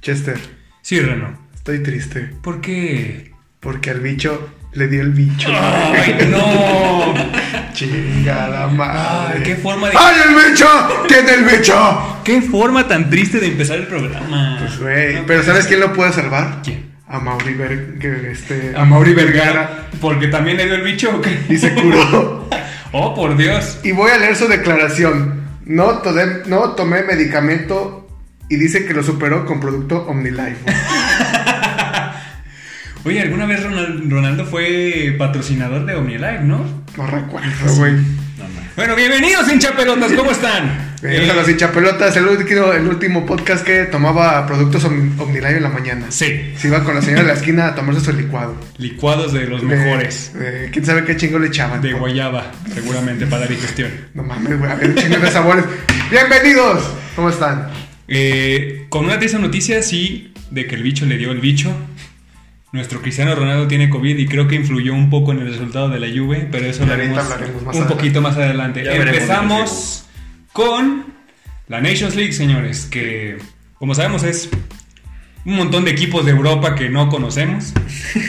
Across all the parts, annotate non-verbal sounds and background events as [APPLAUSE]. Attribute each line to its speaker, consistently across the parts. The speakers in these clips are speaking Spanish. Speaker 1: Chester,
Speaker 2: Sí, Reno.
Speaker 1: estoy triste.
Speaker 2: ¿Por qué?
Speaker 1: Porque al bicho le dio el bicho.
Speaker 2: ¡Ay,
Speaker 1: [LAUGHS]
Speaker 2: no!
Speaker 1: Chingada madre.
Speaker 2: Ay, qué forma de-
Speaker 1: ¡Ay, el bicho! ¡Tiene el bicho!
Speaker 2: ¡Qué forma tan triste de empezar el programa!
Speaker 1: Pues, güey. Pero ¿sabes quién lo puede salvar?
Speaker 2: ¿Quién? Ah.
Speaker 1: A Mauri Ver... que, este,
Speaker 2: A Mauri Vergara. Porque también le dio el bicho. ¿o qué? [LAUGHS]
Speaker 1: Y se curó.
Speaker 2: Oh, por Dios.
Speaker 1: Y voy a leer su declaración. No tomé, no tomé medicamento y dice que lo superó con producto OmniLife.
Speaker 2: Oye, ¿alguna vez Ronal- Ronaldo fue patrocinador de OmniLive, no?
Speaker 1: No recuerdo, güey.
Speaker 2: Bueno, bienvenidos hincha pelotas,
Speaker 1: [LAUGHS]
Speaker 2: ¿cómo están?
Speaker 1: Bienvenidos a los hinchapelotas, el último, el último podcast que tomaba productos Om- OmniLife en la mañana.
Speaker 2: Sí,
Speaker 1: Se iba con la señora de la esquina a tomarse su licuado.
Speaker 2: licuados de los
Speaker 1: De-
Speaker 2: mejores.
Speaker 1: de- ¿Quién sabe qué chingo le echaban?
Speaker 2: De
Speaker 1: ¿no?
Speaker 2: guayaba, seguramente, para la digestión.
Speaker 1: No mames, güey, había un chingo de sabores. ¡Bienvenidos! ¿Cómo están?
Speaker 2: Eh, con una triste noticia, sí, de que el bicho le dio el bicho. Nuestro Cristiano Ronaldo tiene COVID y creo que influyó un poco en el resultado de la Juve, pero eso
Speaker 1: Y
Speaker 2: lo
Speaker 1: ahorita
Speaker 2: haremos
Speaker 1: hablaremos más
Speaker 2: un
Speaker 1: adelante.
Speaker 2: poquito más adelante.
Speaker 3: Ya veremos
Speaker 2: Empezamos con la Nations League, señores, que como sabemos es un montón de equipos de Europa que no conocemos,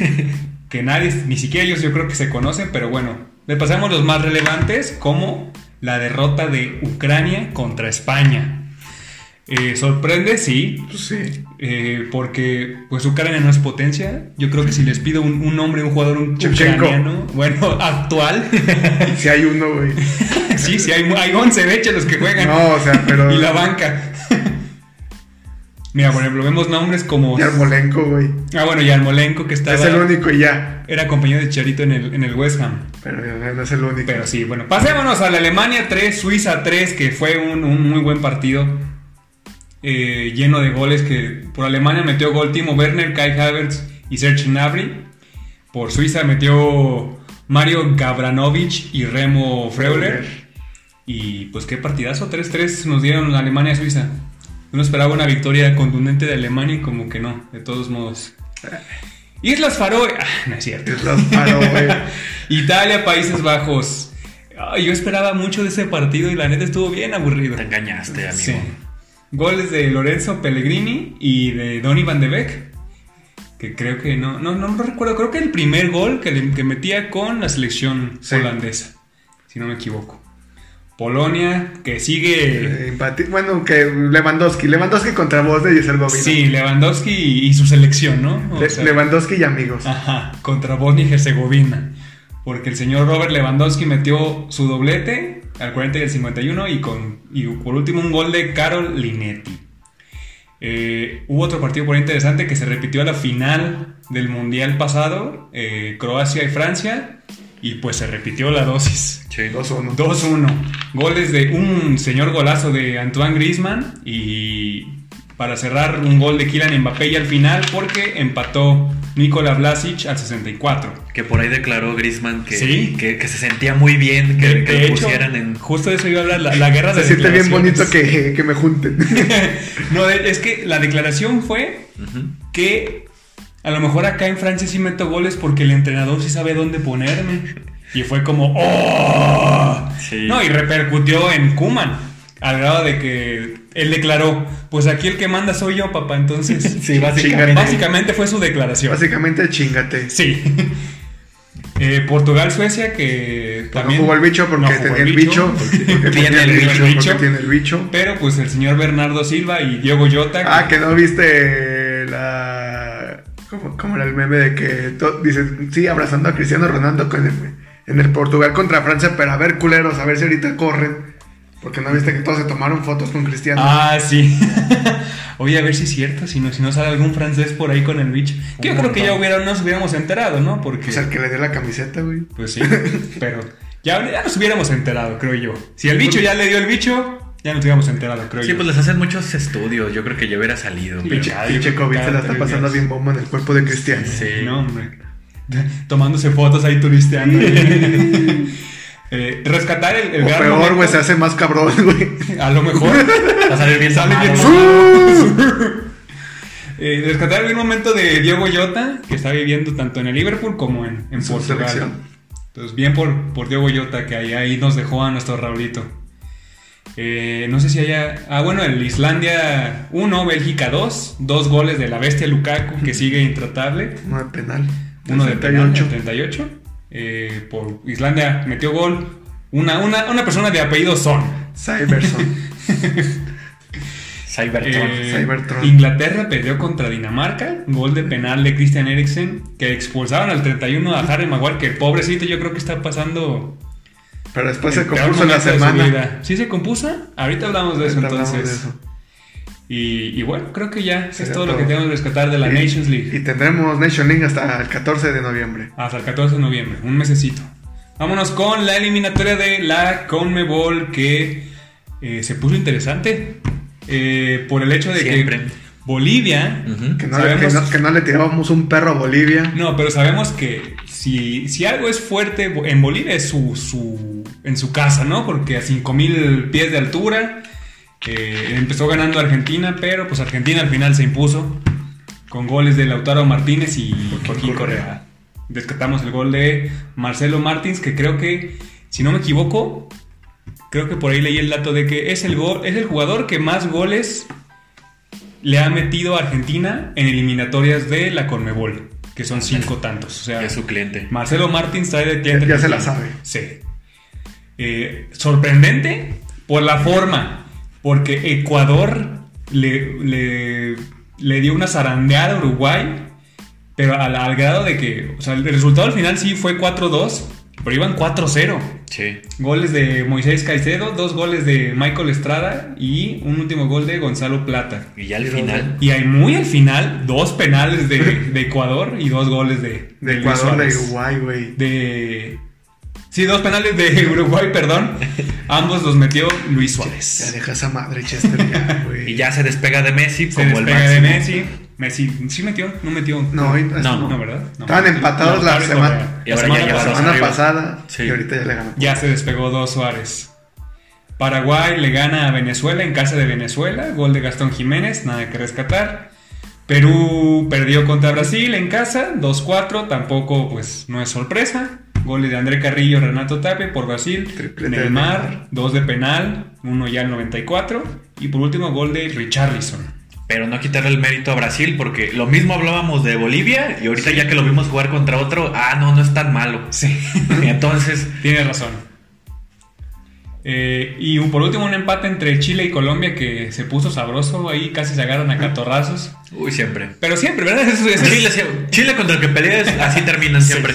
Speaker 2: [LAUGHS] que nadie, ni siquiera ellos yo creo que se conocen, pero bueno, le pasamos los más relevantes como la derrota de Ucrania contra España. Eh, sorprende, sí,
Speaker 1: Pues sí.
Speaker 2: eh, porque pues Ucrania no es potencia. Yo creo que si les pido un, un nombre, un jugador un
Speaker 1: Shevchenko.
Speaker 2: ucraniano, bueno, [LAUGHS] actual,
Speaker 1: Si hay uno, güey.
Speaker 2: sí, sí, hay, hay 11 de hecho los que juegan.
Speaker 1: No, o sea, pero.
Speaker 2: [LAUGHS] Y la banca. Mira, por ejemplo, vemos nombres como...
Speaker 1: Yarmolenko, güey.
Speaker 2: Ah, bueno, Yarmolenko, que estaba...
Speaker 1: Es el único y ya.
Speaker 2: Era compañero de Charito en el, en el West Ham.
Speaker 1: Pero eh, no es el único.
Speaker 2: Pero sí, bueno, pasémonos a la Alemania 3, Suiza 3, que fue un, un muy buen partido. eh, lleno de goles que por Alemania metió gol Timo Werner, Kai Havertz y Serge Gnabry. Por Suiza metió Mario Gabranovic y Remo Freuler. Y pues qué partidazo, 3-3 nos dieron la Alemania-Suiza. Uno esperaba una victoria contundente de Alemania y como que no, de todos modos. Islas Faroe, ah, no es cierto.
Speaker 1: Es los paro, güey.
Speaker 2: [LAUGHS] Italia, Países Bajos. Ay, yo esperaba mucho de ese partido y la neta estuvo bien aburrido.
Speaker 3: Te engañaste, amigo.
Speaker 2: Sí. Goles de Lorenzo Pellegrini y de Donny Van de Beek. Que creo que no, no, no recuerdo. Creo que el primer gol que, le- que metía con la selección
Speaker 1: Sí.
Speaker 2: holandesa. Si no me equivoco. Polonia, que sigue.
Speaker 1: Eh, empati- Bueno, que Lewandowski. Lewandowski contra voz de Giselle Bobina.
Speaker 2: Sí, Lewandowski y, y su selección, ¿no? O
Speaker 1: Le-
Speaker 2: sea, Ah.
Speaker 1: Lewandowski y amigos.
Speaker 2: Ajá, contra Bosnia y Herzegovina. Porque el señor Robert Lewandowski metió su doblete al 40 y al 51 y, con, y por último un gol de Carol Linetti. Eh, hubo otro partido por ahí interesante que se repitió a la final del Mundial pasado, eh, Croacia y Francia, y pues se repitió la dosis.
Speaker 3: Sí.
Speaker 1: 2-1.
Speaker 2: 2-1. Goles de un señor golazo de Antoine Griezmann y para cerrar un gol de Kylian Mbappé y al final porque empató Nikola Vlasic al 64.
Speaker 3: Que por ahí declaró Grisman que,
Speaker 2: Sí.
Speaker 3: que, que se sentía muy bien que,
Speaker 2: De-
Speaker 3: que
Speaker 2: de
Speaker 3: lo
Speaker 2: hecho,
Speaker 3: pusieran en.
Speaker 2: Justo de eso iba a hablar, la, la guerra de
Speaker 1: Se siente bien bonito
Speaker 2: declaraciones.
Speaker 1: que, que me
Speaker 2: [LAUGHS]
Speaker 1: junten.
Speaker 2: no, de- es que la declaración fue
Speaker 3: Ujú.
Speaker 2: que a lo mejor acá en Francia sí meto goles porque el entrenador sí sabe dónde ponerme. Y fue como, ¡oh!
Speaker 3: Sí.
Speaker 2: No, y repercutió en Kuman. Al grado de que él declaró, pues aquí el que manda soy yo, papá. Entonces,
Speaker 1: [LAUGHS] Sí, básicamente.
Speaker 2: básicamente fue su declaración.
Speaker 1: Básicamente, chingate.
Speaker 2: Sí. [LAUGHS] Eh, Portugal-Suecia, que
Speaker 1: No
Speaker 2: también...
Speaker 1: jugó el bicho porque
Speaker 2: no jugó
Speaker 1: tenía
Speaker 2: el
Speaker 1: el bicho. [LAUGHS] Porque
Speaker 2: [LAUGHS] Tiene
Speaker 1: tenía
Speaker 2: el
Speaker 1: el bicho.
Speaker 2: bicho.
Speaker 1: Porque tiene el bicho.
Speaker 2: Pero pues el señor Bernardo Silva y Diego Jota...
Speaker 1: Ah, que no viste la. ¿Cómo, cómo era el meme de que to- dicen, sí, abrazando a Cristiano Ronaldo con el- en el Portugal contra Francia, pero a ver, culeros, a ver si ahorita corren. Porque no viste que todos se tomaron fotos con Cristiano.
Speaker 2: Ah, sí. [LAUGHS] Oye, a ver si es cierto, si no, si no sale algún francés por ahí con el bicho. Que yo
Speaker 3: Un
Speaker 2: creo que ya
Speaker 3: montón.
Speaker 2: hubiera, nos hubiéramos enterado, ¿no? Porque.
Speaker 1: Pues al que le dio la camiseta, güey.
Speaker 2: Pues sí. Pero ya, ya nos hubiéramos enterado, creo yo. Si el bicho ya le dio el bicho, ya nos hubiéramos enterado, creo
Speaker 3: Sí,
Speaker 2: yo.
Speaker 3: pues les hacen muchos estudios. Yo creo que ya hubiera salido.
Speaker 2: Sí.
Speaker 3: pero-
Speaker 1: Pinche,
Speaker 2: ya,
Speaker 1: pinche
Speaker 2: digo,
Speaker 1: COVID se
Speaker 2: cada
Speaker 1: la está
Speaker 2: tres
Speaker 1: pasando
Speaker 2: días.
Speaker 1: bien bomba en el cuerpo de Cristiano.
Speaker 3: Sí.
Speaker 2: No, hombre. [LAUGHS] Tomándose fotos ahí
Speaker 1: [LAUGHS]
Speaker 2: turisteando. Eh, rescatar el, el
Speaker 1: O
Speaker 2: gran
Speaker 1: peor, güey,
Speaker 2: momento.
Speaker 1: se hace más cabrón, [LAUGHS] güey.
Speaker 2: A lo mejor.
Speaker 1: [LAUGHS]
Speaker 3: Va a salir bien
Speaker 2: Sale bien
Speaker 3: mamado.
Speaker 2: Eh, rescatar el momento de Diego Llota, que está viviendo tanto en el Liverpool como en, en
Speaker 1: Su
Speaker 2: Portugal.
Speaker 1: selección.
Speaker 2: Entonces, bien por, por Diego Llota, que ahí, ahí nos dejó a nuestro Raulito. Eh, no sé si haya. Ah, bueno, el Islandia 1, Bélgica 2. Dos goles de la bestia Lukaku que sigue intratable.
Speaker 1: Uno de penal.
Speaker 2: Uno de 38.
Speaker 1: 38.
Speaker 2: 38. Eh, por Islandia metió gol. Una, una, una persona de apellido Son.
Speaker 1: Cyberson.
Speaker 3: Cybertron.
Speaker 2: Eh,
Speaker 1: Cybertron.
Speaker 2: Inglaterra perdió contra Dinamarca. Gol de penal de Christian Eriksen. Que expulsaron al 31 a Harry Maguire. Que pobrecito, yo creo que está pasando.
Speaker 1: Pero después Pues se
Speaker 2: [LAUGHS] el peor
Speaker 1: compuso en la
Speaker 2: momento de su
Speaker 1: semana.
Speaker 2: vida. ¿Sí se compuso? Ahorita hablamos de eso
Speaker 1: Ahorita hablamos
Speaker 2: entonces.
Speaker 1: de eso.
Speaker 2: Y, y bueno, creo que ya es
Speaker 1: Sería
Speaker 2: todo lo
Speaker 1: todo.
Speaker 2: que tenemos que rescatar de la
Speaker 1: Y-
Speaker 2: Nations League.
Speaker 1: Y tendremos Nation League hasta el 14 de noviembre.
Speaker 2: Hasta el 14 de noviembre, un mesecito. Vámonos con la eliminatoria de la CONMEBOL que eh, se puso interesante eh, por el hecho de
Speaker 3: Siempre.
Speaker 2: que Bolivia...
Speaker 3: Ujú.
Speaker 1: Que no, le, que,
Speaker 2: Sabemos-
Speaker 1: no, que no le tirábamos un perro a Bolivia.
Speaker 2: No, pero sabemos que si, si algo es fuerte en Bolivia es su, su- en su casa, ¿no? Porque a 5.000 pies de altura eh, empezó ganando Argentina, pero pues Argentina al final se impuso con goles de Lautaro Martínez y Joaquín
Speaker 1: Correa.
Speaker 2: Correa. Descartamos el gol de Marcelo Martins, que creo que, si no me equivoco, creo que por ahí leí el dato de que es el, gol, es el jugador que más goles le ha metido a Argentina en eliminatorias de la Conmebol, que son cinco tantos. O sea,
Speaker 3: Es su cliente.
Speaker 2: Marcelo Martins trae de cliente.
Speaker 1: Ya- ya se la
Speaker 2: argentino.
Speaker 1: sabe.
Speaker 2: Sí. Eh, sorprendente por la forma, porque Ecuador le, le, le dio una zarandeada a Uruguay, pero al, al grado de que, o sea, el resultado al final sí fue 4-2, pero iban 4-0.
Speaker 3: Sí.
Speaker 2: Goles de Moisés Caicedo, dos goles de Michael Estrada y un último gol de Gonzalo Plata.
Speaker 3: Y ya al
Speaker 1: Y
Speaker 3: final.
Speaker 2: Y hay muy al final dos penales de, de Ecuador y dos goles de,
Speaker 1: De
Speaker 2: Luis
Speaker 1: Ecuador, de
Speaker 2: Suárez.
Speaker 1: Uruguay, güey.
Speaker 2: De- Sí, dos penales de [LAUGHS] Uruguay, perdón. Ambos los metió Luis
Speaker 1: Ya
Speaker 2: Suárez.
Speaker 1: deja esa madre, Chester,
Speaker 2: [LAUGHS]
Speaker 1: ya, güey.
Speaker 3: Y ya se despega de Messi
Speaker 2: Se
Speaker 3: como el
Speaker 2: despega de
Speaker 3: máximo.
Speaker 2: Messi. Messi, ¿sí metió? ¿No metió?
Speaker 1: No, hoy-
Speaker 3: No,
Speaker 2: no, ¿verdad? No.
Speaker 1: Estaban empatados
Speaker 2: No,
Speaker 1: la
Speaker 2: Pablo
Speaker 1: semana-
Speaker 2: Correa.
Speaker 3: Y ahora
Speaker 2: La
Speaker 3: ya
Speaker 1: La
Speaker 2: semana
Speaker 3: lleva
Speaker 2: pasada.
Speaker 3: dos.
Speaker 1: semana
Speaker 3: arriba.
Speaker 1: pasada
Speaker 3: Sí.
Speaker 1: y ahorita ya le ganamos.
Speaker 2: Ya se despegó dos Suárez. Paraguay le gana a Venezuela en casa de Venezuela. Gol de Gastón Jiménez, nada que rescatar. Perú perdió contra Brasil en casa, 2-4, tampoco pues no es sorpresa. Goles de André Carrillo, Renato Tape por Brasil,
Speaker 1: Triplete de
Speaker 2: Neymar,
Speaker 1: Neymar.
Speaker 2: dos de penal, uno ya al 94 y por último gol de Richarlison.
Speaker 3: Pero no quitarle el mérito a Brasil porque lo mismo hablábamos de Bolivia y ahorita ya que lo vimos jugar contra otro, ah, no, no es tan malo.
Speaker 2: Sí,
Speaker 3: Entonces,
Speaker 2: tiene razón. Eh, y un- por último un empate entre Chile y Colombia que se puso sabroso, ahí casi se agarran a catorrazos.
Speaker 3: uy, siempre.
Speaker 2: Pero siempre, ¿verdad? [LAUGHS] Eso es
Speaker 3: Chile, sie- Chile contra el que peleas, así terminan siempre.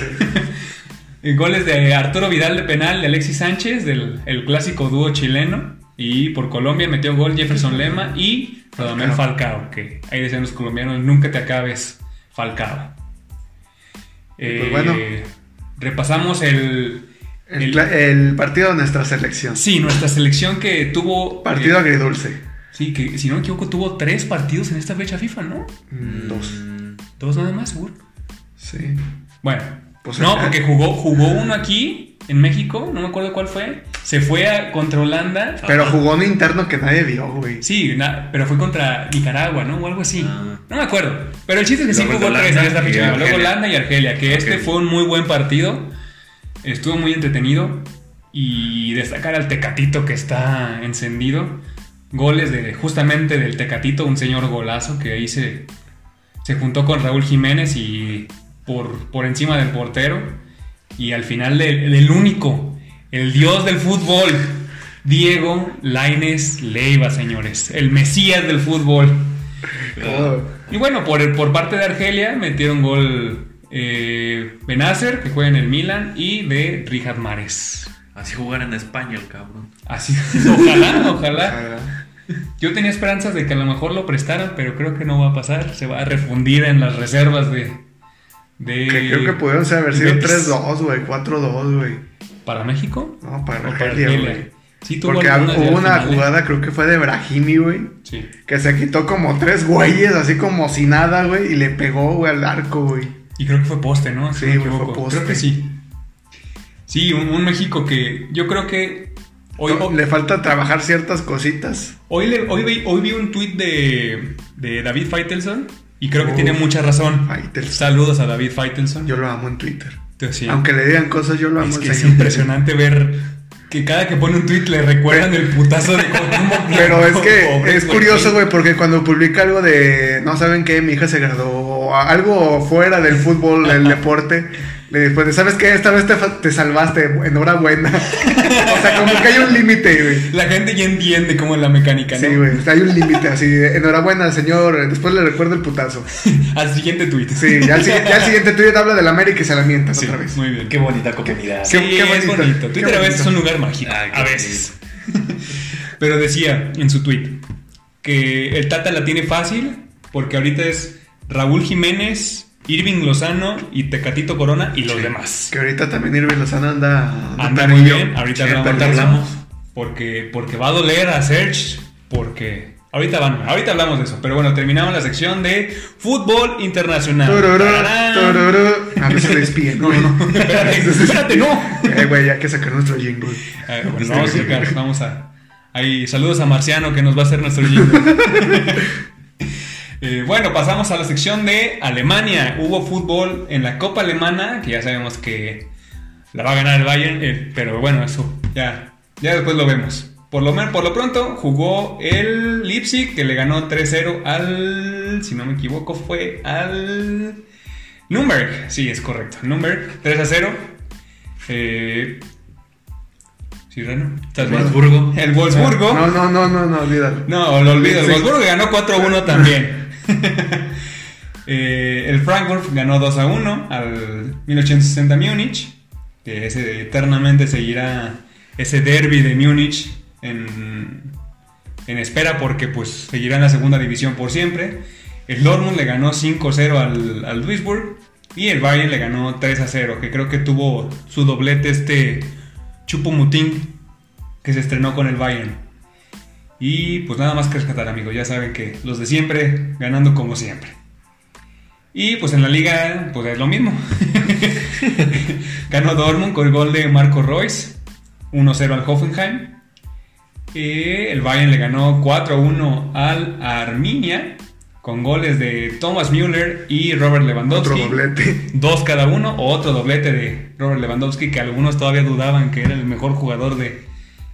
Speaker 2: Y Goles de Arturo Vidal de penal, de Alexis Sánchez, del el clásico dúo chileno. Y por Colombia metió gol Jefferson Lema y Radamel Falcao, que ahí decían los colombianos, nunca te acabes Falcao. Eh,
Speaker 1: Y pues bueno.
Speaker 2: Repasamos el...
Speaker 1: El,
Speaker 2: el-
Speaker 1: cla- el partido de nuestra selección.
Speaker 2: sí, nuestra selección que tuvo...
Speaker 1: Partido
Speaker 2: eh,
Speaker 1: agridulce.
Speaker 2: sí, que si no me equivoco tuvo tres partidos en esta fecha FIFA, ¿no?
Speaker 1: Mm, Dos.
Speaker 2: Dos nada más, seguro.
Speaker 1: Sí.
Speaker 2: Bueno,
Speaker 1: Pues
Speaker 2: no,
Speaker 1: acá-
Speaker 2: porque jugó, jugó uno aquí en México, no me acuerdo cuál fue. Se fue a- contra Holanda.
Speaker 3: Ah.
Speaker 1: Pero jugó un interno que nadie vio, güey.
Speaker 2: Sí, na- pero fue contra Nicaragua, ¿no? O algo así.
Speaker 3: Ah.
Speaker 2: No me acuerdo. Pero el chiste es que sí
Speaker 3: Luego
Speaker 2: jugó
Speaker 3: el de
Speaker 2: tres en
Speaker 3: Holanda
Speaker 2: esta
Speaker 3: y
Speaker 2: fecha. Luego
Speaker 3: Argelia.
Speaker 2: Holanda y Argelia, que este
Speaker 3: Ok.
Speaker 2: fue un muy buen partido. Estuvo muy entretenido. Y destacar al Tecatito que está encendido. Goles de justamente del Tecatito, un señor golazo que ahí se, se juntó con Raúl Jiménez y por, por encima del portero. Y al final del, del único, el dios del fútbol, Diego Laines Leiva, señores. El mesías del fútbol.
Speaker 1: Todo.
Speaker 2: Y bueno, por, por parte de Argelia metieron gol eh, Benacer, que juega en el Milan, y de Rijad Mares.
Speaker 3: Así jugar en España, el cabrón.
Speaker 2: Así,
Speaker 1: [LAUGHS]
Speaker 2: ojalá, ojalá.
Speaker 1: Ojalá.
Speaker 2: Yo tenía esperanzas de que a lo mejor lo prestaran, pero creo que no va a pasar. Se va a refundir en las reservas de. de-
Speaker 1: Que creo que pudieron ser- haber sido
Speaker 2: Betis.
Speaker 1: 3-2, güey. 4-2, güey.
Speaker 2: ¿Para México?
Speaker 1: No,
Speaker 2: ¿O
Speaker 1: para
Speaker 2: para
Speaker 1: Argelia,
Speaker 2: Argelia?
Speaker 1: güey.
Speaker 2: Sí, tuvo
Speaker 1: Porque
Speaker 2: algunas de
Speaker 1: hubo una
Speaker 2: finales.
Speaker 1: jugada, creo que fue de Brahimi, güey.
Speaker 2: Sí.
Speaker 1: Que se quitó como tres güeyes, así como si nada, güey. Y le pegó, güey, al arco, güey.
Speaker 2: Y creo que fue poste, ¿no? Si
Speaker 1: Sí,
Speaker 2: no me
Speaker 1: güey, fue
Speaker 2: equivoco.
Speaker 1: poste.
Speaker 2: Creo que sí. Sí, un, un México que yo creo que. Hoy,
Speaker 1: No, le falta trabajar ciertas cositas.
Speaker 2: Hoy, le- hoy, vi, hoy vi un tuit de, de David Feitelson y creo que
Speaker 1: Oh,
Speaker 2: tiene mucha razón.
Speaker 1: Feitelson.
Speaker 2: Saludos a David Feitelson.
Speaker 1: Yo lo amo en Twitter.
Speaker 2: Entonces, sí,
Speaker 1: Aunque le digan cosas, yo lo amo
Speaker 2: es
Speaker 1: en
Speaker 2: que es
Speaker 1: señor.
Speaker 2: impresionante ver que cada que pone un tweet le recuerdan el putazo de Cuauhtémoc
Speaker 1: [LAUGHS]
Speaker 2: [LAUGHS]
Speaker 1: Pero es
Speaker 2: Blanco,
Speaker 1: que
Speaker 2: pobre
Speaker 1: es
Speaker 2: güey.
Speaker 1: curioso, güey, porque cuando publica algo de, no saben qué, mi hija se graduó, algo fuera del fútbol, del deporte, le después de, ¿sabes qué? Esta vez te, fa- te salvaste, enhorabuena. [LAUGHS] o sea, como que hay un límite, güey.
Speaker 2: La gente ya entiende cómo es la mecánica, ¿no?
Speaker 1: Sí, güey, o sea, hay un límite, así, de, enhorabuena, señor, después le recuerdo el putazo.
Speaker 2: Al siguiente tweet.
Speaker 1: Sí, ya el, si- ya el siguiente tweet habla del América y se la mientan
Speaker 2: [LAUGHS] Sí,
Speaker 1: otra vez.
Speaker 2: muy bien.
Speaker 3: Qué bonita comunidad.
Speaker 2: Sí,
Speaker 1: Qué- qué
Speaker 2: es
Speaker 1: bonito,
Speaker 2: bonito.
Speaker 1: qué
Speaker 2: Twitter a veces
Speaker 1: bonito.
Speaker 2: es un lugar mágico.
Speaker 3: Ay, qué
Speaker 2: a veces. Pero decía en su tweet que el Tata la tiene fácil porque ahorita es Raúl Jiménez, Irving Lozano y Tecatito Corona y los demás.
Speaker 1: Que ahorita también Irving Lozano anda...
Speaker 2: Anda muy
Speaker 1: perdido.
Speaker 2: bien. Ahorita
Speaker 1: Sí,
Speaker 2: hablamos.
Speaker 1: perdido.
Speaker 2: de eso. Porque, porque va a doler a Serge. Porque. Ahorita van, ahorita hablamos de eso. Pero bueno, terminamos la sección de fútbol internacional.
Speaker 1: Tururú,
Speaker 2: Tararán.
Speaker 1: tururú. A veces se despiden.
Speaker 2: No, no, no. [LAUGHS] Espérate, espérate, no.
Speaker 1: Eh, güey, hay que sacar nuestro jingle.
Speaker 2: A ver, Ah, bueno, vamos a sacar, vamos a. Ahí, saludos a Marciano que nos va a hacer nuestro jingle. Eh, bueno, pasamos a la sección de Alemania. Hubo fútbol en la Copa Alemana, que ya sabemos que la va a ganar el Bayern, eh, pero bueno, eso ya, ya después lo vemos. Por lo, men- por lo pronto jugó el Leipzig, que le ganó 3-0 al, si no me equivoco, fue al Nürnberg. Sí, es correcto, Nürnberg, 3-0. Eh, ¿Sí, Reno? ¿Estás bien?
Speaker 3: Wolfsburgo.
Speaker 2: El Wolfsburgo.
Speaker 1: No, no, no, no, no, olvídalo.
Speaker 2: No, lo olvido. El
Speaker 1: Sí.
Speaker 2: Wolfsburg ganó 4-1 también. [LAUGHS] Eh, el Frankfurt ganó 2-1 al 1860 Múnich. Que ese eternamente seguirá ese derby de Múnich en, en espera porque pues seguirá en la segunda división por siempre. El Dortmund le ganó 5-0 al, al Duisburg. Y el Bayern le ganó 3-0, que creo que tuvo su doblete este Chupumutín que se estrenó con el Bayern. Y pues nada más que rescatar, amigos. Ya saben que los de siempre ganando como siempre. Y pues en la liga, pues es lo mismo. [LAUGHS] Ganó Dortmund con el gol de Marco Royce. 1-0 al Hoffenheim. Eh, el Bayern le ganó 4-1 al Arminia. Con goles de Thomas Müller y Robert Lewandowski.
Speaker 1: Otro doblete.
Speaker 2: Dos cada uno, o otro doblete de Robert Lewandowski, que algunos todavía dudaban que era el mejor jugador de,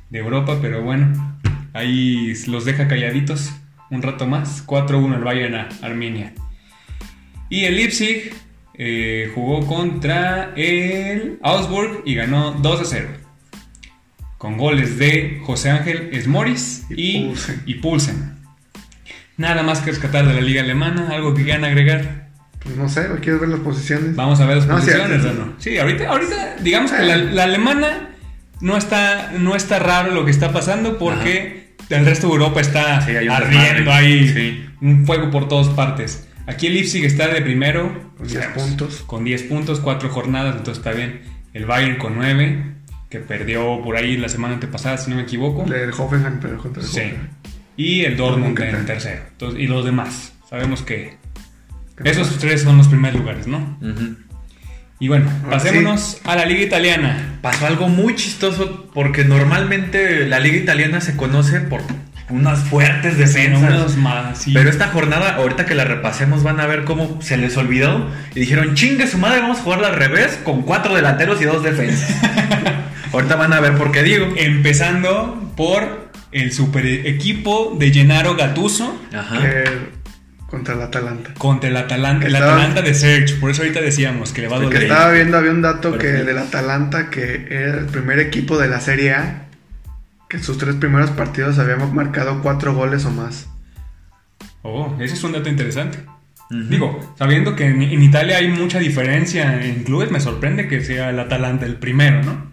Speaker 2: de Europa, pero bueno, ahí los deja calladitos un rato más. 4-1 el Bayern a Armenia. Y el Leipzig eh, jugó contra el Augsburg y ganó 2-0. Con goles de José Ángel Esmoris
Speaker 1: Y
Speaker 2: y,
Speaker 1: Poulsen.
Speaker 2: y Pulsen. Nada más que rescatar de la liga alemana, algo que quieran agregar.
Speaker 1: Pues no sé, güey, ¿quieres ver las posiciones?
Speaker 2: Vamos a ver las
Speaker 1: No, sí,
Speaker 2: posiciones,
Speaker 1: sí,
Speaker 2: ¿o
Speaker 1: sí.
Speaker 2: ¿no? Sí, ahorita, ahorita digamos que la, la alemana no está, no está raro lo que está pasando porque el resto de Europa está
Speaker 3: Sí, hay un
Speaker 2: ardiendo
Speaker 3: desmadre.
Speaker 2: ahí
Speaker 3: Sí.
Speaker 2: un fuego por todas partes. Aquí el Leipzig está de primero
Speaker 1: Con 10
Speaker 2: digamos,
Speaker 1: puntos.
Speaker 2: con 10 puntos, 4 jornadas, entonces está bien. El Bayern con 9, que perdió por ahí la semana antepasada, si no me equivoco.
Speaker 1: Del Hoffenheim, pero contra el
Speaker 2: Sí.
Speaker 1: Hoffenheim.
Speaker 2: Y el Dortmund
Speaker 1: Dortmund,
Speaker 2: en
Speaker 1: ¿qué tal?
Speaker 2: tercero. Entonces, y los demás. Sabemos que
Speaker 1: ¿Qué te
Speaker 2: esos
Speaker 1: pasa?
Speaker 2: tres son los primeros lugares, ¿no? Y bueno,
Speaker 1: Ahora
Speaker 2: pasémonos a la liga italiana.
Speaker 3: Pasó algo muy chistoso porque normalmente la liga italiana se conoce por unas fuertes defensas.
Speaker 2: Fenómenos más. sí.
Speaker 3: Pero esta jornada, ahorita que la repasemos, van a ver cómo se les olvidó. Y dijeron, chingue su madre, vamos a jugarla al revés con cuatro delanteros y
Speaker 2: [LAUGHS]
Speaker 3: dos defensas. ahorita van a ver por qué digo.
Speaker 2: Empezando por el super equipo de Gennaro Gattuso
Speaker 3: Ajá.
Speaker 1: Que- Contra el Atalanta.
Speaker 2: contra el Atalanta,
Speaker 1: Que
Speaker 2: el
Speaker 1: estaba-
Speaker 2: Atalanta de Serge. Por eso ahorita decíamos que le va a
Speaker 1: El que
Speaker 2: doler.
Speaker 1: estaba viendo, había un dato que
Speaker 3: Perfecto.
Speaker 1: del Atalanta, que era el primer equipo de la Serie A, que en sus tres primeros partidos habíamos marcado cuatro goles o más.
Speaker 2: Oh, ese es un dato interesante.
Speaker 3: Ujú.
Speaker 2: Digo, sabiendo que en, en Italia hay mucha diferencia en clubes, me sorprende que sea el Atalanta el primero, ¿no?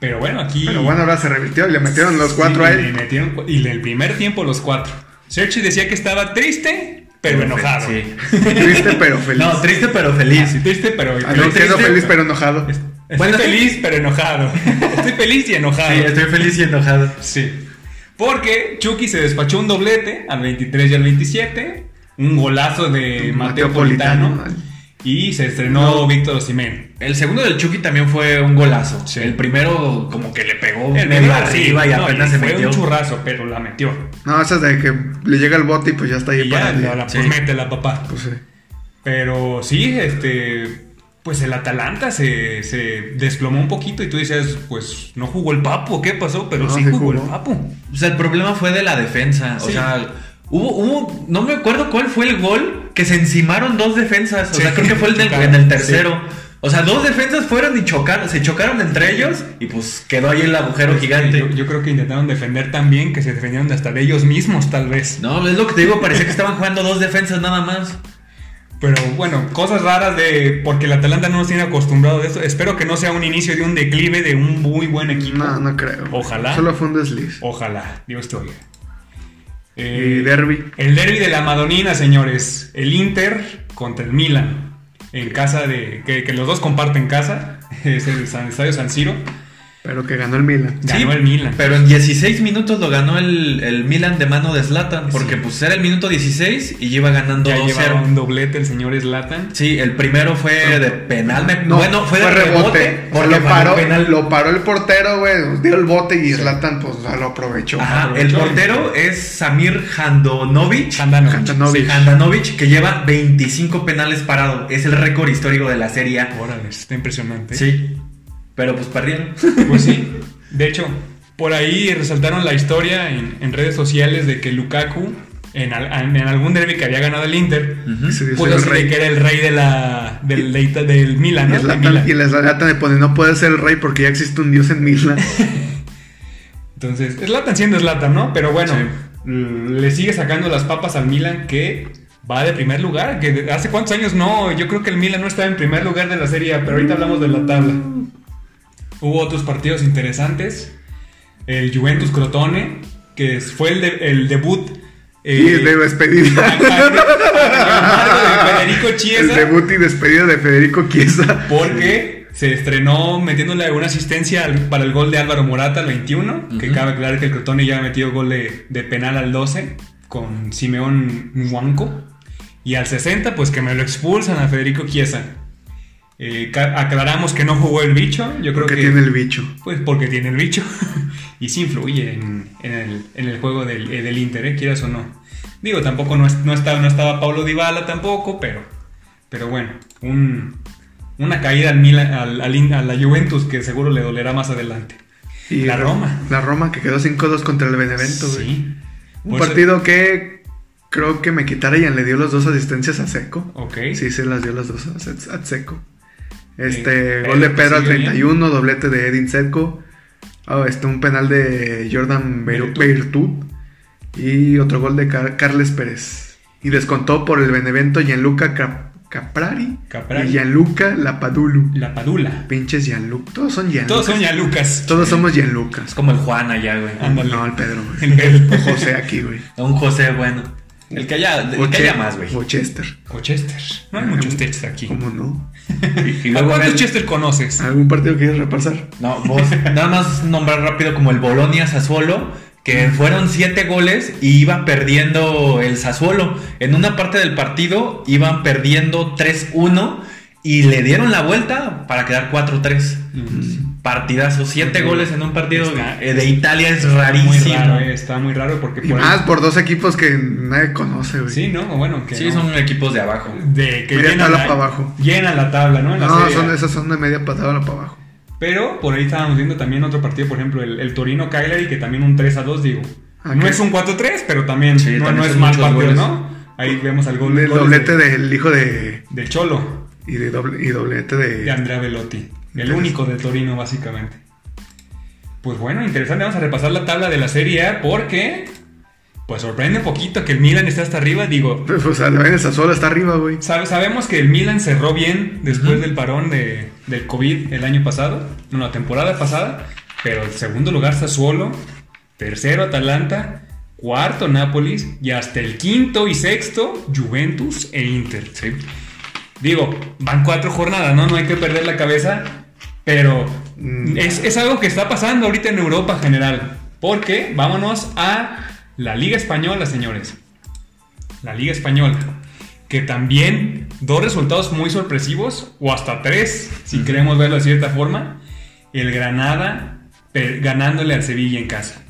Speaker 2: Pero bueno, aquí.
Speaker 1: Pero bueno, ahora se revirtió y le metieron los
Speaker 2: Sí,
Speaker 1: cuatro a
Speaker 2: le
Speaker 1: él.
Speaker 2: metieron cu- y el primer tiempo los cuatro. Sergi decía que estaba triste, pero enojado.
Speaker 3: Sí.
Speaker 1: Triste
Speaker 2: [LAUGHS]
Speaker 1: pero feliz.
Speaker 3: No, triste pero feliz.
Speaker 2: Así triste, pero.
Speaker 1: Ah,
Speaker 2: pero
Speaker 1: no, siendo
Speaker 2: triste,
Speaker 1: feliz pero enojado.
Speaker 2: Estoy
Speaker 3: Bueno, sí.
Speaker 2: feliz, pero enojado. Estoy feliz y enojado.
Speaker 3: Sí, estoy feliz y enojado.
Speaker 2: Sí. Porque Chucky se despachó un doblete al 23 y al 27. Un golazo de Eh, Mateo,
Speaker 1: Mateo
Speaker 2: Politano.
Speaker 1: Politano.
Speaker 2: Y se estrenó Víctor Osimén.
Speaker 3: El segundo del Chucky también fue un golazo.
Speaker 2: Sí.
Speaker 3: El primero como que le pegó
Speaker 2: El
Speaker 3: medio
Speaker 2: primero
Speaker 3: arriba
Speaker 2: sí,
Speaker 3: y
Speaker 2: no,
Speaker 3: apenas se
Speaker 2: fue
Speaker 3: metió.
Speaker 2: un churrazo, pero la metió.
Speaker 1: No, esas de que le llega el bote y pues ya está ahí
Speaker 2: Y ya,
Speaker 1: para eh,
Speaker 2: la, la-
Speaker 3: Sí.
Speaker 2: pues métela, papá.
Speaker 1: Pues sí.
Speaker 2: Pero sí, este. pues el Atalanta se, se desplomó un poquito y tú dices, pues no jugó el Papo, ¿qué pasó? Pero
Speaker 1: No,
Speaker 2: sí
Speaker 1: sí
Speaker 2: jugó, el
Speaker 1: jugó.
Speaker 2: Papo.
Speaker 3: O sea, el problema fue de la defensa. O
Speaker 2: Sí.
Speaker 3: sea, hubo, hubo, no me acuerdo cuál fue el gol que se encimaron dos defensas. O
Speaker 2: Sí.
Speaker 3: sea, creo que fue el [LAUGHS] del,
Speaker 2: Chocaron.
Speaker 3: en el tercero. O sea, dos defensas fueron y chocaron, se chocaron entre ellos y pues quedó ahí el agujero
Speaker 2: Pues,
Speaker 3: gigante.
Speaker 2: Yo, yo creo que intentaron defender tan bien que se defendieron hasta de ellos mismos, tal vez.
Speaker 3: No, es lo que te digo, parecía que estaban jugando dos defensas nada más.
Speaker 2: Pero bueno, cosas raras de. Porque el Atalanta no nos tiene acostumbrado de eso. Espero que no sea un inicio de un declive de un muy buen equipo.
Speaker 1: No, no creo.
Speaker 2: Ojalá.
Speaker 1: Solo fue un desliz.
Speaker 2: Ojalá, Dios te oiga. Eh,
Speaker 1: Y derby.
Speaker 2: el derby de la Madonina, señores. El Inter contra el Milan. En casa de. Que, que los dos comparten casa. [LAUGHS] Es el San- estadio San Siro.
Speaker 1: Pero que ganó el Milan.
Speaker 2: Ganó el Milan.
Speaker 3: Pero en 16 minutos lo ganó el, el Milan de mano de Zlatan. Porque
Speaker 2: Sí.
Speaker 3: pues era el minuto 16 y lleva ganando
Speaker 2: Ya
Speaker 3: 2-0.
Speaker 2: llevaba un doblete el señor Slatan.
Speaker 3: Sí, el primero fue de penal. me-
Speaker 1: No,
Speaker 3: bueno, fue de rebote.
Speaker 1: O sea,
Speaker 3: porque
Speaker 1: lo, paró,
Speaker 3: penal.
Speaker 1: lo paró el portero, güey. Dio el bote y Zlatan, pues, o sea, lo aprovechó.
Speaker 2: Ah,
Speaker 3: Ajá, el
Speaker 2: Aprovechó.
Speaker 3: portero es Samir Handanovic.
Speaker 1: Handanovic.
Speaker 3: Handanovic, que lleva 25 penales parado. Es el récord histórico de la Serie A.
Speaker 2: Órale, está impresionante.
Speaker 3: Sí. Pero pues perdieron.
Speaker 2: Pues sí, de hecho, por ahí resaltaron la historia en, en redes sociales de que Lukaku, en, al- en algún derby que había ganado el Inter,
Speaker 3: Ujú.
Speaker 1: Sí, soy
Speaker 2: puso
Speaker 1: Mm. el
Speaker 2: pues, así de
Speaker 1: rey.
Speaker 2: que era el rey de la, del, de Ita- del Milan,
Speaker 1: Y
Speaker 2: ¿no? De
Speaker 1: Zlatan,
Speaker 2: Milan.
Speaker 1: y la Zlatan le pone, no puede ser el rey porque ya existe un dios en Milan.
Speaker 2: Entonces, Zlatan siendo Zlatan, ¿no? Pero bueno, l- le sigue sacando las papas al Milan que va de primer lugar, que de- hace cuántos años no, yo creo que el Milan no estaba en primer lugar de la Serie A, pero ahorita hablamos de la tabla. Hubo otros partidos interesantes, el Juventus Crotone, que es- fue el, de- el debut... eh,
Speaker 1: [LAUGHS] y de
Speaker 2: a-
Speaker 1: despedida.
Speaker 2: a- a- a- Ah, de
Speaker 1: [LAUGHS]
Speaker 2: Federico
Speaker 1: El
Speaker 2: Chiesa.
Speaker 1: debut y despedida de Federico Chiesa.
Speaker 2: Porque se estrenó metiéndole una asistencia al- para el gol de Álvaro Morata al 21. Que
Speaker 3: Ujú.
Speaker 2: cabe aclarar que el Crotone ya ha metido gol de, de penal al 12 con Simeón Huanco. Y al 60, pues que me lo expulsan a Federico Chiesa. Eh, ca- aclaramos que no jugó el bicho. Yo creo
Speaker 1: Porque
Speaker 2: que.
Speaker 1: tiene el bicho.
Speaker 2: Pues porque tiene el bicho. [LAUGHS] y sí influye en, en el, en el juego del, eh, del Inter, eh, quieras o no. Digo, tampoco no, es- no, estaba, no estaba Paulo Dybala tampoco, pero, pero bueno, un- una caída al Milan- al- al In- a la Juventus que seguro le dolerá más adelante.
Speaker 1: Y
Speaker 2: La Roma.
Speaker 1: La Roma que quedó 5-2 contra el Benevento, güey.
Speaker 2: Sí. Pues,
Speaker 1: Un
Speaker 2: Por eso-
Speaker 1: partido que creo que me quitara y le dio las dos asistencias a Seco.
Speaker 2: Ok.
Speaker 1: Sí, se las dio las dos a, a Seco. Este,
Speaker 2: Eh,
Speaker 1: gol de
Speaker 2: Pedro que
Speaker 1: Pedro al
Speaker 2: sigue
Speaker 1: 31, doblete de Edin Seco. Ah, este, un penal de Jordan Veru-
Speaker 2: Virtud.
Speaker 1: Virtud. Y otro gol de Car- Carles Pérez. Y descontó por el Benevento Gianluca Cap- Caprari,
Speaker 2: Caprari.
Speaker 1: y Gianluca Lapadulu.
Speaker 2: La Padula.
Speaker 1: Pinches Gianluca. Todos son Gianluca.
Speaker 2: Todos son ya Lucas. [LAUGHS]
Speaker 1: Todos somos Gianluca.
Speaker 3: Es como el Juan allá, güey.
Speaker 2: Ah. Ándale.
Speaker 1: No, el Pedro, güey.
Speaker 2: El Pedro.
Speaker 1: [LAUGHS] O José aquí, güey.
Speaker 3: Un José bueno. El que haya, el que
Speaker 1: Boche-
Speaker 3: haya más, güey.
Speaker 1: O Chester.
Speaker 2: O Chester. No hay
Speaker 1: Ah,
Speaker 2: muchos Chester aquí.
Speaker 1: ¿Cómo no?
Speaker 3: Y
Speaker 2: ¿A
Speaker 3: luego
Speaker 2: cuántos
Speaker 3: el-
Speaker 2: Chester conoces?
Speaker 1: ¿Algún partido quieres repasar?
Speaker 3: No, vos, nada más nombrar rápido como el Bolonia Sassuolo, que fueron siete goles y iba perdiendo el Sassuolo. En una parte del partido iban perdiendo 3-1 y le dieron la vuelta para quedar 4-3.
Speaker 2: Mm.
Speaker 3: Partidazo, siete
Speaker 2: Ujú.
Speaker 3: goles en un partido
Speaker 2: Está-
Speaker 3: eh, de Italia es
Speaker 2: Muy
Speaker 3: rarísimo.
Speaker 2: raro, eh, está muy raro porque
Speaker 1: Y
Speaker 2: por ahí-
Speaker 1: más por dos equipos que nadie conoce, güey.
Speaker 2: Sí, ¿no? Bueno, que
Speaker 3: sí,
Speaker 2: no.
Speaker 3: son equipos de abajo.
Speaker 2: de que
Speaker 1: Media
Speaker 2: llenan
Speaker 1: tabla
Speaker 2: la,
Speaker 1: para abajo.
Speaker 2: llenan la tabla, ¿no? En la
Speaker 1: No,
Speaker 2: Serie A.
Speaker 1: son, esas son de media patada para abajo.
Speaker 2: Pero por ahí estábamos viendo también otro partido, por ejemplo, el, el Torino Cagliari, que también un 3 a 2, digo.
Speaker 1: Ah,
Speaker 2: No
Speaker 1: que-
Speaker 2: es un 4-3, pero también,
Speaker 3: Sí,
Speaker 2: no,
Speaker 3: también
Speaker 2: no es
Speaker 3: son
Speaker 2: mal
Speaker 3: muchos
Speaker 2: partido,
Speaker 3: goles.
Speaker 2: ¿no? Ahí vemos al gol
Speaker 1: el
Speaker 2: goles
Speaker 1: doblete
Speaker 2: de-
Speaker 1: del hijo de.
Speaker 2: del Cholo,
Speaker 1: Y, de doble, y doblete de.
Speaker 2: de Andrea Velotti. El
Speaker 1: Interesante.
Speaker 2: único de Torino, básicamente. Pues bueno, interesante. Vamos a repasar la tabla de la Serie A porque. Pues sorprende un poquito que el Milan está hasta arriba. Digo,
Speaker 1: Pues, O sea, la ven esa sola, está arriba, güey.
Speaker 2: Sabe- sabemos que el Milan cerró bien después
Speaker 3: Ujú.
Speaker 2: del parón de, del COVID el año pasado, no, la temporada pasada, pero el segundo lugar Sassuolo, tercero Atalanta, cuarto Nápoles y hasta el quinto y sexto Juventus e Inter. Digo, van cuatro jornadas, ¿no? No hay que perder la cabeza, pero
Speaker 1: Mm.
Speaker 2: es, es algo que está pasando ahorita en Europa en general. Porque vámonos a la Liga Española, señores. La Liga Española. Que también dos resultados muy sorpresivos, o hasta tres, si queremos verlo de cierta forma. El Granada per- ganándole al Sevilla en casa.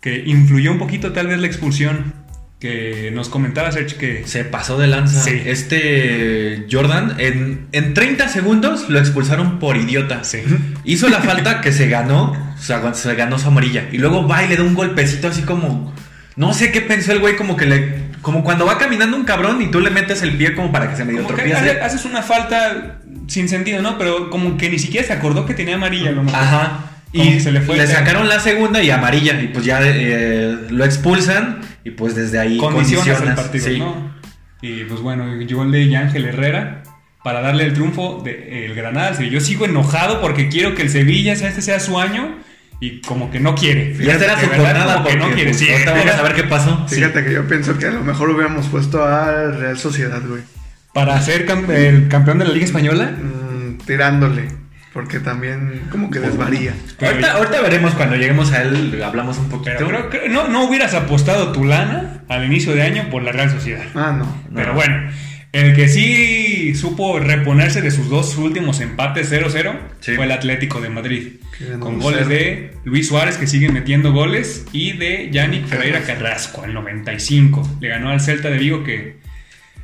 Speaker 2: Que influyó un poquito tal vez la expulsión que nos comentaba Serge que
Speaker 3: Se pasó de lanza.
Speaker 2: Sí.
Speaker 3: Este Jordan, en, en 30 segundos lo expulsaron por idiota.
Speaker 2: Sí.
Speaker 3: Hizo la falta que se ganó, o sea, cuando se ganó su amarilla. Y luego va y le da un golpecito así como. No sé qué pensó el güey, como que le. Como cuando va caminando un cabrón y tú le metes el pie como para que se medio
Speaker 2: Como que hace-
Speaker 3: tropiece.
Speaker 2: haces una falta sin sentido, ¿no? Pero como que ni siquiera se acordó que tenía amarilla, a lo mejor.
Speaker 3: Ajá.
Speaker 2: Como
Speaker 3: Y
Speaker 2: que se le
Speaker 3: le,
Speaker 2: fue el tema.
Speaker 3: sacaron la segunda y amarilla. Y pues ya eh, lo expulsan. Y pues desde ahí
Speaker 2: Condiciones el
Speaker 3: condicionas,
Speaker 2: partido,
Speaker 3: sí.
Speaker 2: ¿no? Y pues bueno, llegó el de Ángel Herrera para darle el triunfo del Granada. al Sevilla. Yo sigo enojado porque quiero que el Sevilla sea- este sea su año y como que no quiere.
Speaker 3: Y esta era
Speaker 2: De
Speaker 3: su
Speaker 2: verdad,
Speaker 3: jornada
Speaker 2: como que
Speaker 3: porque
Speaker 2: no quiere.
Speaker 3: pues,
Speaker 2: Sí,
Speaker 3: ahorita vamos a ver qué pasó.
Speaker 1: Fíjate que yo pienso que a lo mejor hubiéramos puesto a Real Sociedad, güey.
Speaker 2: Para ser cam- el campeón de la Liga Española.
Speaker 1: Mm, tirándole. Porque también como que desvaría.
Speaker 2: Pero-
Speaker 3: ahorita, ahorita veremos cuando lleguemos a él, hablamos un poquito.
Speaker 2: Pero creo que no, no hubieras apostado tu lana al inicio de año por la Real Sociedad.
Speaker 1: Ah, no.
Speaker 2: Pero bueno, el que sí supo reponerse de sus dos últimos empates 0-0
Speaker 3: Sí.
Speaker 2: fue el Atlético de Madrid.
Speaker 1: Que ganó
Speaker 2: Con
Speaker 1: 1-0.
Speaker 2: goles de Luis Suárez, que sigue metiendo goles, y de Yannick Ferreira
Speaker 1: Ferraz.
Speaker 2: Carrasco, al 95. Le ganó al Celta de Vigo, que.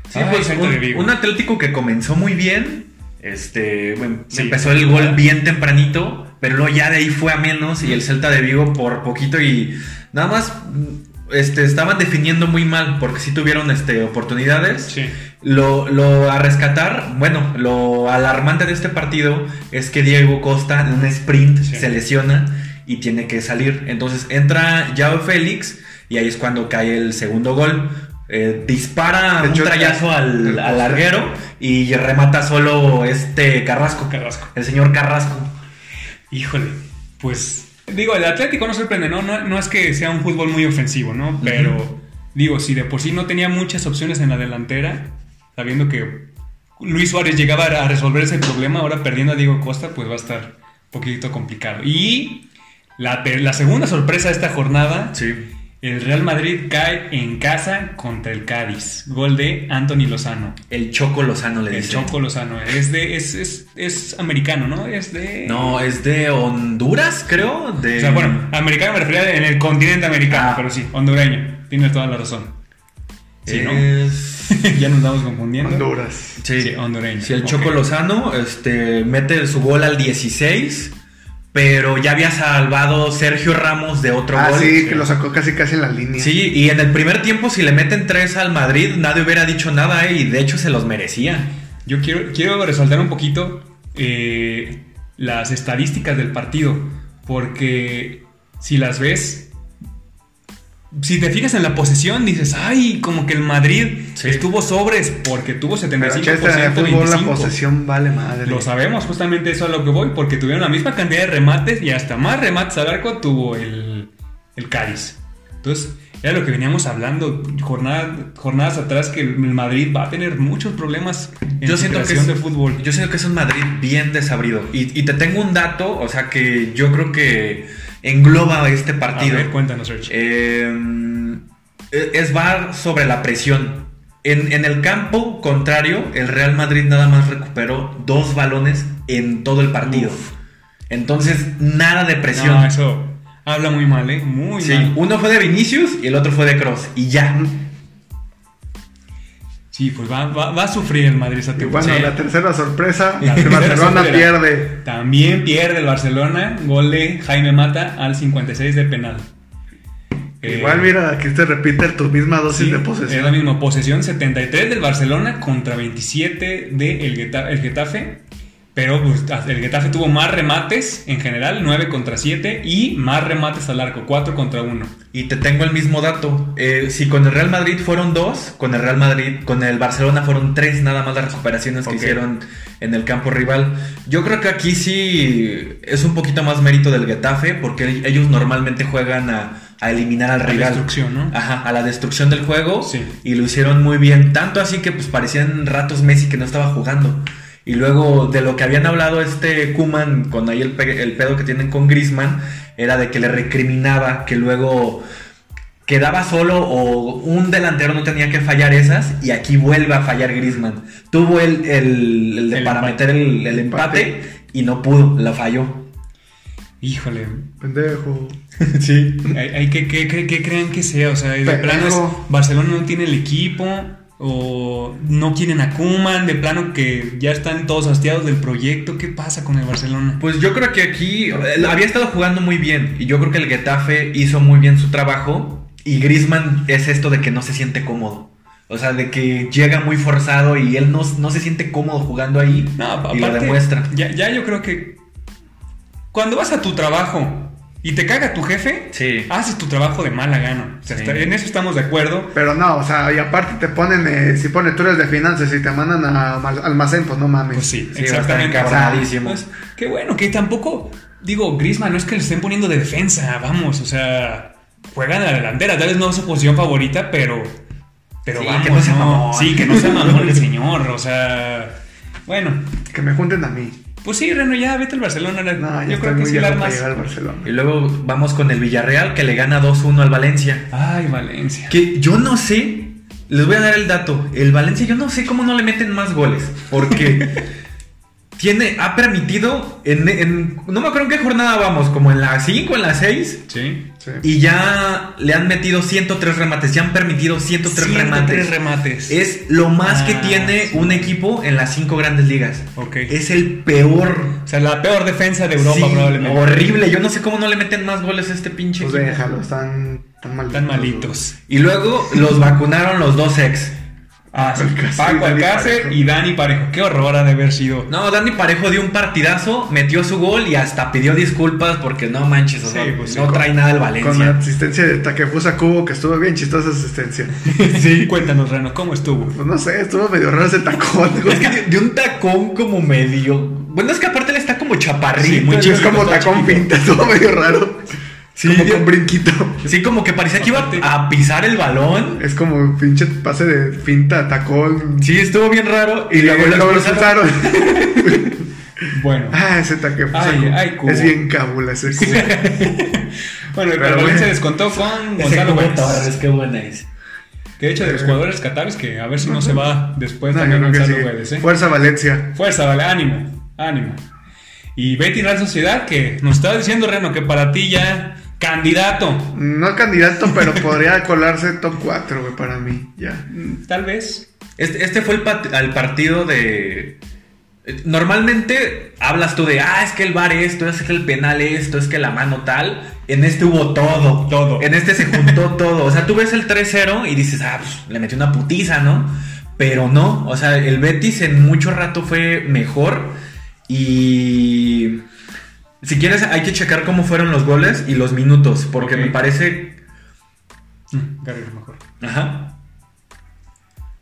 Speaker 3: Sí,
Speaker 2: Ay,
Speaker 3: pues
Speaker 2: Celta de
Speaker 3: un,
Speaker 2: Vigo.
Speaker 3: un Atlético que comenzó muy bien. Este, bueno,
Speaker 2: Sí.
Speaker 3: empezó el gol bien tempranito, pero luego ya de ahí fue a menos y el Celta de Vigo por poquito y nada más este, estaban definiendo muy mal porque sí tuvieron este, oportunidades.
Speaker 2: Sí.
Speaker 3: Lo, lo a rescatar, bueno, lo alarmante de este partido es que Diego Costa en un sprint
Speaker 2: Sí.
Speaker 3: se lesiona y tiene que salir. Entonces entra Yao Félix y ahí es cuando cae el segundo gol. Eh, dispara
Speaker 1: De
Speaker 3: un
Speaker 1: hecho,
Speaker 3: trayazo al,
Speaker 1: el
Speaker 3: al
Speaker 1: poste.
Speaker 3: larguero y remata solo este Carrasco.
Speaker 2: Carrasco.
Speaker 3: El señor Carrasco.
Speaker 2: Híjole, pues. Digo, el Atlético no sorprende, ¿no? No, no es que sea un fútbol muy ofensivo, ¿no? Pero, digo, si de por sí no tenía muchas opciones en la delantera, sabiendo que Luis Suárez llegaba a resolver ese problema, ahora perdiendo a Diego Costa, pues va a estar un poquito complicado. Y la, ter- la segunda sorpresa de esta jornada
Speaker 3: Sí.
Speaker 2: El Real Madrid cae en casa contra el Cádiz. Gol de Anthony Lozano.
Speaker 3: El Choco Lozano le
Speaker 2: El
Speaker 3: dice.
Speaker 2: Choco Lozano. Es de. Es, es, es americano, ¿no? Es de.
Speaker 3: No, es de Honduras, creo. De...
Speaker 2: O sea, bueno, americano me refería en el continente americano,
Speaker 3: Ah.
Speaker 2: pero sí, hondureño. Tiene toda la razón. Sí,
Speaker 3: Es-
Speaker 2: ¿no? ya nos estamos confundiendo.
Speaker 1: Honduras.
Speaker 3: Sí,
Speaker 2: Sí, hondureño.
Speaker 3: Sí, el
Speaker 2: Ok.
Speaker 3: Choco Lozano este, mete su gol al 16, pero ya había salvado Sergio Ramos de otro
Speaker 1: Ah,
Speaker 3: gol.
Speaker 1: sí, que lo sacó casi casi en la línea.
Speaker 3: Sí, y en el primer tiempo, si le meten tres al Madrid, nadie hubiera dicho nada, eh, y de hecho se los merecía.
Speaker 2: Yo quiero, quiero resaltar un poquito eh, las estadísticas del partido, porque si las ves, si te fijas en la posesión, dices, ay, como que el Madrid
Speaker 3: Sí.
Speaker 2: estuvo sobres porque tuvo
Speaker 1: Pero
Speaker 2: 75%.
Speaker 1: Chester, en el fútbol la
Speaker 2: 25.
Speaker 1: posesión vale madre.
Speaker 2: Lo sabemos, justamente eso a lo que voy, porque tuvieron la misma cantidad de remates y hasta más remates al arco tuvo el, el Cádiz. Entonces, era lo que veníamos hablando jornada- jornadas atrás, que el Madrid va a tener muchos problemas en
Speaker 3: Yo
Speaker 2: su
Speaker 3: siento, que
Speaker 2: creación de
Speaker 3: es,
Speaker 2: fútbol.
Speaker 3: yo siento que es un Madrid bien desabrido. Y, y te tengo un dato, o sea, que yo creo que engloba este partido.
Speaker 2: A ver, cuéntanos, Sergio.
Speaker 3: Eh, es bar sobre la presión. En, en el campo contrario, el Real Madrid nada más recuperó dos balones en todo el partido.
Speaker 2: Uf.
Speaker 3: Entonces, nada de presión.
Speaker 2: No, eso habla muy mal, ¿eh? Muy
Speaker 3: Sí,
Speaker 2: mal.
Speaker 3: uno fue de Vinicius y el otro fue de Cross. Y ya.
Speaker 2: Sí, pues va, va- va a sufrir el Madrid esa
Speaker 1: Y bueno,
Speaker 2: temporada.
Speaker 1: la tercera sorpresa,
Speaker 2: La
Speaker 1: el
Speaker 2: tercera
Speaker 1: Barcelona
Speaker 2: sorpresa.
Speaker 1: pierde.
Speaker 2: También pierde el Barcelona. Gol de Jaime Mata al 56 de penal. Eh,
Speaker 1: Igual mira, aquí te repite tu misma dosis
Speaker 2: sí,
Speaker 1: de
Speaker 2: Es la
Speaker 1: posesión.
Speaker 2: misma posesión, 73 del Barcelona contra 27 del el Geta- el Getafe. Pero pues, el Getafe tuvo más remates en general, 9 contra 7, y más remates al arco, 4 contra 1.
Speaker 3: Y te tengo el mismo dato. Eh, si con el Real Madrid fueron dos, con el Real Madrid, con el Barcelona fueron tres nada más las recuperaciones
Speaker 2: Ok.
Speaker 3: que hicieron en el campo rival. Yo creo que aquí sí es un poquito más mérito del Getafe, porque ellos normalmente juegan a, a eliminar al
Speaker 2: La
Speaker 3: rival. Ah.
Speaker 2: destrucción, ¿no?
Speaker 3: Ajá, a la destrucción del juego.
Speaker 2: Sí.
Speaker 3: Y lo hicieron muy bien. Tanto así que pues parecían ratos Messi que no estaba jugando. Y luego de lo que habían hablado este Kuman con ahí el, pe- el pedo que tienen con Grisman, era de que le recriminaba que luego quedaba solo o un delantero no tenía que fallar esas y aquí vuelve a fallar Grisman. Tuvo el, el- el de
Speaker 2: El
Speaker 3: para
Speaker 2: empate.
Speaker 3: meter el, el empate y no pudo, la falló.
Speaker 2: Híjole.
Speaker 1: Pendejo.
Speaker 3: sí.
Speaker 2: Hay, hay que, que, que- que crean que sea. O sea, de
Speaker 1: Pendejo.
Speaker 2: plano es Barcelona no tiene el equipo. O no quieren a Kuman. De plano que ya están todos hastiados del proyecto. ¿Qué pasa con el Barcelona?
Speaker 3: Pues yo creo que aquí eh, había estado jugando muy bien y yo creo que el Getafe hizo muy bien su trabajo y Griezmann es esto de que no se siente cómodo. O sea, de que llega muy forzado y él no, no se siente cómodo jugando ahí
Speaker 2: No,
Speaker 3: y
Speaker 2: aparte,
Speaker 3: lo demuestra.
Speaker 2: Ya, ya yo creo que cuando vas a tu trabajo y te caga tu jefe,
Speaker 3: Sí.
Speaker 2: haces tu trabajo de mala gana. O sea,
Speaker 3: Sí.
Speaker 2: está- en eso estamos de acuerdo.
Speaker 1: Pero no, o sea, y aparte te ponen, eh, si pones tú eres de finanzas y te mandan a mal- almacén, pues no mames.
Speaker 2: Pues sí,
Speaker 3: Sí, va a estar
Speaker 2: exactamente.
Speaker 3: encabronadísimo.
Speaker 2: Pues, qué bueno, que tampoco, digo, Griezmann no es que le estén poniendo de defensa, vamos, o sea, juegan a la delantera, tal vez no es su posición favorita, pero, pero
Speaker 3: Sí,
Speaker 2: vamos,
Speaker 3: que no sea mamón.
Speaker 2: sí, que no sea mamón el señor, o sea, bueno,
Speaker 1: Que me junten a mí.
Speaker 2: pues sí, Reno, ya vete al Barcelona,
Speaker 1: No, ya
Speaker 2: yo
Speaker 1: estoy
Speaker 2: creo que
Speaker 1: muy
Speaker 2: sí la
Speaker 1: viejo para
Speaker 2: armas.
Speaker 1: llegar al Barcelona.
Speaker 3: Y luego vamos con el Villarreal que le gana 2-1 al Valencia.
Speaker 2: Ay, Valencia.
Speaker 3: Que yo no sé, les voy a dar el dato. El Valencia, yo no sé cómo no le meten más goles. Porque [LAUGHS] tiene, ha permitido, en, en- no me acuerdo en qué jornada vamos, como en la 5, en la 6.
Speaker 2: Sí.
Speaker 1: Sí. Pues
Speaker 3: Y ya le han metido 103 remates, ya han permitido 103,
Speaker 2: 103
Speaker 3: remates.
Speaker 2: remates.
Speaker 3: Es lo más que
Speaker 2: Ah,
Speaker 3: tiene
Speaker 2: sí.
Speaker 3: un equipo en las 5 grandes ligas.
Speaker 2: Ok.
Speaker 3: Es el peor.
Speaker 2: o sea, la peor defensa de Europa
Speaker 3: Sí,
Speaker 2: probablemente.
Speaker 3: Horrible, yo no sé cómo no le meten más goles a este pinche
Speaker 1: Pues
Speaker 3: equipo.
Speaker 1: déjalo, están tan malitos.
Speaker 2: Tan malitos.
Speaker 3: Y luego los vacunaron los dos ex.
Speaker 2: Ah, sí.
Speaker 1: Alcácer y
Speaker 2: Paco
Speaker 1: Dani
Speaker 2: Alcácer
Speaker 1: Parejo.
Speaker 2: y Dani Parejo. Qué horror ha de
Speaker 1: [LAUGHS]
Speaker 2: haber sido.
Speaker 3: No, Dani Parejo dio un partidazo, metió su gol y hasta pidió disculpas porque no manches, o
Speaker 2: Sí,
Speaker 3: sea,
Speaker 2: pues sí,
Speaker 3: no
Speaker 2: con-
Speaker 3: trae nada el
Speaker 1: Con la
Speaker 3: Valencia.
Speaker 1: asistencia de Takefusa Cubo, que estuvo bien chistosa esa asistencia.
Speaker 2: Sí. Cuéntanos, Reno, ¿cómo estuvo?
Speaker 1: Pues no sé, estuvo medio raro ese tacón.
Speaker 3: Es
Speaker 1: [LAUGHS]
Speaker 3: que de, de un tacón como medio. Bueno, es que aparte él está como chaparrito.
Speaker 2: Sí, muy
Speaker 1: es
Speaker 2: chiquito,
Speaker 1: como
Speaker 2: está
Speaker 1: tacón
Speaker 2: chiquito.
Speaker 1: pinta, estuvo medio raro.
Speaker 3: Sí,
Speaker 1: como
Speaker 3: yo-
Speaker 1: con brinquito.
Speaker 3: Sí, como que parecía que iba
Speaker 2: Aparte-
Speaker 3: a pisar el balón.
Speaker 1: Es como pinche pase de finta, tacón.
Speaker 3: Sí, estuvo bien raro.
Speaker 1: Y luego
Speaker 3: lo
Speaker 1: luego lo expulsaron.
Speaker 2: Bueno.
Speaker 1: [LAUGHS] Ah, ese Takefusa
Speaker 2: Ay,
Speaker 1: Kubo.
Speaker 2: ay, Kubo.
Speaker 1: Es bien cabula ese Kubo.
Speaker 2: Bueno, el
Speaker 1: Pero
Speaker 2: Valencia
Speaker 1: bueno.
Speaker 2: descontó con
Speaker 3: Ese
Speaker 2: Gonzalo
Speaker 3: Cubo
Speaker 2: Gómez.
Speaker 3: Torres, qué buena es.
Speaker 2: Que de hecho, de los jugadores catares, que a ver si no se va después
Speaker 1: No, yo
Speaker 2: también
Speaker 1: creo que
Speaker 2: Gonzalo
Speaker 1: sí.
Speaker 2: Gómez. ¿eh?
Speaker 1: Fuerza Valencia.
Speaker 2: Fuerza, vale, ánimo, ánimo. Y Betty Real Sociedad, que nos estaba diciendo, Reno, que para ti ya candidato.
Speaker 1: No candidato, pero podría colarse top 4, güey, para mí. Ya.
Speaker 2: Mm, Tal vez.
Speaker 3: Este, este fue el pat- al partido de. eh, Normalmente hablas tú de, ah, es que el bar esto, es que el penal esto, es que la mano tal. En este hubo todo.
Speaker 2: Todo.
Speaker 3: En este se
Speaker 2: [LAUGHS]
Speaker 3: juntó todo. O sea, tú ves el 3-0 y dices, ah, pues, le metió una putiza, ¿no? Pero no. O sea, el Betis en mucho rato fue mejor. Y. Si quieres, hay que checar cómo fueron los goles y los minutos. Porque
Speaker 2: Ok.
Speaker 3: me parece.
Speaker 2: Mm, Garrido mejor.
Speaker 3: Ajá.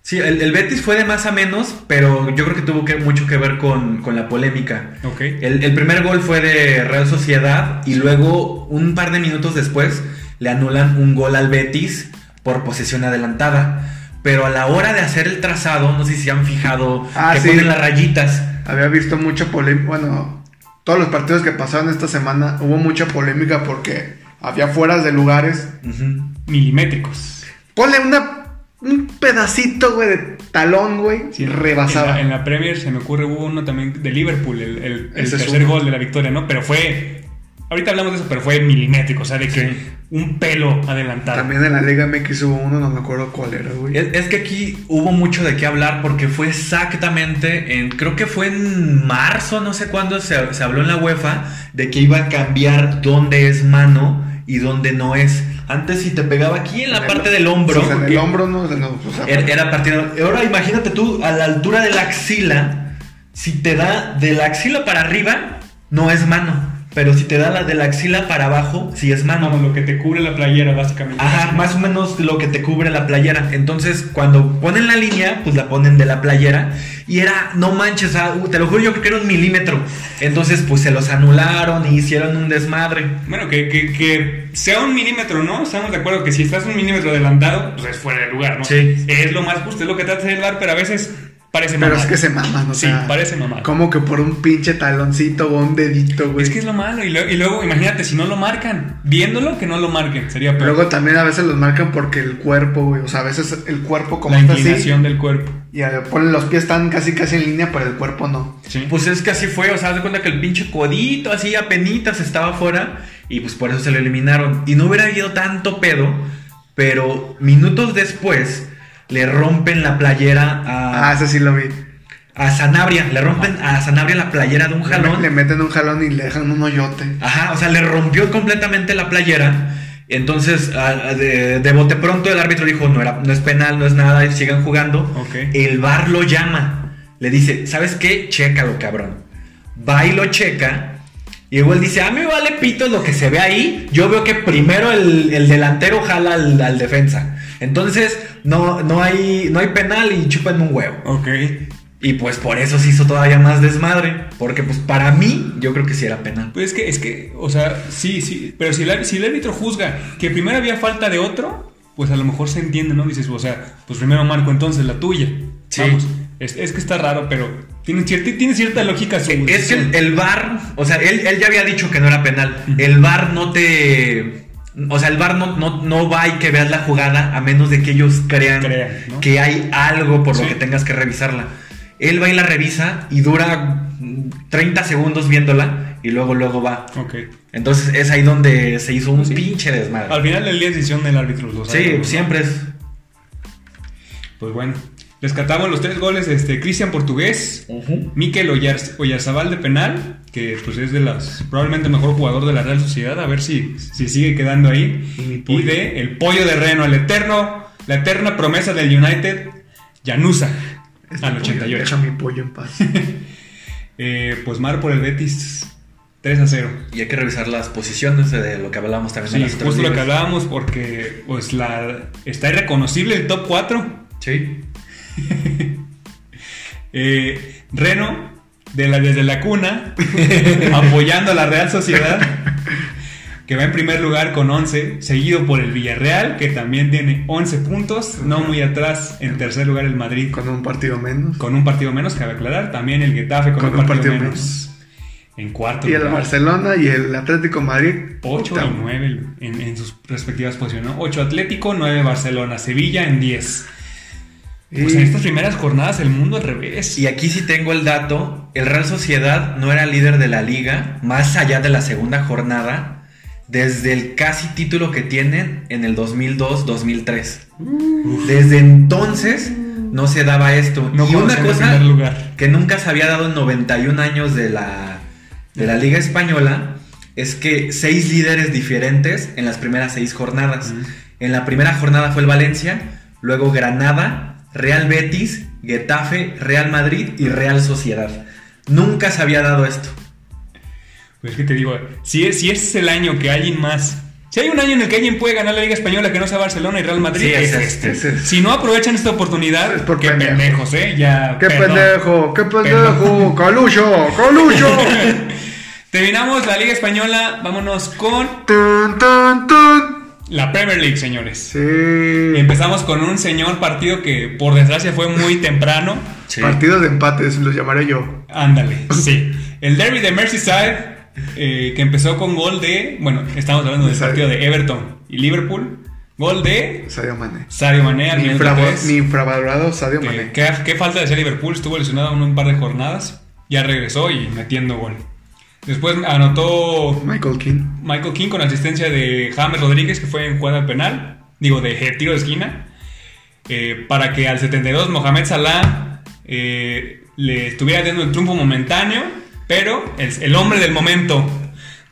Speaker 3: Sí, el, el Betis fue de más a menos, pero yo creo que tuvo que, mucho que ver con, con la polémica.
Speaker 2: Ok.
Speaker 3: El, el primer gol fue de Real Sociedad y luego, un par de minutos después, le anulan un gol al Betis por posesión adelantada. Pero a la hora de hacer el trazado, no sé si se han fijado
Speaker 1: Ah,
Speaker 3: que
Speaker 1: sí.
Speaker 3: ponen las rayitas.
Speaker 1: Había visto mucha polémica. Bueno, todos los partidos que pasaron esta semana hubo mucha polémica porque había fueras de lugares.
Speaker 3: Ujú.
Speaker 2: Milimétricos.
Speaker 1: Ponle una, un pedacito, güey, de talón, güey.
Speaker 2: Sí,
Speaker 1: y rebasaba.
Speaker 2: En la, en la Premier se me ocurre, hubo uno también de Liverpool, el, el- el
Speaker 1: Ese es
Speaker 2: tercer
Speaker 1: uno.
Speaker 2: gol de la victoria, ¿no? Pero fue. Ahorita hablamos de eso, pero fue milimétrico, o sea, de que un pelo adelantado.
Speaker 1: También en la Liga MX hubo uno, no me acuerdo cuál era, güey.
Speaker 3: Es, es que aquí hubo mucho de qué hablar porque fue exactamente en, creo que fue en marzo, no sé cuándo, se, se habló en la UEFA de que iba a cambiar dónde es mano y dónde no es. Antes si te pegaba aquí en la
Speaker 1: En el-
Speaker 3: parte del hombro,
Speaker 1: Sí, en el
Speaker 3: que
Speaker 1: hombro no, o sea, no, o sea,
Speaker 3: era, era partido. Ahora imagínate tú a la altura de la axila, si te da de la axila para arriba, no es mano. Pero si te da la de la axila para abajo, sí es mano.
Speaker 2: Vamos, Ah, lo que te cubre la playera, básicamente.
Speaker 3: Ajá, más o menos lo que te cubre la playera. Entonces, cuando ponen la línea, pues la ponen de la playera. Y era, no manches, ah, uh, te lo juro, yo creo que era un milímetro. Entonces, pues se los anularon y hicieron un desmadre.
Speaker 2: Bueno, que, que, que sea un milímetro, ¿no? Estamos de acuerdo que si estás un milímetro adelantado, pues es fuera de lugar, ¿no?
Speaker 3: Sí.
Speaker 2: Es lo más justo, es lo que trata de dar, pero a veces Parece
Speaker 1: Pero
Speaker 2: mamar.
Speaker 1: es que se maman, o
Speaker 2: Sí,
Speaker 1: sea,
Speaker 2: parece mamar.
Speaker 1: Como que por un pinche taloncito o un dedito, güey.
Speaker 2: Es que es lo malo. Y, lo- y luego, imagínate, si no lo marcan, viéndolo, que no lo marquen, sería peor.
Speaker 1: Luego también a veces los marcan porque el cuerpo, güey. O sea, a veces el cuerpo como
Speaker 2: la
Speaker 1: está así.
Speaker 2: inclinación del cuerpo.
Speaker 1: Y a- ponen los pies están casi casi en línea, pero el cuerpo no.
Speaker 2: Sí.
Speaker 3: Pues es que así fue, o sea, haz de cuenta que el pinche codito así apenitas estaba fuera y pues por eso se lo eliminaron. Y no hubiera habido tanto pedo, pero minutos después le rompen la playera
Speaker 1: Ah,
Speaker 3: a,
Speaker 1: ese sí lo vi.
Speaker 3: a Sanabria, le rompen a Sanabria la playera de un
Speaker 1: Le,
Speaker 3: jalón.
Speaker 1: le meten un jalón y le dejan un hoyote.
Speaker 3: Ajá, o sea, le rompió completamente la playera. Entonces, a- a- de, de bote pronto el árbitro dijo, no, era, no es penal, no es nada, y sigan jugando.
Speaker 2: Ok.
Speaker 3: El bar lo llama, le dice, ¿sabes qué? Chécalo, cabrón. Va y lo checa. Y igual dice, a mí me vale pito lo que se ve ahí. Yo veo que primero el, el delantero jala al, al defensa. Entonces, no, no, hay, no hay penal y chupan un huevo.
Speaker 2: Ok.
Speaker 3: Y pues por eso se hizo todavía más desmadre. Porque pues para mí, yo creo que sí era penal.
Speaker 2: Pues es que, es que, o sea, sí, sí. Pero si el, ar- si el árbitro juzga que primero había falta de otro, pues a lo mejor se entiende, ¿no? Dices, o sea, pues primero marco entonces la tuya.
Speaker 3: Sí.
Speaker 2: Vamos. Es, es que está raro, pero tiene cierta, tiene cierta lógica su.
Speaker 3: Es que el, el VAR, o sea, él, él ya había dicho que no era penal.
Speaker 2: Ujú.
Speaker 3: El VAR no te. O sea, el VAR no, no, no va y que veas la jugada a menos de que ellos crean
Speaker 2: Crean, ¿no?
Speaker 3: que hay algo por
Speaker 2: Sí.
Speaker 3: lo que tengas que revisarla. Él va y la revisa y dura mm, 30 segundos viéndola y luego, luego va.
Speaker 2: Ok.
Speaker 3: Entonces es ahí donde se hizo un
Speaker 2: Sí.
Speaker 3: pinche
Speaker 2: Al
Speaker 3: desmadre.
Speaker 2: final del día es decisión del árbitro. o sea,
Speaker 3: Sí,
Speaker 2: no-
Speaker 3: siempre es.
Speaker 2: Pues bueno. Rescatamos los tres goles de este Cristian Portugués. Mikel Oyarz- Oyarzabal de penal, que pues es de las probablemente el mejor jugador de la Real Sociedad, a ver si, si sigue quedando
Speaker 3: Y mi
Speaker 2: ahí. Y
Speaker 3: pollo.
Speaker 2: de el pollo de Reno, el eterno, la eterna promesa del United, Yanusa,
Speaker 1: Este
Speaker 2: al
Speaker 1: pollo,
Speaker 2: 88.
Speaker 1: Deja mi pollo en
Speaker 2: [LAUGHS]
Speaker 1: paz.
Speaker 2: Eh, pues mar por el Betis, 3 a 0.
Speaker 3: Y hay que revisar las posiciones de lo que hablábamos también
Speaker 2: Sí,
Speaker 3: en las otras
Speaker 2: justo lo que
Speaker 3: ligas.
Speaker 2: hablábamos, porque pues la está irreconocible el top 4.
Speaker 3: Sí.
Speaker 2: Eh, Reno, de la, desde la cuna, [LAUGHS] apoyando a la Real Sociedad, que va en primer lugar con 11, seguido por el Villarreal, que también tiene 11 puntos, no muy atrás, en tercer lugar el Madrid,
Speaker 1: Con un partido menos.
Speaker 2: con un partido menos, cabe aclarar, también el Getafe con, un, partido, menos. En cuarto
Speaker 1: Y el
Speaker 2: lugar,
Speaker 1: Barcelona y el Atlético Madrid.
Speaker 2: 8
Speaker 1: Puta,
Speaker 2: y 9 en, en sus respectivas posiciones. 8 Atlético, 9 Barcelona, Sevilla en 10. Pues
Speaker 1: y-
Speaker 2: en estas primeras jornadas el mundo al revés.
Speaker 3: Y aquí sí tengo el dato, el Real Sociedad no era líder de la liga, más allá de la segunda jornada, desde el casi título que tienen en el 2002-2003. Desde entonces no se daba esto.
Speaker 2: no
Speaker 3: y una
Speaker 2: conocen el
Speaker 3: cosa
Speaker 2: primer lugar.
Speaker 3: que nunca se había dado en 91 años de la, de la liga española es que seis líderes diferentes en las primeras seis
Speaker 2: Mm.
Speaker 3: jornadas. En la primera jornada fue el Valencia, luego Granada, Real Betis, Getafe, Real Madrid y Real Sociedad. Nunca se había dado esto.
Speaker 2: Pues es que te digo, si es, si es el año que alguien más. Si hay un año en el que alguien puede ganar la Liga Española que no sea Barcelona y Real Madrid,
Speaker 3: Sí,
Speaker 2: es
Speaker 3: es
Speaker 2: este.
Speaker 1: este. Es este.
Speaker 2: Si no aprovechan esta oportunidad,
Speaker 1: Es por
Speaker 2: qué
Speaker 1: pendejo.
Speaker 2: pendejos, ¿eh? Ya.
Speaker 1: ¡Qué
Speaker 2: perdón.
Speaker 1: pendejo! ¡Qué pendejo!
Speaker 2: Perdón.
Speaker 1: ¡Colucho! ¡Colucho!
Speaker 2: [LAUGHS] Terminamos la Liga Española, vámonos con
Speaker 1: ¡Tun, tun, tun!
Speaker 2: la Premier League, señores. Y
Speaker 1: Sí.
Speaker 2: Empezamos con un señor partido que por desgracia fue muy temprano.
Speaker 1: Partidos de empates, los llamaré yo.
Speaker 2: Ándale, sí. El derby de Merseyside, eh, que empezó con gol de. Bueno, estamos hablando del
Speaker 1: Sadio.
Speaker 2: partido de Everton y Liverpool. Gol de
Speaker 1: Sadio Mané.
Speaker 2: Sadio Mané al
Speaker 1: Mi,
Speaker 2: minuto
Speaker 1: infravo-
Speaker 2: tres.
Speaker 1: mi infravalorado Sadio
Speaker 2: Eh,
Speaker 1: Mané.
Speaker 2: ¿Qué, qué falta de ser Liverpool? Estuvo lesionado un, un par de jornadas. Ya regresó y metiendo gol. Después anotó
Speaker 1: Michael King.
Speaker 2: Michael King con asistencia de James Rodríguez, que fue en cuadra penal. Digo, de je- tiro de esquina. Eh, para que al 72 Mohamed Salah eh, le estuviera dando el triunfo momentáneo. Pero el, el hombre del momento,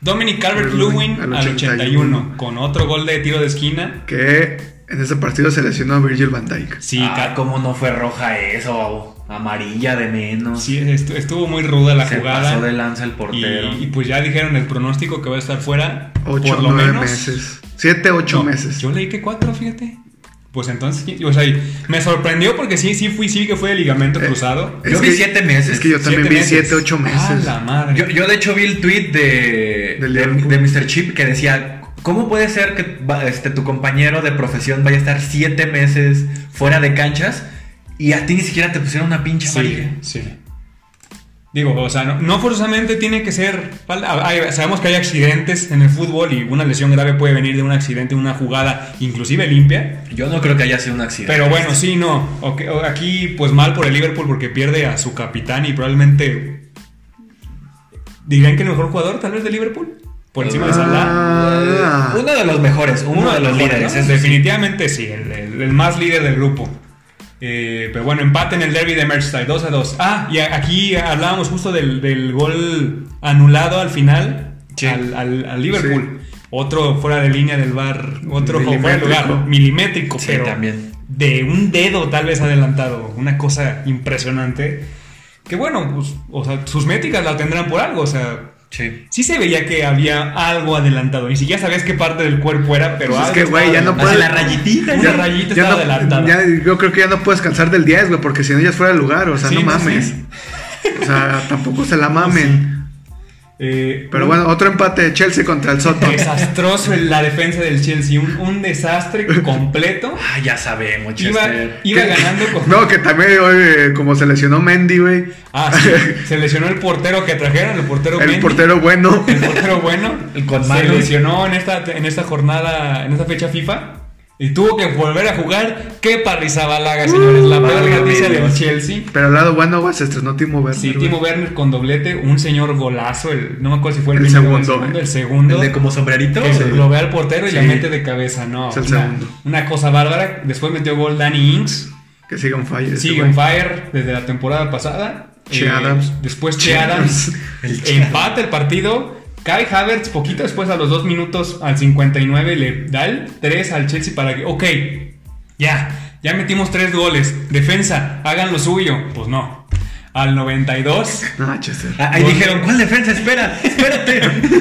Speaker 2: Dominic Calvert-Lewin,
Speaker 1: Al
Speaker 2: al 81,
Speaker 1: 81,
Speaker 2: con otro gol de tiro de esquina.
Speaker 1: Que en ese partido se lesionó a Virgil van Dijk.
Speaker 2: Sí,
Speaker 3: Ah,
Speaker 2: ca-
Speaker 3: ¿cómo no fue roja eso? Amarilla de menos.
Speaker 2: sí, estu- estuvo muy ruda la
Speaker 3: se
Speaker 2: jugada.
Speaker 3: pasó de lanza el portero.
Speaker 2: Y, y pues ya dijeron el pronóstico que va a estar fuera
Speaker 1: 8
Speaker 2: por
Speaker 1: o
Speaker 2: lo
Speaker 1: 9
Speaker 2: menos.
Speaker 1: meses. 7, 8
Speaker 2: No,
Speaker 1: meses.
Speaker 2: Yo leí que cuatro, fíjate. Pues entonces, ¿quién? o sea, y me sorprendió porque sí, sí fui, sí que fue de ligamento
Speaker 1: Eh,
Speaker 2: cruzado.
Speaker 1: eh,
Speaker 3: yo
Speaker 1: es
Speaker 3: vi
Speaker 1: que-
Speaker 3: siete meses.
Speaker 1: Es que yo también
Speaker 2: Siete
Speaker 1: vi
Speaker 2: meses.
Speaker 1: 7, 8 meses.
Speaker 2: A la madre.
Speaker 3: Yo, yo de hecho vi el tweet de,
Speaker 1: Del
Speaker 3: de,
Speaker 1: Liverpool.
Speaker 3: de Mr. Chip que decía, ¿cómo puede ser que va- este, tu compañero de profesión vaya a estar siete meses fuera de canchas? Y a ti ni siquiera te pusieron una pinche amarilla.
Speaker 2: Sí, sí. Digo, o sea, no, no forzosamente tiene que ser. hay- sabemos que hay accidentes en el fútbol y una lesión grave puede venir de un accidente, una jugada, inclusive limpia.
Speaker 3: Yo no creo que haya sido un accidente.
Speaker 2: Pero bueno, sí, no. Ok, o- Aquí, pues mal por el Liverpool porque pierde a su capitán y probablemente. ¿Dirían que el mejor jugador tal vez de Liverpool? Por encima de Salah.
Speaker 1: Ah.
Speaker 3: uno de los mejores, uno, de los
Speaker 2: mejores,
Speaker 3: líderes.
Speaker 2: ¿no?
Speaker 3: eso sí.
Speaker 2: Definitivamente sí, el, el- el más líder del grupo. Eh, pero bueno, empate en el derby de Merseyside, 2 a 2. Ah, y a- aquí hablábamos justo del, del gol anulado al final
Speaker 3: Sí.
Speaker 2: al, al- al Liverpool. Otro fuera de línea del bar, otro
Speaker 1: Milimétrico.
Speaker 2: fuera de lugar, milimétrico,
Speaker 3: Sí,
Speaker 2: pero
Speaker 3: también.
Speaker 2: de un dedo tal vez adelantado. Una cosa impresionante. Que bueno, pues, o sea, sus métricas la tendrán por algo, o sea,
Speaker 3: Sí.
Speaker 2: Sí se veía que había algo adelantado. Ni siquiera sabías qué parte del cuerpo era, pero
Speaker 1: Pues es
Speaker 2: algo
Speaker 1: que, güey,
Speaker 2: estaba
Speaker 1: ya no
Speaker 2: adelantado.
Speaker 3: Así
Speaker 1: puedes.
Speaker 3: la rayitita.
Speaker 2: Una
Speaker 3: esa.
Speaker 2: rayita. estaba adelantada.
Speaker 1: ya- yo creo que ya no puedes cansar del 10, güey, porque si no ya es fuera de lugar, o sea,
Speaker 2: Sí,
Speaker 1: no
Speaker 2: no,
Speaker 1: mames.
Speaker 2: sí.
Speaker 1: O sea, tampoco se la mamen.
Speaker 2: Eh,
Speaker 1: Pero bueno, otro empate de Chelsea contra el Soto.
Speaker 2: Desastroso en la defensa del Chelsea. Un, un desastre completo.
Speaker 3: Ah, ya sabemos,
Speaker 2: Iba,
Speaker 3: Chester.
Speaker 2: iba ganando con.
Speaker 1: No, que también hoy, eh, como se lesionó Mendy, güey.
Speaker 2: Ah, sí. Se lesionó el portero que trajeron, el portero
Speaker 1: el
Speaker 2: Mendy.
Speaker 1: portero bueno.
Speaker 2: El portero bueno.
Speaker 3: [LAUGHS] El con
Speaker 2: se
Speaker 3: manos.
Speaker 2: lesionó en esta, en esta jornada, en esta fecha FIFA. Y tuvo que volver a jugar. Qué parrizabalaga, señores. La peor
Speaker 3: válgame
Speaker 2: noticia del
Speaker 3: Dios.
Speaker 2: Chelsea.
Speaker 1: Pero al lado bueno, güey, se estrenó Timo Werner.
Speaker 2: Sí,
Speaker 1: güey.
Speaker 2: Timo Werner con doblete, un señor golazo, el, no me acuerdo si fue el,
Speaker 1: El
Speaker 2: primero o
Speaker 1: segundo. ¿eh?
Speaker 2: el segundo,
Speaker 3: El de como sombrerito.
Speaker 2: que
Speaker 3: Sí.
Speaker 2: lo ve al portero y la
Speaker 3: Sí.
Speaker 2: mete de cabeza, no,
Speaker 1: Es el
Speaker 2: una,
Speaker 1: segundo.
Speaker 2: una cosa bárbara, después metió gol Danny Ings,
Speaker 1: Que siga un fallo. ese
Speaker 2: sigue
Speaker 1: Este güey.
Speaker 2: on fire desde la temporada pasada, Eh,
Speaker 1: Che Adams.
Speaker 2: después
Speaker 1: Che
Speaker 2: Che Adams,
Speaker 1: [LAUGHS]
Speaker 3: El Che
Speaker 2: empata el partido, Kai Havertz poquito después a los dos minutos al 59 le da el 3 al Chelsea para que, ok, ya, ya metimos tres goles, defensa, hagan lo suyo, pues no. Al 92
Speaker 1: No, Chester.
Speaker 3: Ah, ahí
Speaker 2: Gol.
Speaker 3: dijeron, ¿cuál defensa? Espera, espérate.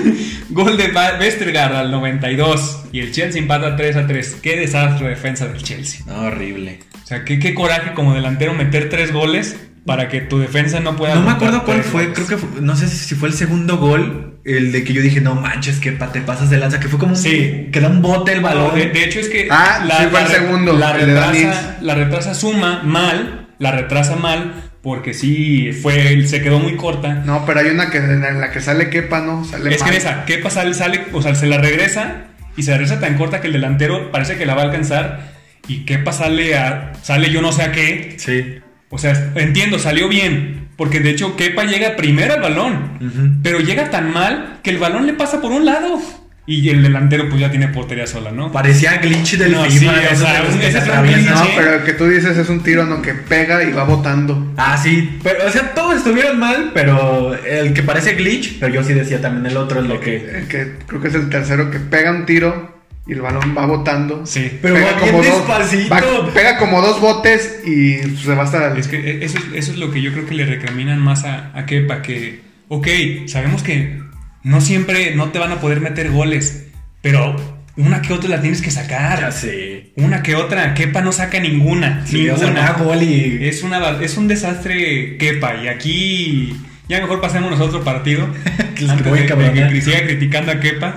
Speaker 3: [LAUGHS]
Speaker 2: Gol de Ba- Vestergaard al 92 y el Chelsea empata 3 a 3. Qué desastre de defensa del Chelsea.
Speaker 3: No, horrible.
Speaker 2: O sea, qué, qué coraje como delantero meter tres goles para que tu defensa no pueda.
Speaker 3: No me
Speaker 2: anotar
Speaker 3: acuerdo cuál
Speaker 2: tres
Speaker 3: fue,
Speaker 2: goles.
Speaker 3: creo que fue- no sé si fue el segundo gol, el de que yo dije, no manches, que pa- te pasas de lanza, que fue como un-
Speaker 2: Sí.
Speaker 3: que da un bote el balón.
Speaker 2: De, de hecho es que
Speaker 1: Ah, sí fue el
Speaker 2: re-
Speaker 1: segundo,
Speaker 2: la
Speaker 1: el de
Speaker 2: retrasa,
Speaker 1: Danils.
Speaker 2: la retrasa suma mal, la retrasa mal porque sí fue se quedó muy corta.
Speaker 1: No, pero hay una que en la que sale Kepa, ¿no? Sale
Speaker 2: Es que en
Speaker 1: mal.
Speaker 2: esa, ¿qué pasa? Él Sale, o sea, se la regresa y se la regresa tan corta que el delantero parece que la va a alcanzar. Y qué pasa, sale, a- sale yo no sé a qué.
Speaker 3: Sí.
Speaker 2: O sea, entiendo, salió bien. Porque de hecho, Kepa llega primero al balón.
Speaker 3: Ujú.
Speaker 2: Pero llega tan mal que el balón le pasa por un lado. Y el delantero, pues ya tiene portería sola, ¿no?
Speaker 3: Parecía glitch del
Speaker 2: No,
Speaker 3: FIFA,
Speaker 2: sí, o
Speaker 3: esos
Speaker 2: sea,
Speaker 3: de los
Speaker 2: un-
Speaker 3: que se
Speaker 2: ese fue un
Speaker 3: atraviesan.
Speaker 1: No,
Speaker 2: Sí.
Speaker 1: pero el que tú dices es un tiro, ¿no? Que pega y va botando.
Speaker 3: Ah, sí, pero, o sea, todos estuvieron mal, pero el que parece glitch, pero yo sí decía también el otro es lo que... [LAUGHS]
Speaker 1: El que creo que es el tercero que pega un tiro y el balón va botando.
Speaker 2: Sí.
Speaker 3: Pero va bien despacito.
Speaker 1: va- pega como dos botes y se va hasta la
Speaker 2: Es que e- eso es, eso es lo que yo creo que le recriminan más a, a Kepa, que, ok, sabemos que no siempre no te van a poder meter goles, pero una que otra la tienes que sacar.
Speaker 3: Ya sé.
Speaker 2: Una que otra, Kepa no saca ninguna.
Speaker 3: Sí, o sea,
Speaker 2: ninguna.
Speaker 3: da gol y...
Speaker 2: es, una, ba- es un desastre Kepa. Y aquí ya mejor pasemos a otro partido.
Speaker 1: [LAUGHS]
Speaker 3: Que los
Speaker 2: antes
Speaker 3: que voy
Speaker 2: de,
Speaker 3: a cabronar.
Speaker 2: de
Speaker 1: ¿eh?
Speaker 2: que siga criticando a Kepa.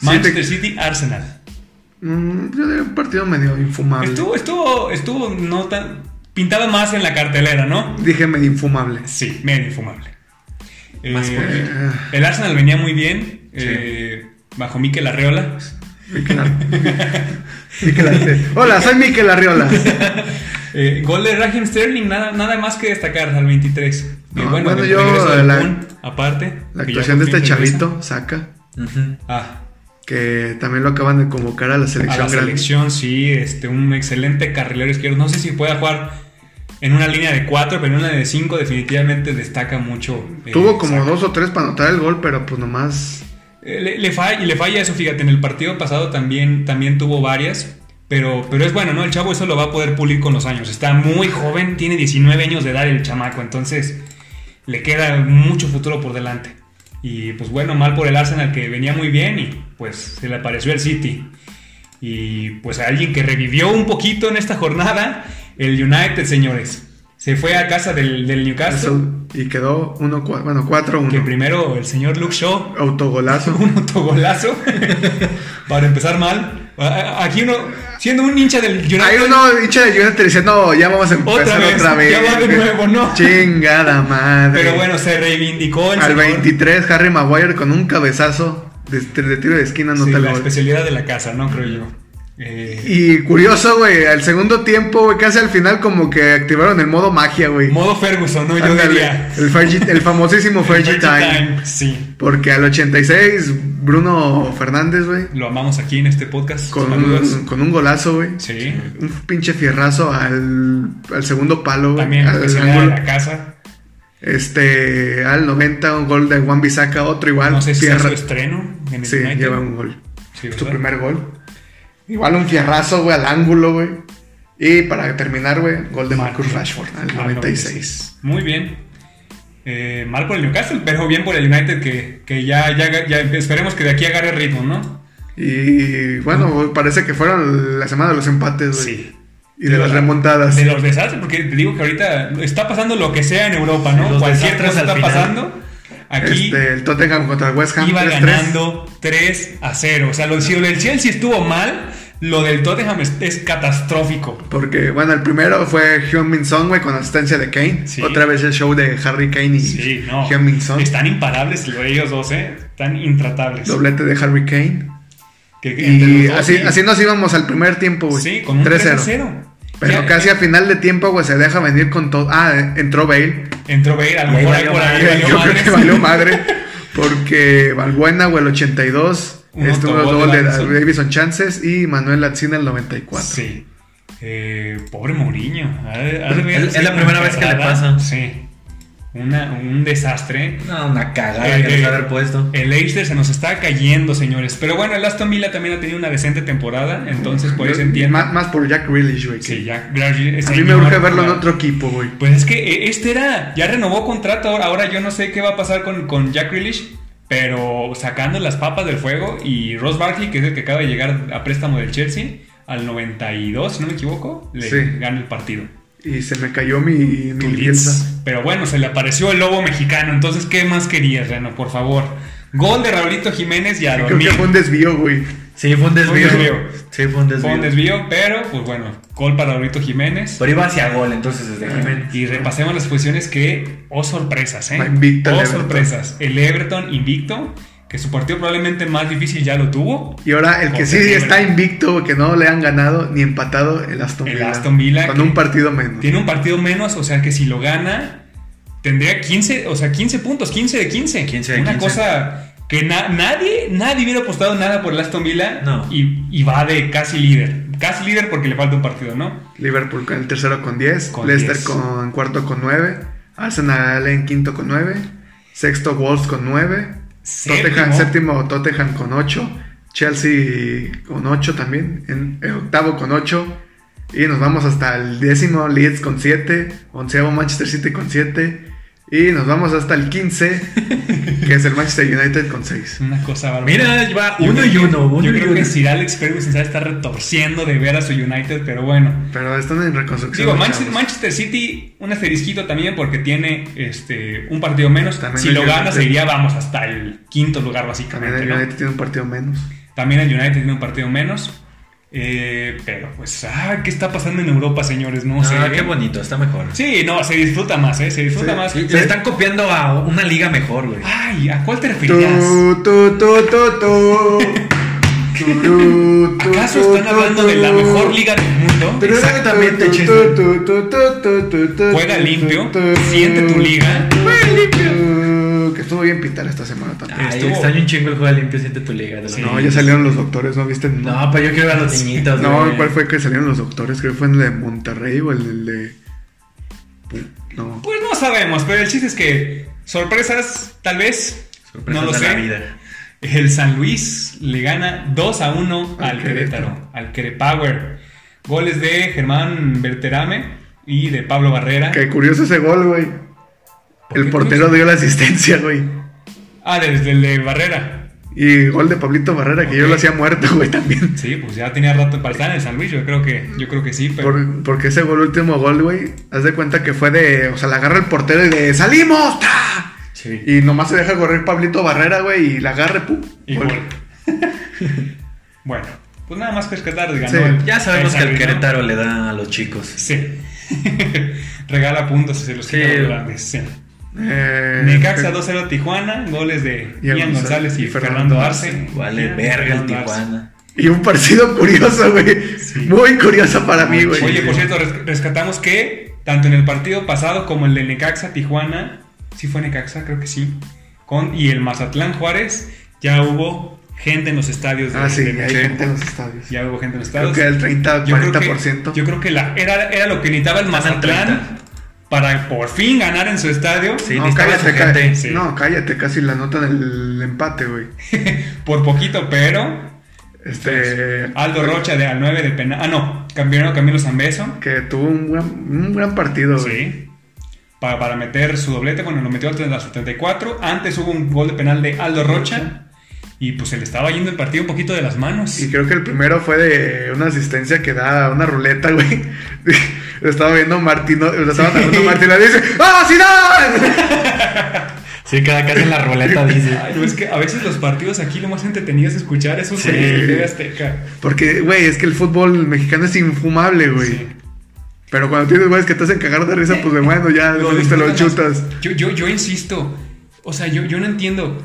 Speaker 2: Manchester City, Arsenal.
Speaker 1: Mm, yo diría un partido medio infumable.
Speaker 2: Estuvo, estuvo, estuvo no tan. Pintaba más en la cartelera, ¿no?
Speaker 1: Dije medio infumable.
Speaker 2: Sí, medio infumable. Eh,
Speaker 3: Más poquito.
Speaker 2: el Arsenal venía muy bien. eh, bajo Mikel Arreola.
Speaker 1: Mikel
Speaker 3: [LAUGHS]
Speaker 1: Ar- Mikel Arce. Hola, soy Mikel Arriola.
Speaker 2: Eh, gol de Raheem Sterling, nada, nada más que destacar al 23. Eh,
Speaker 1: No,
Speaker 2: bueno,
Speaker 1: bueno,
Speaker 2: el
Speaker 1: yo,
Speaker 2: regreso del
Speaker 1: la-
Speaker 2: Kun, aparte.
Speaker 1: La
Speaker 2: que ya
Speaker 1: actuación de
Speaker 2: por fin
Speaker 1: este
Speaker 2: regresa.
Speaker 1: chavito, saca,
Speaker 3: Ujú.
Speaker 2: Ah,
Speaker 1: que también lo acaban de convocar a la
Speaker 2: a
Speaker 1: selección
Speaker 2: la
Speaker 1: grande.
Speaker 2: selección, sí, este, un excelente carrilero izquierdo. No sé si pueda jugar en una línea de 4, pero en una de 5 definitivamente destaca mucho. eh,
Speaker 1: Tuvo como
Speaker 2: Saka.
Speaker 1: dos o tres para anotar el gol, pero pues nomás.
Speaker 2: Eh, Le, le falla, y le falla eso, fíjate, en el partido pasado también, también tuvo varias, pero, pero es bueno, ¿no? El chavo eso lo va a poder pulir con los años. Está muy joven, tiene 19 años de edad el chamaco, entonces le queda mucho futuro por delante. Y pues bueno, mal por el Arsenal que venía muy bien y pues se le apareció el City. Y pues a alguien que revivió un poquito en esta jornada, el United, señores. Se fue a casa del, del Newcastle,
Speaker 1: eso, y quedó uno, cua- bueno, 4-1.
Speaker 2: que primero el señor Luke Shaw [LAUGHS]
Speaker 1: Autogolazo.
Speaker 2: un autogolazo [LAUGHS] para empezar mal. A- a- Aquí uno, siendo un hincha del United.
Speaker 1: Hay uno hincha de United diciendo, ya vamos a empezar
Speaker 2: Otra
Speaker 1: otra
Speaker 2: vez,
Speaker 1: vez.
Speaker 2: ya va de nuevo, ¿no?
Speaker 1: Chingada madre.
Speaker 2: Pero bueno, se reivindicó el
Speaker 1: Al
Speaker 2: señor.
Speaker 1: 23, Harry Maguire con un cabezazo de, de tiro de esquina
Speaker 2: Sí,
Speaker 1: anota el
Speaker 2: la
Speaker 1: gol.
Speaker 2: especialidad de la casa, ¿no? Creo yo. Eh,
Speaker 1: Y curioso, güey, al segundo tiempo, güey, casi al final como que activaron el modo magia, güey.
Speaker 2: modo Ferguson, ¿no? Yo
Speaker 1: Ándale,
Speaker 2: diría.
Speaker 1: el, Fergie- el
Speaker 2: [LAUGHS]
Speaker 1: famosísimo Fergie Time.
Speaker 2: Sí,
Speaker 1: Porque al 86, Bruno Fernández, güey,
Speaker 2: lo amamos aquí en este podcast.
Speaker 1: con
Speaker 2: Saludos.
Speaker 1: un, con un golazo, güey.
Speaker 2: Sí.
Speaker 1: Un pinche fierrazo al, al segundo palo, güey.
Speaker 2: También
Speaker 1: Al,
Speaker 2: especialidad de
Speaker 1: ángulo.
Speaker 2: la casa.
Speaker 1: Este, al 90, un gol de Juan Bisaca, otro igual.
Speaker 2: No sé si es
Speaker 1: fierra-
Speaker 2: su estreno en el
Speaker 1: Sí,
Speaker 2: United.
Speaker 1: lleva un gol.
Speaker 2: Sí,
Speaker 1: Es tu
Speaker 2: ¿verdad?
Speaker 1: primer gol. Igual un fierrazo, güey, al ángulo, güey. Y para terminar, güey, gol de Marcus Rashford al
Speaker 2: Al
Speaker 1: 96.
Speaker 2: Muy bien. Eh, mal por el Newcastle, pero bien por el United que, que ya, ya, ya esperemos que de aquí agarre ritmo, ¿no?
Speaker 1: Y bueno, güey, parece que fueron la semana de los empates, güey.
Speaker 2: Sí.
Speaker 1: Y de, las remontadas.
Speaker 2: De los desastres, porque te digo que ahorita está pasando lo que sea en Europa, ¿no?
Speaker 3: Los
Speaker 2: Cualquier
Speaker 3: desastres
Speaker 2: cosa
Speaker 3: al
Speaker 2: está
Speaker 3: final.
Speaker 2: pasando. Aquí
Speaker 1: Este, el Tottenham contra el West Ham.
Speaker 2: iba
Speaker 1: 3-3.
Speaker 2: ganando 3 a 0. O sea, lo, si lo del Chelsea estuvo mal, lo del Tottenham es, es catastrófico.
Speaker 1: Porque, bueno, el primero fue Hyun-Min Son, güey, con asistencia de Kane.
Speaker 2: Sí.
Speaker 1: Otra vez el show de Harry Kane y
Speaker 2: Sí, no.
Speaker 1: Heung-min Son.
Speaker 2: Están imparables ellos dos, ¿eh? Están intratables.
Speaker 1: Doblete de Harry Kane.
Speaker 2: Que- que entre
Speaker 1: Y
Speaker 2: los dos,
Speaker 1: así,
Speaker 2: sí.
Speaker 1: así nos íbamos al primer tiempo, güey.
Speaker 2: Sí, con un 3 a 0.
Speaker 1: Pero
Speaker 2: Ya,
Speaker 1: casi a final de tiempo, güey, se deja venir con todo. Ah, entró Bale.
Speaker 2: Entró Bale, a lo
Speaker 3: Y ahí
Speaker 2: mejor ahí
Speaker 3: valió
Speaker 2: por ahí
Speaker 3: madre,
Speaker 2: valió
Speaker 1: Yo creo
Speaker 2: madres.
Speaker 1: que valió
Speaker 2: [LAUGHS]
Speaker 1: madre. Porque Valbuena, güey, el 82.
Speaker 2: Un
Speaker 1: este uno
Speaker 2: autogol
Speaker 1: gol
Speaker 2: de
Speaker 1: de
Speaker 2: Davison.
Speaker 1: Davison Chances y Manuel Latzina el 94.
Speaker 2: Sí. Eh, pobre Mourinho. Ha de- ha de ver
Speaker 3: Es- es
Speaker 2: sido
Speaker 3: la primera
Speaker 2: una
Speaker 3: vez que le
Speaker 2: cagada.
Speaker 3: pasa.
Speaker 2: Sí. Una, un desastre.
Speaker 3: No, una cagada
Speaker 2: Eh,
Speaker 3: que nos
Speaker 2: eh,
Speaker 3: va a haber puesto.
Speaker 2: El Leicester se nos está cayendo, señores. Pero bueno, el Aston Villa también ha tenido una decente temporada. Entonces, por eso entiendo.
Speaker 1: Más, más por Jack Grealish, güey. que-
Speaker 2: Sí, ya. Glargy-
Speaker 1: A
Speaker 2: ese
Speaker 1: mí me
Speaker 2: señor
Speaker 1: urge verlo en
Speaker 2: jugador.
Speaker 1: otro equipo, güey.
Speaker 2: Pues es que eh, este era, ya renovó contrato, ahora, ahora yo no sé qué va a pasar con, con Jack Grealish, pero sacando las papas del fuego y Ross Barkley, que es el que acaba de llegar a préstamo del Chelsea, al 92, si no me equivoco, le
Speaker 1: Sí.
Speaker 2: gana el partido.
Speaker 1: Y se me cayó mi, mi lienza.
Speaker 2: Pero bueno, se le apareció el lobo mexicano, entonces ¿qué más querías, Reno? Por favor. Gol de Raulito Jiménez y a
Speaker 1: Creo que
Speaker 2: dormir.
Speaker 1: fue un desvío, güey.
Speaker 3: Sí, fue un desvío.
Speaker 2: desvío.
Speaker 3: Sí, fue un desvío.
Speaker 2: Fue un desvío, pero pues bueno, gol para Raulito Jiménez.
Speaker 3: Pero iba hacia gol, entonces desde Jiménez.
Speaker 2: Y repasemos las posiciones que, oh sorpresas, ¿eh?
Speaker 1: Va invicto el
Speaker 2: oh
Speaker 1: Everton.
Speaker 2: sorpresas. El Everton invicto, que su partido probablemente más difícil ya lo tuvo.
Speaker 1: Y ahora el que sí
Speaker 2: Comprensible.
Speaker 1: está invicto, güey, que no le han ganado ni empatado, el Aston
Speaker 2: El
Speaker 1: Villa.
Speaker 2: Aston Villa,
Speaker 1: Con
Speaker 2: que-
Speaker 1: un partido menos.
Speaker 2: Tiene un partido menos, o sea que si lo gana, tendría 15, o sea, 15 puntos, 15 de 15.
Speaker 3: 15 de
Speaker 2: Una
Speaker 3: 15.
Speaker 2: cosa que na- nadie, nadie hubiera apostado nada por el Aston Villa
Speaker 3: No.
Speaker 2: y, y va de casi líder. Casi líder porque le falta un partido, ¿no?
Speaker 1: Liverpool con el tercero con 10,
Speaker 2: Con
Speaker 1: Leicester
Speaker 2: 10.
Speaker 1: con cuarto con 9, Arsenal en quinto con 9, sexto Wolves con 9,
Speaker 2: Séptimo.
Speaker 1: Tottenham, séptimo Tottenham con 8, Chelsea con 8 también, en, el octavo con 8 y nos vamos hasta el décimo Leeds con 7, onceavo Manchester City con 7 y nos vamos hasta el
Speaker 2: [LAUGHS]
Speaker 1: 15 que es el Manchester United con 6.
Speaker 2: Una cosa bárbara.
Speaker 3: Mira, va
Speaker 2: Yo
Speaker 3: uno
Speaker 2: creo
Speaker 3: y
Speaker 2: que-
Speaker 3: uno, uno
Speaker 2: Yo
Speaker 3: y
Speaker 2: creo
Speaker 3: uno.
Speaker 2: que Sir Alex Ferguson está retorciendo de ver a su United, pero bueno.
Speaker 1: Pero están en reconstrucción.
Speaker 2: Digo,
Speaker 1: los
Speaker 2: Manchester,
Speaker 1: chavos.
Speaker 2: Manchester City, un asterisquito también porque tiene este un partido menos.
Speaker 1: También
Speaker 2: si
Speaker 1: el
Speaker 2: lo gana,
Speaker 1: United.
Speaker 2: sería, vamos, hasta el quinto lugar,
Speaker 1: También
Speaker 2: básicamente.
Speaker 1: el
Speaker 2: ¿no?
Speaker 1: United tiene un partido menos.
Speaker 2: También el United tiene un partido menos. Eh, pero, pues, ah, ¿qué está pasando en Europa, señores? No sé.
Speaker 3: Ah, qué bonito, está mejor.
Speaker 2: Sí, no, se disfruta más, ¿eh? Se disfruta
Speaker 1: Sí,
Speaker 2: más.
Speaker 3: Le están copiando a una liga mejor, güey.
Speaker 2: Ay, ¿a cuál te referías?
Speaker 1: Tu, tu, tu, tu,
Speaker 2: [LAUGHS]
Speaker 1: tu. Turu, tu,
Speaker 2: ¿Acaso
Speaker 1: tu,
Speaker 2: están
Speaker 1: tu,
Speaker 2: hablando
Speaker 1: tu.
Speaker 2: de la mejor liga del mundo?
Speaker 1: Turu,
Speaker 3: Exactamente,
Speaker 1: tu, tu,
Speaker 3: Chesney.
Speaker 1: tu, tu, tu, tu, tu, tu,
Speaker 2: Juega
Speaker 1: tu,
Speaker 2: limpio,
Speaker 1: tu, tu.
Speaker 2: siente tu liga.
Speaker 1: Juega limpio. Que estuvo bien pitar esta semana también.
Speaker 3: Ay,
Speaker 2: Ah, estuvo-
Speaker 3: extraño un chingo el juego limpio, siente tu liga. de los
Speaker 1: no, ya
Speaker 3: niños.
Speaker 1: salieron los doctores, ¿no viste?
Speaker 3: No, pero yo quiero ver a los niñitos.
Speaker 1: No,
Speaker 3: güey.
Speaker 1: ¿cuál fue que salieron los doctores? Creo que fue el de Monterrey o el de. No.
Speaker 2: Pues no sabemos, pero el chiste es que sorpresas, tal vez.
Speaker 3: Sorpresas
Speaker 2: no lo
Speaker 3: de
Speaker 2: sé.
Speaker 3: la vida.
Speaker 2: El San Luis le gana 2 a 1 al,
Speaker 1: Al
Speaker 2: Querétaro,
Speaker 1: Querétaro.
Speaker 2: al Querepower. Goles de Germán Berterame y de Pablo Barrera.
Speaker 1: Qué curioso ese gol, güey.
Speaker 2: ¿Por
Speaker 1: El
Speaker 2: qué
Speaker 1: portero dio la asistencia, güey.
Speaker 2: Ah, desde el de Barrera.
Speaker 1: Y gol de Pablito Barrera, que yo
Speaker 2: Ok.
Speaker 1: lo hacía muerto, [LAUGHS] güey, también.
Speaker 2: Sí, pues ya tenía rato para estar en el San Luis, yo creo que, yo creo que sí, pero
Speaker 1: Por- porque ese gol, último gol, güey, haz de cuenta que fue de. O sea, la agarra el portero y de ¡Salimos! ¡Tra!
Speaker 3: Sí.
Speaker 1: Y nomás se deja correr Pablito Barrera, güey, y la agarre, pum.
Speaker 2: y
Speaker 1: Gol.
Speaker 2: gol. [LAUGHS] bueno, Pues nada más que Querétaro ganó.
Speaker 1: Sí,
Speaker 2: el-
Speaker 3: Ya sabemos que el
Speaker 2: ¿no?
Speaker 3: Querétaro le da a los chicos.
Speaker 2: Sí. [LAUGHS] Regala puntos y se los
Speaker 3: Sí.
Speaker 2: quita a los grandes. Sí.
Speaker 1: Eh,
Speaker 2: Necaxa
Speaker 1: pero-
Speaker 2: 2-0 a Tijuana, goles de
Speaker 1: Y el
Speaker 2: Ian González y Fernando Arce.
Speaker 3: Vale,
Speaker 2: Ya,
Speaker 3: verga el
Speaker 2: Fernando Arce.
Speaker 3: Tijuana.
Speaker 1: Y un partido curioso, güey.
Speaker 2: Sí.
Speaker 1: Muy curioso para mí, güey.
Speaker 2: Oye, por cierto, res- rescatamos que tanto en el partido pasado como el de Necaxa Tijuana, sí fue Necaxa, creo que sí, con y el Mazatlán Juárez, ya hubo gente en los estadios. de-
Speaker 1: Ah, sí,
Speaker 2: de-
Speaker 1: hay
Speaker 2: sí,
Speaker 1: gente en los estadios.
Speaker 2: Ya hubo gente en los
Speaker 1: Creo
Speaker 2: estadios.
Speaker 1: que el 30
Speaker 2: Yo creo que-
Speaker 1: 40%.
Speaker 2: yo creo que la, era, era lo que necesitaba el
Speaker 3: Ganan
Speaker 2: Mazatlán
Speaker 3: 30.
Speaker 2: para por fin ganar en su estadio.
Speaker 3: Sí,
Speaker 1: no,
Speaker 3: necesitaba
Speaker 1: cállate,
Speaker 3: su
Speaker 1: ca-
Speaker 3: gente,
Speaker 2: sí.
Speaker 1: no, cállate, casi la nota del empate, güey.
Speaker 2: Por poquito, pero
Speaker 1: Este.
Speaker 2: Aldo Rocha de al 9 de penal. Ah, no, cambiaron Camilo Zambeso.
Speaker 1: Que tuvo un gran, un gran partido, güey.
Speaker 2: Sí. Para, para meter su doblete, bueno, lo metió a las 74. Antes hubo un gol de penal de Aldo Rocha. Y pues se le estaba yendo el partido un poquito de las manos.
Speaker 1: Y creo que el primero fue de una asistencia que da una ruleta, güey. [LAUGHS] Lo estaba viendo Martino, lo estaba narrando Martino y dice, ¡Ah, Zidane!
Speaker 3: Sí, cada que en la [LAUGHS] ruleta dice.
Speaker 2: Ay, no, es que a veces los partidos aquí lo más entretenido es escuchar esos
Speaker 1: Sí.
Speaker 2: de TV Azteca.
Speaker 1: [LAUGHS] Porque, güey, es que el fútbol mexicano es infumable, güey.
Speaker 2: Sí.
Speaker 1: Pero cuando tienes güeyes que te hacen cagar de risa, pues de bueno, ya
Speaker 2: Lo
Speaker 1: te lo
Speaker 2: disfrutan
Speaker 1: chutas.
Speaker 2: más. Yo, yo, yo insisto. O sea, yo, yo no entiendo.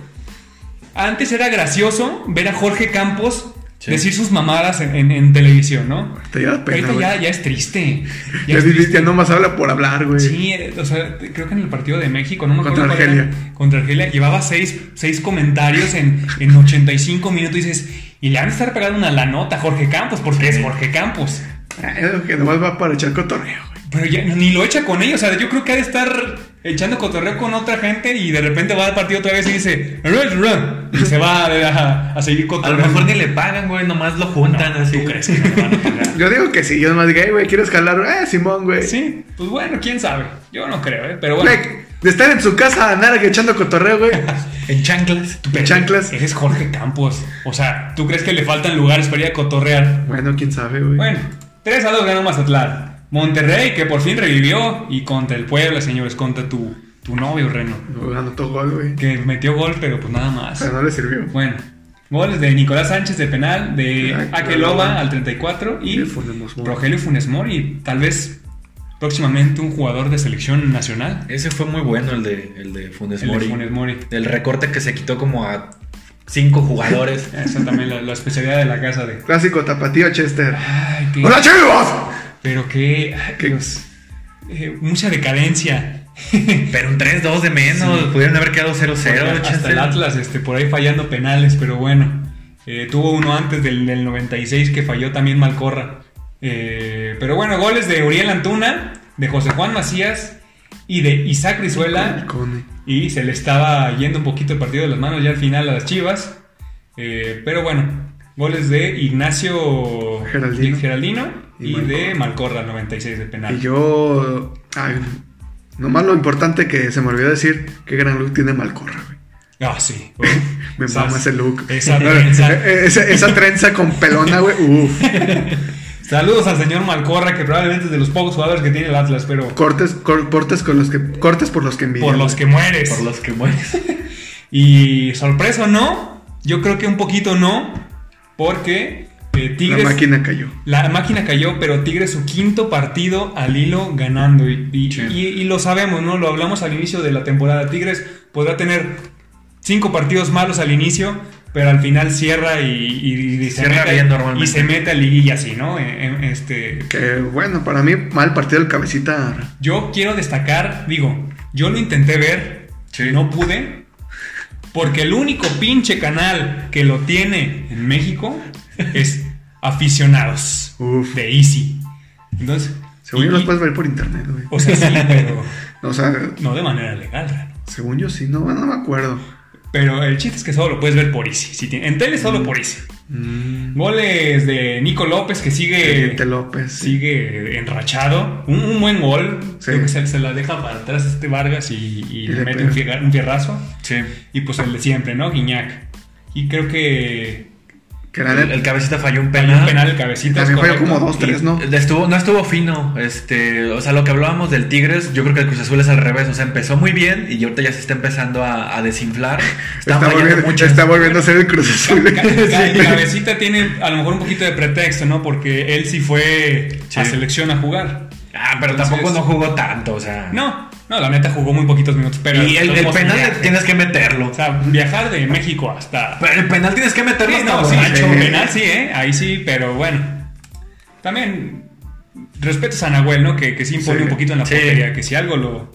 Speaker 2: Antes era gracioso ver a Jorge Campos
Speaker 3: Sí.
Speaker 2: decir sus mamadas en, en- en televisión, ¿no?
Speaker 1: Te da pena,
Speaker 2: Ahorita
Speaker 1: güey.
Speaker 2: ya, ya
Speaker 1: [LAUGHS]
Speaker 2: es triste.
Speaker 1: Ya,
Speaker 2: es
Speaker 1: di-
Speaker 2: triste.
Speaker 1: ya nomás habla por hablar, güey.
Speaker 2: Sí, eh, o sea, te- creo que en el partido de México, no me acuerdo.
Speaker 1: Contra
Speaker 2: cuál era,
Speaker 1: Argelia.
Speaker 2: contra Argelia, llevaba seis, seis comentarios en, en 85 minutos y dices, y le han de estar pegando una la nota a Jorge Campos, porque es Jorge Campos.
Speaker 1: Ah, es que nomás va para echar cotorreo, güey.
Speaker 2: Pero ya ni lo echa con ellos, o sea, yo creo que ha de estar echando cotorreo con otra gente y de repente va al partido otra vez y dice, run, run, y se va a, a- a seguir
Speaker 3: A lo
Speaker 2: cotorreando.
Speaker 3: mejor ni le pagan, güey, nomás lo juntan así.
Speaker 2: ¿Tú crees
Speaker 3: [LAUGHS]
Speaker 2: que no le van a pagar?
Speaker 1: Yo digo que sí, yo nomás digo, "Ey, güey, ¿quieres jalar? Eh, Simón, güey.
Speaker 2: Sí, pues bueno, quién sabe. Yo no creo, ¿eh? Pero bueno.
Speaker 1: Güey, de estar en su casa a andar echando cotorreo, güey. [LAUGHS]
Speaker 3: En chanclas.
Speaker 2: Tú, pero
Speaker 1: chanclas.
Speaker 2: Eres Jorge Campos. O sea, ¿tú crees que le faltan lugares para ir a cotorrear?
Speaker 1: bueno, quién sabe, güey.
Speaker 2: Bueno, 3 a 2 ganó Mazatlán. Monterrey, que por fin revivió. Y contra el Puebla, señores, contra tu, tu novio, Reno.
Speaker 1: No anotó gol, güey.
Speaker 2: Que metió gol, pero pues nada más.
Speaker 1: Pero no le sirvió.
Speaker 2: Bueno, goles de Nicolás Sánchez de penal, de
Speaker 1: Ay,
Speaker 2: Akeloba
Speaker 1: Akeloba.
Speaker 2: al 34 y
Speaker 1: De Funes Mori.
Speaker 2: Rogelio Funes Mori. Tal vez próximamente un jugador de selección nacional.
Speaker 3: Ese fue muy bueno el de, el de Funes
Speaker 2: El de
Speaker 3: Mori.
Speaker 2: Funes Mori.
Speaker 3: El recorte que se quitó como a
Speaker 2: [LAUGHS]
Speaker 3: cinco jugadores.
Speaker 2: Esa también la, la especialidad de la casa de...
Speaker 1: Clásico tapatío Chester.
Speaker 2: Ay, qué-
Speaker 1: ¡Hola, chivos!
Speaker 2: Pero que. ay,
Speaker 1: ¿Qué?
Speaker 2: Dios. Eh, mucha decadencia.
Speaker 3: Pero un 3-2 de menos. Pudieron haber quedado 0-0.
Speaker 2: Porque hasta
Speaker 3: Chester.
Speaker 2: el Atlas, este, por ahí fallando penales, pero bueno. Eh, tuvo uno antes del, del 96 que falló también Malcorra. Eh, pero bueno, goles de Uriel Antuna, de José Juan Macías y de Isaac Brizuela.
Speaker 1: Con-
Speaker 2: Y se le estaba yendo un poquito el partido de las manos ya al final a las Chivas. Eh, pero bueno, goles de Ignacio
Speaker 1: Geraldino.
Speaker 2: Geraldino y,
Speaker 1: Y
Speaker 2: de Malcorra, 96 de penal.
Speaker 1: Y yo. Ay, nomás lo importante que se me olvidó decir: qué gran look tiene Malcorra, güey.
Speaker 2: Ah, sí.
Speaker 1: [LAUGHS] Me
Speaker 2: Esas-
Speaker 1: mama ese look.
Speaker 2: esa
Speaker 1: Eh, [LAUGHS]
Speaker 2: trenza.
Speaker 1: eh, esa, esa trenza con pelona, güey. Uf.
Speaker 2: Saludos al señor Malcorra, que probablemente es de los pocos jugadores que tiene el Atlas, pero
Speaker 1: Cortes, cor- cortes, con los que, cortes por los que envidia.
Speaker 2: por los que mueres.
Speaker 3: Por los que mueres.
Speaker 2: Y sorpresa o no, yo creo que un poquito no, porque eh,
Speaker 1: La
Speaker 2: Tigres.
Speaker 1: máquina cayó.
Speaker 2: la máquina cayó, pero Tigres su quinto partido al hilo ganando. Y, y-
Speaker 3: Sí.
Speaker 2: y- y lo sabemos, ¿no? Lo hablamos al inicio de la temporada. Tigres podrá tener cinco partidos malos al inicio, pero al final cierra y, y- y se,
Speaker 3: Cierra
Speaker 2: mete,
Speaker 3: bien normalmente.
Speaker 2: y se mete a liguilla así, ¿no? En- en- este,
Speaker 1: Que bueno, para mí, mal partido el cabecita.
Speaker 2: Yo quiero destacar, digo, yo lo intenté ver,
Speaker 3: Sí.
Speaker 2: no pude, porque el único pinche canal que lo tiene
Speaker 1: [LAUGHS]
Speaker 2: en México es aficionados
Speaker 1: Uf.
Speaker 2: de Easy. Entonces,
Speaker 1: Según
Speaker 2: y-
Speaker 1: yo los puedes ver por internet, güey.
Speaker 2: o
Speaker 1: [LAUGHS]
Speaker 2: sea, sí, pero
Speaker 1: O sea,
Speaker 2: no de manera legal, Rano.
Speaker 1: según yo sí, no, no me acuerdo.
Speaker 2: Pero el chiste es que solo lo puedes ver por Easy. Si tiene- en tele solo por Easy.
Speaker 1: Mm,
Speaker 2: Goles de Nico López que sigue
Speaker 1: Vicente Eh, López.
Speaker 2: sigue enrachado. Un, un buen gol.
Speaker 1: Sí.
Speaker 2: Creo que se, se la deja para atrás este Vargas y, y
Speaker 1: Y
Speaker 2: le
Speaker 1: le
Speaker 2: mete
Speaker 1: pega.
Speaker 2: un, fierra- un fierrazo.
Speaker 3: Sí.
Speaker 2: Y pues el de siempre, ¿no? Guiñac. Y creo que.
Speaker 1: Que la
Speaker 3: El,
Speaker 1: neta-
Speaker 3: el cabecita falló un
Speaker 2: Hay
Speaker 3: penal.
Speaker 2: un penal el cabecita. es
Speaker 1: También falló
Speaker 2: correcto.
Speaker 1: como dos, tres, ¿no?
Speaker 3: Estuvo, no estuvo fino, este, o sea, lo que hablábamos del Tigres, yo creo que el Cruz Azul es al revés, o sea, empezó muy bien y ahorita ya se está empezando a, a desinflar. Está,
Speaker 1: Está
Speaker 3: fallando
Speaker 1: volviendo,
Speaker 3: muchas.
Speaker 1: está volviendo a ser el Cruz Azul.
Speaker 2: [LAUGHS] Ca-
Speaker 1: [LAUGHS]
Speaker 2: ca- Cabecita tiene a lo mejor un poquito de pretexto, ¿no? Porque él sí fue a
Speaker 3: Sí.
Speaker 2: selección a jugar.
Speaker 3: Ah, pero
Speaker 2: Entonces-
Speaker 3: tampoco no jugó tanto, o sea.
Speaker 2: No, no, la neta jugó muy poquitos minutos. Pero
Speaker 3: Y el, el
Speaker 2: somos
Speaker 3: penal
Speaker 2: un viaje.
Speaker 3: tienes que meterlo.
Speaker 2: O sea, viajar de México hasta.
Speaker 3: Pero el penal tienes que meterlo
Speaker 2: Sí,
Speaker 3: hasta
Speaker 2: no, sí,
Speaker 3: borracho.
Speaker 1: sí.
Speaker 2: penal sí, ¿eh? Ahí sí, pero bueno. También respetos a Nahuel, ¿no? Que, que sí impone
Speaker 1: Sí.
Speaker 2: un poquito en la
Speaker 3: Sí.
Speaker 2: portería, que si algo lo,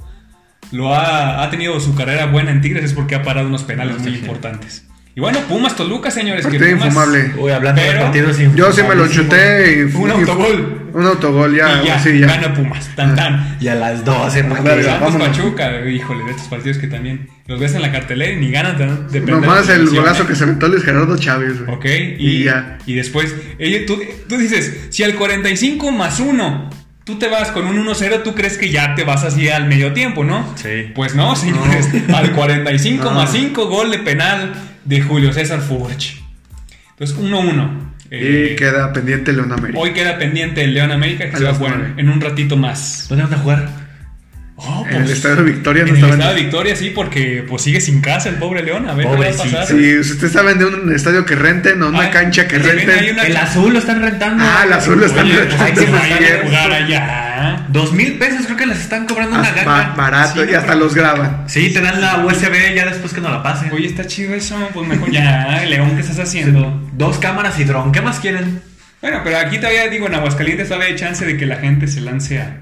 Speaker 2: lo ha, ha tenido su carrera buena en Tigres es porque ha parado unos penales
Speaker 3: Sí,
Speaker 2: muy
Speaker 3: sí.
Speaker 1: importantes.
Speaker 2: Y bueno, Pumas Toluca, señores.
Speaker 1: Partido
Speaker 2: Pumas-
Speaker 1: infumable.
Speaker 3: Uy, hablando
Speaker 2: Pero-
Speaker 3: de partidos
Speaker 1: Yo sí me lo
Speaker 3: infames,
Speaker 1: chuté y
Speaker 2: Un
Speaker 1: y-
Speaker 2: autogol.
Speaker 1: Un autogol, ya,
Speaker 2: y ya,
Speaker 1: sí, ya.
Speaker 2: gana Pumas, tan tan.
Speaker 3: Y a las Pues, 12, ¿para
Speaker 1: Claro,
Speaker 3: qué?
Speaker 1: ya.
Speaker 2: Santos
Speaker 1: vámonos.
Speaker 2: Pachuca, híjole, de estos partidos que también los ves en la cartelera y ni ganan tan- de perder
Speaker 1: Nomás
Speaker 2: la
Speaker 1: el
Speaker 2: ilusión,
Speaker 1: golazo
Speaker 2: ¿eh?
Speaker 1: que se aventó Luis Gerardo Chávez, güey.
Speaker 2: Ok, y,
Speaker 1: Y ya.
Speaker 2: y después, eh, tú, tú dices, si al 45 más 1, tú te vas con un 1-0, tú crees que ya te vas así al medio tiempo, ¿no?
Speaker 3: Sí.
Speaker 2: Pues no, señores, al 45
Speaker 1: No.
Speaker 2: más 5, gol de penal de Julio César Furch. Entonces, 1-1. Eh,
Speaker 1: Y queda pendiente el León América.
Speaker 2: Hoy queda pendiente el León América, que
Speaker 1: A
Speaker 2: se va a
Speaker 1: las
Speaker 2: jugar
Speaker 1: nueve.
Speaker 2: en un ratito más.
Speaker 3: ¿Dónde van a jugar?
Speaker 2: Oh,
Speaker 1: En el Estadio Victoria no
Speaker 2: en el
Speaker 1: estaban-
Speaker 2: Estadio Victoria, sí, porque pues sigue sin casa el pobre León. A ver qué va a
Speaker 3: Pobrecito.
Speaker 2: pasar.
Speaker 1: Si ustedes saben de un estadio que renten o una
Speaker 2: Ah,
Speaker 1: cancha que
Speaker 2: también hay
Speaker 1: renten.
Speaker 2: una-
Speaker 3: El azul lo están rentando.
Speaker 1: Ah, el azul lo están
Speaker 2: Oye,
Speaker 1: rentando.
Speaker 2: pues,
Speaker 3: Ay,
Speaker 2: que
Speaker 3: sí,
Speaker 2: vayan a
Speaker 3: sí,
Speaker 2: jugar
Speaker 3: sí.
Speaker 2: allá.
Speaker 3: Dos mil pesos creo que les están cobrando una
Speaker 1: Ah, ba-
Speaker 3: gaca.
Speaker 1: barato
Speaker 2: Sí,
Speaker 1: y hasta
Speaker 2: pero-
Speaker 1: los graban.
Speaker 3: Sí, te dan la USB ya después que no la pasen.
Speaker 2: Oye, está chido eso. Pues mejor ya, León, ¿qué estás haciendo?
Speaker 3: Dos cámaras y dron, ¿qué más quieren?
Speaker 2: Bueno, pero aquí todavía digo, en Aguascalientes todavía hay chance de que la gente se lance a,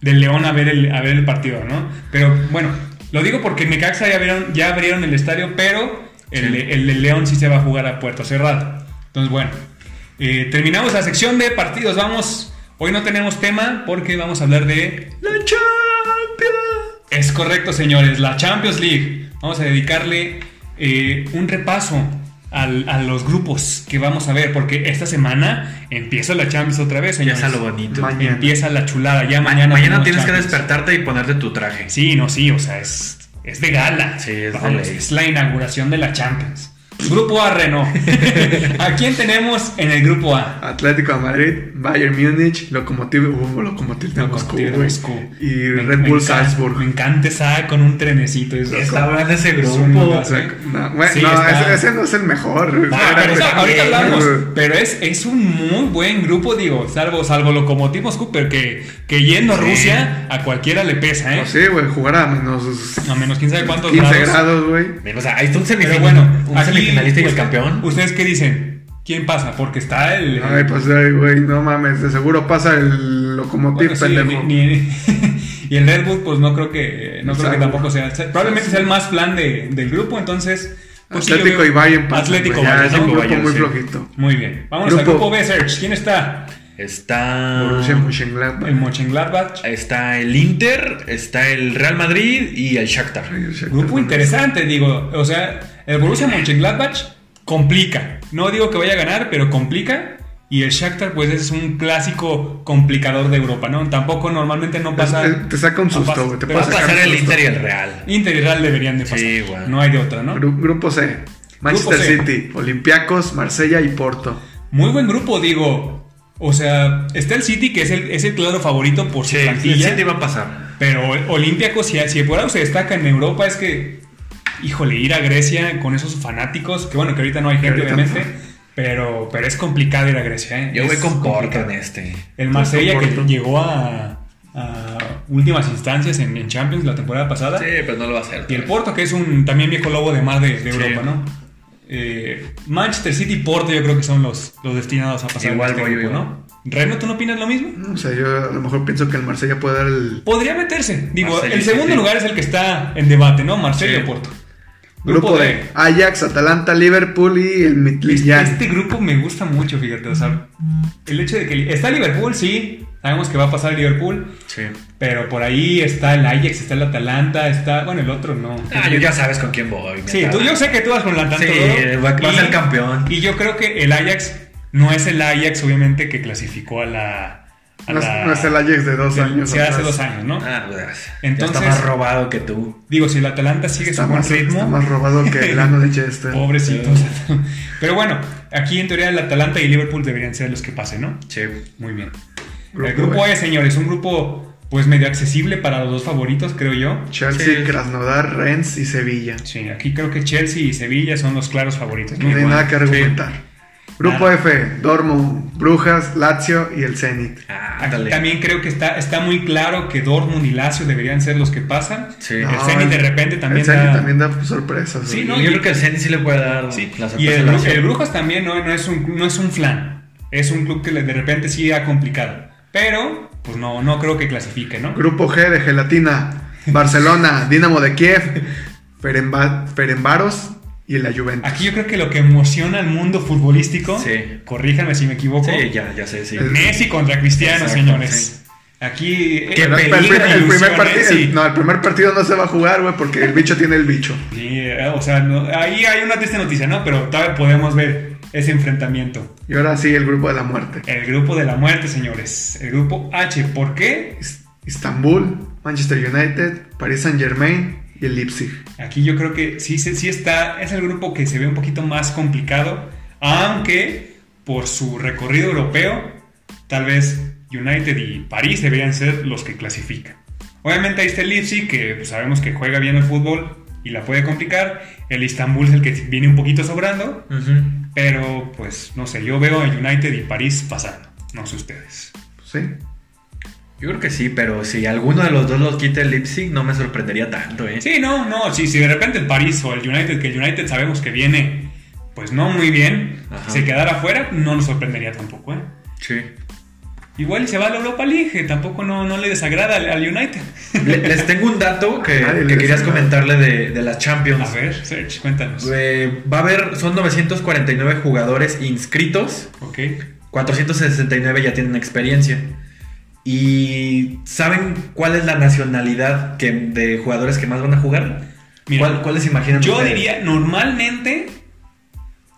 Speaker 2: del León a ver, el, a ver el partido, ¿no? Pero bueno, lo digo porque en Necaxa ya abrieron, ya abrieron el estadio, pero el,
Speaker 3: Sí.
Speaker 2: el de León sí se va a jugar a puerto cerrado. Entonces, bueno, eh, terminamos la sección de partidos. Vamos, hoy no tenemos tema porque vamos a hablar de...
Speaker 3: La Champions.
Speaker 2: Es correcto, señores, la Champions League. Vamos a dedicarle eh, un repaso al- a los grupos que vamos a ver, porque esta semana empieza la Champions otra vez, señores.
Speaker 3: Empieza lo bonito.
Speaker 1: Ma- Mañana.
Speaker 2: Empieza la chulada, ya
Speaker 3: mañana
Speaker 2: mañana. tenemos
Speaker 3: tienes que
Speaker 2: Champions.
Speaker 3: despertarte y ponerte tu traje.
Speaker 2: Sí, no, sí, o sea, es, es de gala.
Speaker 3: Sí, es de
Speaker 2: Vamos,
Speaker 3: ley.
Speaker 2: es la inauguración de la Champions. Grupo A, Renault. ¿A quién tenemos en el grupo A?
Speaker 1: Atlético de Madrid, Bayern Múnich, Lokomotiv, uh, Lokomotiv de Moscú,
Speaker 2: Lokomotiv de
Speaker 1: güey.
Speaker 2: Moscú.
Speaker 1: y
Speaker 2: Me-
Speaker 1: Red
Speaker 2: me
Speaker 1: Bull
Speaker 2: encanta-
Speaker 1: Salzburg.
Speaker 2: Me encanta esa con un trenecito. es-
Speaker 1: Loco.
Speaker 3: Está bueno ese
Speaker 2: Es
Speaker 3: grupo.
Speaker 2: un
Speaker 1: O sea,
Speaker 2: ¿eh?
Speaker 1: no, bueno,
Speaker 2: Sí,
Speaker 1: no,
Speaker 2: está.
Speaker 1: ese, ese no es el mejor. Pues,
Speaker 2: Ah,
Speaker 1: Era-
Speaker 2: pero eso ahorita
Speaker 3: bien,
Speaker 2: hablamos,
Speaker 1: güey.
Speaker 2: pero es, es un muy buen grupo, digo, salvo, salvo Lokomotiv Moscú, pero que, que yendo a
Speaker 3: Sí.
Speaker 2: Rusia a cualquiera le pesa, ¿eh?
Speaker 1: No sé, pues güey, jugar a menos,
Speaker 2: A menos quién sabe cuántos
Speaker 1: 15
Speaker 2: grados.
Speaker 1: grados, güey.
Speaker 3: Mira, o sea, ahí está un
Speaker 2: Pero
Speaker 3: semifinal,
Speaker 2: bueno,
Speaker 3: un
Speaker 2: aquí,
Speaker 3: semifinalista y el
Speaker 2: usted-
Speaker 3: campeón.
Speaker 2: ¿Ustedes qué dicen? ¿Quién pasa? Porque está el...
Speaker 1: Ay, pues, ay, güey, no mames, de seguro pasa el Lokomotiv,
Speaker 2: bueno, sí,
Speaker 1: pendejo.
Speaker 2: ni- ni- [LAUGHS] y el Red Bull, pues no creo que no creo que
Speaker 1: Exacto.
Speaker 2: tampoco sea. Probablemente sea el más plan de- del grupo, entonces. pues sí, yo
Speaker 1: Atlético
Speaker 2: veo-
Speaker 1: y Bayern pasan,
Speaker 2: Atlético
Speaker 1: güey, ya,
Speaker 2: Bayern,
Speaker 1: Es un
Speaker 2: ¿no?
Speaker 1: grupo
Speaker 3: Bayern,
Speaker 1: muy
Speaker 3: sí.
Speaker 1: flojito.
Speaker 2: Muy bien. Vámonos al
Speaker 1: Grupo-
Speaker 2: grupo B, Serge. ¿Quién está?
Speaker 3: Está.
Speaker 1: Borussia Mönchengladbach.
Speaker 2: Ah. El Mönchengladbach.
Speaker 3: Está el Inter, está el Real Madrid y el Shakhtar.
Speaker 1: Ay, el Shakhtar
Speaker 2: Grupo
Speaker 1: también.
Speaker 2: interesante, digo. O sea, el Borussia Mönchengladbach complica. No digo que vaya a ganar, pero complica. Y el Shakhtar, pues es un clásico complicador de Europa, ¿no? Tampoco normalmente no pasa.
Speaker 1: Es- es- te saca un
Speaker 2: no
Speaker 1: susto,
Speaker 2: pasa,
Speaker 1: güey, te
Speaker 2: pero
Speaker 3: Va a
Speaker 1: sacar
Speaker 3: pasar
Speaker 1: un
Speaker 3: el
Speaker 1: susto.
Speaker 3: Inter y el Real.
Speaker 2: Inter y Real deberían de pasar.
Speaker 3: Sí, güey.
Speaker 2: No hay de otra, ¿no?
Speaker 1: Gru- grupo C. Manchester
Speaker 2: C.
Speaker 1: City, Olympiacos, Marsella y Porto.
Speaker 2: Muy buen grupo, digo. O sea, está el City, que es el, es el claro favorito por su
Speaker 3: Sí, el
Speaker 2: plantilla.
Speaker 3: City va a pasar.
Speaker 2: Pero Olympiacos, si, si por algo se destaca en Europa, es que, híjole, ir a Grecia con esos fanáticos, que bueno, que ahorita no hay gente,
Speaker 1: Ahorita no.
Speaker 2: obviamente, pero, pero es complicado ir a Grecia. ¿eh?
Speaker 3: Yo
Speaker 2: Es
Speaker 3: voy con Porto
Speaker 2: complicado.
Speaker 3: en este.
Speaker 2: El Marsella
Speaker 1: Voy con
Speaker 2: que
Speaker 1: Porto.
Speaker 2: llegó a, a últimas instancias en, en Champions la temporada pasada.
Speaker 3: Sí, pero no lo va a hacer.
Speaker 2: Y el Porto, que es un también viejo lobo de más de, de
Speaker 3: Sí.
Speaker 2: Europa, ¿no? Eh, Manchester City y Porto yo creo que son los, los destinados a pasar.
Speaker 3: Igual
Speaker 2: en este
Speaker 3: voy yo.
Speaker 2: ¿no? Reno, ¿tú no opinas lo mismo?
Speaker 1: O sea, yo a lo mejor pienso que el Marsella puede dar el
Speaker 2: Podría meterse. Digo,
Speaker 3: Marsella,
Speaker 2: el
Speaker 3: sí,
Speaker 2: segundo
Speaker 3: sí.
Speaker 2: lugar es el que está en debate, ¿no? Marsella
Speaker 3: Sí.
Speaker 2: o Porto.
Speaker 1: grupo,
Speaker 2: Grupo
Speaker 1: de
Speaker 2: D.
Speaker 1: Ajax, Atalanta, Liverpool y el
Speaker 2: Este,
Speaker 1: Midtjylland.
Speaker 2: este grupo me gusta mucho, fíjate. O sea, el hecho de que está Liverpool, sí. Sabemos que va a pasar el Liverpool.
Speaker 3: Sí.
Speaker 2: Pero por ahí está el Ajax, está el Atalanta, está. Bueno, el otro no.
Speaker 3: Ah, yo ya sabes con quién voy. me
Speaker 2: Sí, tú, yo sé que tú vas con la tanto.
Speaker 3: Sí, va- va a ser campeón.
Speaker 2: Y yo creo que el Ajax no es el Ajax, obviamente, que clasificó a la,
Speaker 1: No, es- no es el Ajax de dos años.
Speaker 2: Sí, hace
Speaker 1: atrás.
Speaker 2: dos años, ¿no?
Speaker 3: Ah, pues,
Speaker 2: Entonces-
Speaker 3: ya está más robado que tú.
Speaker 2: Digo, si el Atalanta sigue
Speaker 1: Está
Speaker 2: su buen
Speaker 1: más,
Speaker 2: ritmo.
Speaker 1: está más robado que el ano de
Speaker 2: [LAUGHS]
Speaker 1: Chester.
Speaker 2: Pobrecitos. Pero bueno, aquí en teoría el Atalanta y Liverpool deberían ser los que pasen, ¿no?
Speaker 3: Sí.
Speaker 2: Muy bien.
Speaker 1: Grupo
Speaker 2: el grupo
Speaker 1: E.
Speaker 2: E, señores, un grupo pues medio accesible para los dos favoritos, creo yo.
Speaker 1: Chelsea,
Speaker 3: Sí.
Speaker 1: Krasnodar, Rennes y Sevilla.
Speaker 2: Sí, aquí creo que Chelsea y Sevilla son los claros favoritos.
Speaker 1: No hay
Speaker 2: Igual.
Speaker 1: nada que argumentar. Grupo
Speaker 2: Nada.
Speaker 1: F, Dortmund, Brujas, Lazio y el Zenit.
Speaker 3: Ah,
Speaker 2: Aquí
Speaker 3: ándale.
Speaker 2: también creo que está, está muy claro que Dortmund y Lazio deberían ser los que pasan.
Speaker 3: Sí.
Speaker 2: El
Speaker 1: No,
Speaker 2: Zenit de repente también
Speaker 1: El Zenit
Speaker 2: da-
Speaker 1: también da pues, sorpresas.
Speaker 2: Sí,
Speaker 1: güey.
Speaker 2: no,
Speaker 3: Yo creo que el Zenit sí le puede dar
Speaker 2: Sí,
Speaker 3: la sorpresa
Speaker 2: y
Speaker 3: a
Speaker 2: el,
Speaker 3: la
Speaker 2: Bru-
Speaker 3: Lazio.
Speaker 2: el Brujas también no, no, es un, no es un flan. Es un club que le- de repente sí ha complicado. Pero, pues no, no creo que clasifique, ¿no?
Speaker 1: Grupo G de
Speaker 2: [LAUGHS]
Speaker 1: Gelatina, Barcelona, Dinamo de Kiev, Ferenba- Ferenbaros y la Juventus.
Speaker 2: Aquí yo creo que lo que emociona al mundo futbolístico,
Speaker 3: Sí.
Speaker 2: corríjanme si me equivoco,
Speaker 3: Sí, ya, ya sé, sí.
Speaker 1: El-
Speaker 2: Messi contra Cristiano,
Speaker 3: Exacto,
Speaker 2: señores. Aquí eh,
Speaker 1: Pero el, primer-
Speaker 2: peligro,
Speaker 1: pues, el primer
Speaker 2: ilusión, ¿eh?
Speaker 1: partido,
Speaker 2: Messi.
Speaker 1: no, el primer partido no se va a jugar, güey, porque el bicho tiene el bicho.
Speaker 2: Sí, eh, o sea, no- ahí hay una triste noticia, ¿no? Pero todavía podemos ver ese enfrentamiento.
Speaker 1: Y ahora sí, el grupo de la muerte.
Speaker 2: El grupo de la muerte, señores. El grupo H. ¿Por qué?
Speaker 1: Is- Istambul, Manchester United, Paris Saint Germain y el Leipzig.
Speaker 2: Aquí yo creo que sí, se- sí está, es el grupo que se ve un poquito más complicado, aunque por su recorrido europeo, tal vez United y París deberían ser los que clasifican. Obviamente ahí está el Leipzig, que pues, sabemos que juega bien el fútbol y la puede complicar. El Istanbul es el que viene un poquito sobrando,
Speaker 3: Ujú.
Speaker 2: pero pues no sé, yo veo a United y París pasando, no sé ustedes.
Speaker 1: Pues Sí.
Speaker 3: Yo creo que sí, pero si alguno de los dos los quita el Leipzig, no me sorprendería tanto, ¿eh?
Speaker 2: Sí, no, no, sí, si de repente el París o el United, que el United sabemos que viene pues no muy bien,
Speaker 3: Ajá.
Speaker 2: se quedara fuera, no nos sorprendería tampoco, ¿eh?
Speaker 3: Sí.
Speaker 2: Igual y se va a la Europa League, que tampoco no, no le desagrada al, al United.
Speaker 3: Le- les tengo un dato que,
Speaker 1: Nadie le
Speaker 3: que querías
Speaker 1: dice nada.
Speaker 3: comentarle de, de las Champions.
Speaker 2: A ver, Serge, cuéntanos.
Speaker 3: Eh, va a haber, son 949 jugadores inscritos,
Speaker 2: Ok.
Speaker 3: 469 ya tienen experiencia. ¿Y saben cuál es la nacionalidad que, de jugadores que más van a jugar?
Speaker 2: Mira,
Speaker 3: ¿Cuál, cuál les imaginan?
Speaker 2: Yo
Speaker 3: ustedes?
Speaker 2: diría, normalmente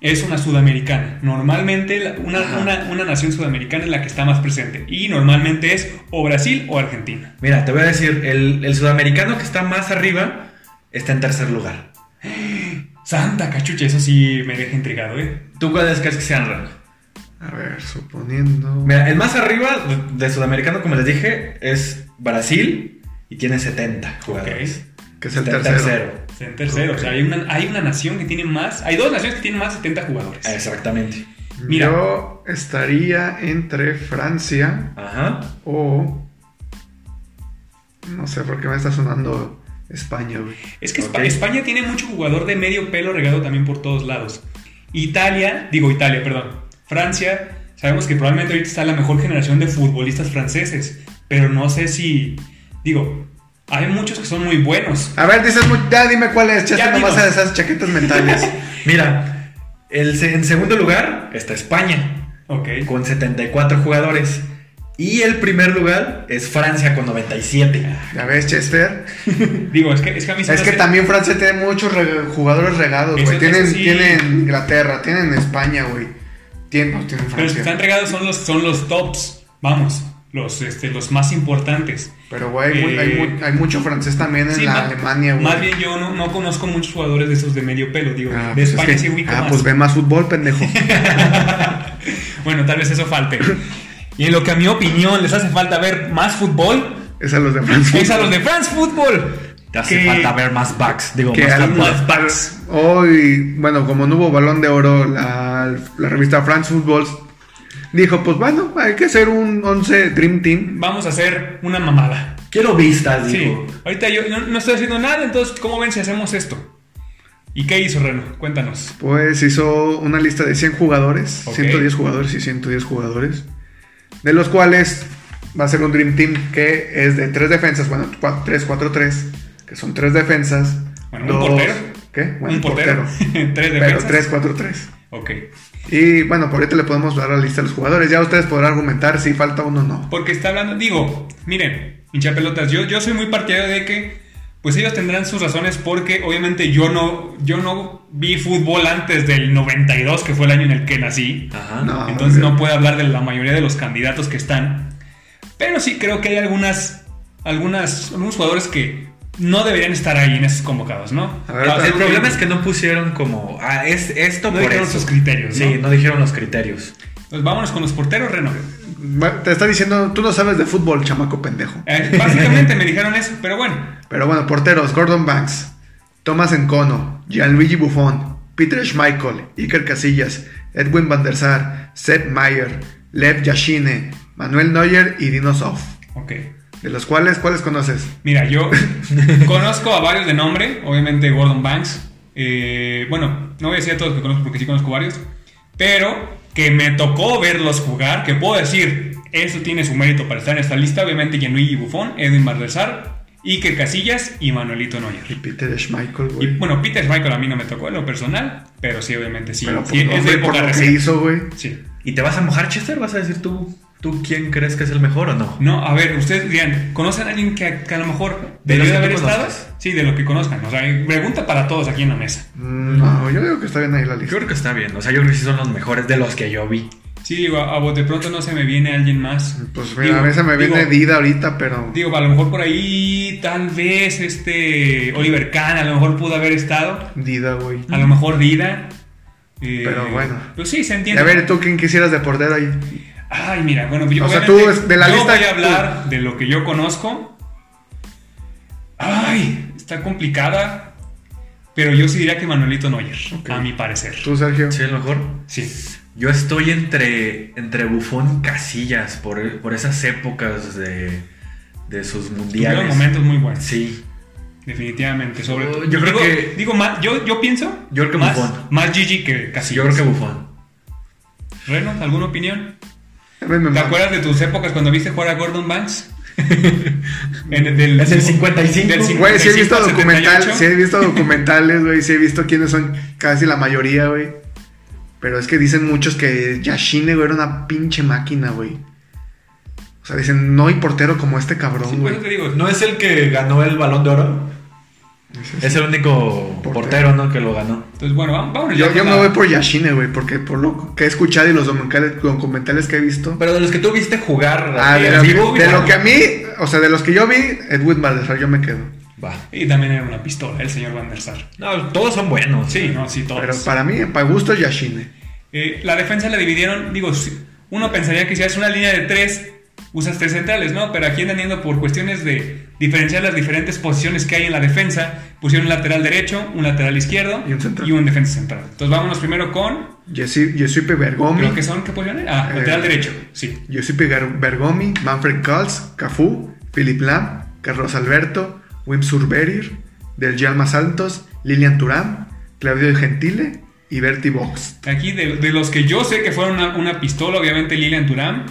Speaker 2: es una sudamericana. Normalmente la- una,
Speaker 3: Ajá.
Speaker 2: una- una nación sudamericana es la que está más presente. Y normalmente es o Brasil o Argentina.
Speaker 3: Mira, te voy a decir, el, el sudamericano que está más arriba está en tercer lugar.
Speaker 2: Santa cachucha, eso sí me deja intrigado, ¿eh?
Speaker 3: ¿Tú cuáles crees que sean, Ram?
Speaker 1: A ver, suponiendo.
Speaker 3: Mira, el más arriba de, de sudamericano, como les dije, es Brasil y tiene 70 jugadores.
Speaker 1: que es el
Speaker 3: Está en
Speaker 1: tercero.
Speaker 2: Está En tercero, o sea, hay una, hay una nación que tiene más. Hay dos naciones que tienen más de 70
Speaker 1: Ah,
Speaker 2: jugadores.
Speaker 3: Exactamente.
Speaker 2: Mira.
Speaker 1: Yo estaría entre Francia
Speaker 3: Ajá.
Speaker 1: o. No sé por qué me está sonando España, güey.
Speaker 2: Es que Espa-
Speaker 3: Ok.
Speaker 2: España tiene mucho jugador de medio pelo regado también por todos lados. Italia, digo Italia, perdón. Francia, sabemos que probablemente ahorita está la mejor generación de futbolistas franceses, pero no sé si, digo, hay muchos que son muy buenos.
Speaker 1: A ver, dices, mu- ya dime cuál es,
Speaker 2: Ya
Speaker 1: Chester, nomás
Speaker 2: dinos.
Speaker 1: a esas chaquetas
Speaker 2: [LAUGHS]
Speaker 1: mentales.
Speaker 3: Mira, el, se- en segundo lugar está España,
Speaker 2: Ok.
Speaker 3: con 74 jugadores. Y el primer lugar es Francia, con 97.
Speaker 1: ya ves, Chester.
Speaker 2: Digo, es que, es que a mí se
Speaker 1: Es
Speaker 2: me
Speaker 1: que
Speaker 2: hace-
Speaker 1: también Francia tiene muchos re- jugadores regados,
Speaker 2: Eso-
Speaker 1: güey. Tienen,
Speaker 2: eso sí.
Speaker 1: tienen Inglaterra, tienen España, güey. Tienen, no, tienen
Speaker 2: Pero los
Speaker 1: Francia.
Speaker 2: que están regados son los, son los tops, vamos, los, este, los más importantes.
Speaker 1: Pero, güey, mu- hay,
Speaker 2: Eh,
Speaker 1: mu- hay mucho francés también en
Speaker 2: Sí,
Speaker 1: la
Speaker 2: ma-
Speaker 1: Alemania, güey.
Speaker 2: Más bien yo no, no conozco muchos jugadores de esos de medio pelo, digo,
Speaker 1: Ah,
Speaker 2: de
Speaker 1: pues es
Speaker 2: España
Speaker 1: que-
Speaker 2: sí ubico
Speaker 1: Ah,
Speaker 2: más.
Speaker 1: pues ve más fútbol,
Speaker 2: [LAUGHS]
Speaker 1: pendejo.
Speaker 2: Bueno, tal vez eso falte. Y en lo que a mi opinión les hace falta ver más fútbol,
Speaker 1: es a los de Francia.
Speaker 2: es a los de France Football.
Speaker 3: Te hace
Speaker 2: Que-
Speaker 3: falta ver más backs. Digo,
Speaker 1: que
Speaker 3: más
Speaker 1: al-
Speaker 3: fútbol.
Speaker 2: más backs.
Speaker 1: Hoy, bueno, como no hubo balón de oro, la, la revista France Football dijo, pues bueno, hay que hacer un 11 Dream Team.
Speaker 2: Vamos a hacer una mamada.
Speaker 3: Quiero vistas,
Speaker 2: Sí.
Speaker 3: dijo.
Speaker 2: Ahorita yo no, no estoy haciendo nada, entonces, ¿cómo ven si hacemos esto? ¿Y qué hizo Reno? Cuéntanos.
Speaker 1: Pues hizo una lista de 100 jugadores,
Speaker 2: Ok.
Speaker 1: 110 jugadores y 110 jugadores, de los cuales va a ser un Dream Team que es de 3 defensas, bueno, 3-4-3, que son 3 defensas.
Speaker 2: Bueno,
Speaker 1: dos-
Speaker 2: un portero.
Speaker 1: ¿Qué? Bueno,
Speaker 2: un portero. [LAUGHS] Tres
Speaker 1: Pero
Speaker 2: defensas.
Speaker 1: 3-4-3.
Speaker 2: Ok.
Speaker 1: Y bueno, por ahorita le podemos dar la lista a los jugadores. Ya ustedes podrán argumentar si falta uno o no.
Speaker 2: Porque está hablando, digo, miren, hinchapelotas, yo, yo soy muy partidario de que, pues ellos tendrán sus razones porque obviamente yo no, yo no vi fútbol antes del 92, que fue el año en el que nací.
Speaker 3: Ajá.
Speaker 1: No.
Speaker 2: Entonces
Speaker 1: ok.
Speaker 2: no puedo hablar de la mayoría de los candidatos que están. Pero sí creo que hay algunas, algunas, algunos jugadores que no deberían estar ahí en esos convocados, ¿no?
Speaker 1: A ver,
Speaker 3: Ah, o sea, el
Speaker 1: pero-
Speaker 3: problema es que no pusieron como, ah, es esto
Speaker 2: No
Speaker 3: por
Speaker 2: dijeron
Speaker 3: eso.
Speaker 2: sus criterios, ¿no?
Speaker 3: Sí, no dijeron los criterios.
Speaker 2: Pues vámonos con los porteros, Reno.
Speaker 1: Va- Te está diciendo, tú no sabes de fútbol, chamaco pendejo.
Speaker 2: Eh, básicamente me dijeron eso, pero bueno.
Speaker 1: Pero bueno, porteros, Gordon Banks, Thomas Encono, Gianluigi Buffon, Peter Schmeichel, Iker Casillas, Edwin van der Sar, Sepp Mayer, Lev Yashine, Manuel Neuer y Dino Zoff.
Speaker 2: Ok.
Speaker 1: De los cuales, ¿cuáles conoces?
Speaker 2: Mira, yo [LAUGHS] conozco a varios de nombre, obviamente Gordon Banks. eh, bueno, no voy a decir a todos que conozco porque sí conozco varios. Pero que me tocó verlos jugar, que puedo decir, eso tiene su mérito para estar en esta lista. Obviamente, Gianluigi Buffon, Edwin Mardesar, Iker Casillas y Manuelito Neuer.
Speaker 1: Y Peter Schmeichel,
Speaker 2: Y
Speaker 1: güey.
Speaker 2: bueno, Peter Schmeichel a mí no me tocó en lo personal, pero sí, obviamente sí.
Speaker 1: Pero por,
Speaker 2: sí,
Speaker 1: nombre,
Speaker 2: es de
Speaker 1: por
Speaker 2: época
Speaker 1: lo que
Speaker 2: reciente.
Speaker 1: hizo, güey.
Speaker 2: Sí.
Speaker 3: ¿Y te vas a mojar, Chester? ¿Vas a decir tú, tú quién crees que es el mejor o no?
Speaker 2: No, a ver, ustedes dirán, ¿conocen a alguien que, que a lo mejor
Speaker 3: De
Speaker 2: debió
Speaker 3: los
Speaker 2: de
Speaker 3: que
Speaker 2: haber
Speaker 3: tú
Speaker 2: estado?
Speaker 3: conozcas.
Speaker 2: Sí, de lo que conozcan. O sea, pregunta para todos aquí en la mesa.
Speaker 1: Mm, No, yo digo que está bien ahí la
Speaker 3: Yo
Speaker 1: lista.
Speaker 3: creo que está bien. O sea, yo creo que sí son los mejores de los que yo vi.
Speaker 2: Sí, digo, a, a vos de pronto no se me viene alguien más.
Speaker 1: Pues mira, a veces me
Speaker 2: digo-
Speaker 1: viene Dida ahorita, pero.
Speaker 2: Digo, a lo mejor por ahí, tal vez este Oliver Kahn, a lo mejor pudo haber estado.
Speaker 1: Dida, güey.
Speaker 2: A lo mejor Dida. eh,
Speaker 1: Pero bueno.
Speaker 2: Pues sí, se
Speaker 1: Y
Speaker 2: entiende.
Speaker 1: a ver, tú quién quisieras de portero ahí.
Speaker 2: Ay, mira, bueno, yo,
Speaker 1: O sea,
Speaker 2: obviamente,
Speaker 1: tú es de la
Speaker 2: yo
Speaker 1: lista
Speaker 2: voy
Speaker 1: que
Speaker 2: a
Speaker 1: tú-
Speaker 2: hablar de lo que yo conozco. Ay, está complicada. Pero yo sí diría que Manuelito Neuer,
Speaker 1: Ok.
Speaker 2: a mi parecer.
Speaker 1: Tú, Sergio.
Speaker 3: ¿Sí, el mejor?
Speaker 2: Sí.
Speaker 3: Yo estoy entre, entre Bufón y Casillas por, por esas épocas de, de sus
Speaker 2: Tuvieron
Speaker 3: mundiales.
Speaker 2: momentos muy buenos.
Speaker 3: Sí.
Speaker 2: Definitivamente, sobre
Speaker 3: Yo-
Speaker 2: todo.
Speaker 3: yo creo
Speaker 2: digo,
Speaker 3: que-
Speaker 2: Digo, más, yo, yo pienso.
Speaker 3: Yo creo que
Speaker 2: más,
Speaker 3: Buffon.
Speaker 2: más Gigi que Casillas.
Speaker 3: Yo creo que Bufón.
Speaker 2: Reno, ¿alguna opinión?
Speaker 1: A ver, me
Speaker 2: ¿Te
Speaker 1: mama.
Speaker 2: acuerdas de tus épocas cuando viste jugar a Gordon Banks? en, el- del,
Speaker 3: Es el 55.
Speaker 2: Del
Speaker 1: Güey, sí he visto
Speaker 2: 55 al
Speaker 1: documentales,
Speaker 2: 78.
Speaker 1: sí he visto documentales, güey, sí he visto quiénes son casi la mayoría, güey. Pero es que dicen muchos que Yashine, güey, era una pinche máquina, güey. O sea, dicen, no hay portero como este
Speaker 2: Sí,
Speaker 1: cabrón,
Speaker 2: por
Speaker 1: güey.
Speaker 2: eso te digo,
Speaker 3: ¿No es el que ganó el balón de oro? Es el único
Speaker 1: Portero.
Speaker 3: portero, ¿no? que lo ganó.
Speaker 2: Entonces, bueno, vamos, vámonos
Speaker 1: yo
Speaker 2: ya con
Speaker 1: yo
Speaker 2: la-
Speaker 1: me voy por Yashine, güey, porque por lo que he escuchado y los documentales, documentales que he visto.
Speaker 3: Pero de los que tú viste jugar
Speaker 1: Ah,
Speaker 3: así
Speaker 1: de,
Speaker 3: en
Speaker 1: lo,
Speaker 3: vivo,
Speaker 1: de
Speaker 3: bueno,
Speaker 1: lo que a mí, o sea, de los que yo vi, Edwin Valdezar, yo me quedo.
Speaker 3: Va.
Speaker 2: Y también era una pistola, el señor Van der Sar.
Speaker 3: No, todos son buenos.
Speaker 2: Sí, no, sí, todos.
Speaker 1: Pero para mí, para gusto, Yashine.
Speaker 2: Eh, la defensa la dividieron, digo, si- uno pensaría que si haces una línea de tres, usas tres centrales, ¿no? Pero aquí andan yendo por cuestiones de diferenciar las diferentes posiciones que hay en la defensa. Pusieron un lateral derecho, un lateral izquierdo
Speaker 1: Y un central.
Speaker 2: defensa central. Entonces, vámonos primero con
Speaker 1: Giuseppe Bergomi.
Speaker 2: lo que son, ¿qué posiciones? Ah,
Speaker 1: Eh,
Speaker 2: lateral derecho, sí.
Speaker 1: Giuseppe Gar- Bergomi, Manfred Kals, Cafú, Philip Lam, Carlos Alberto, Wim Surberir, Del Yalma Santos, Lilian Turam, Claudio Gentile y Berti Box.
Speaker 2: Aquí, de, de los que yo sé que fueron una, una pistola, obviamente Lilian Thuram,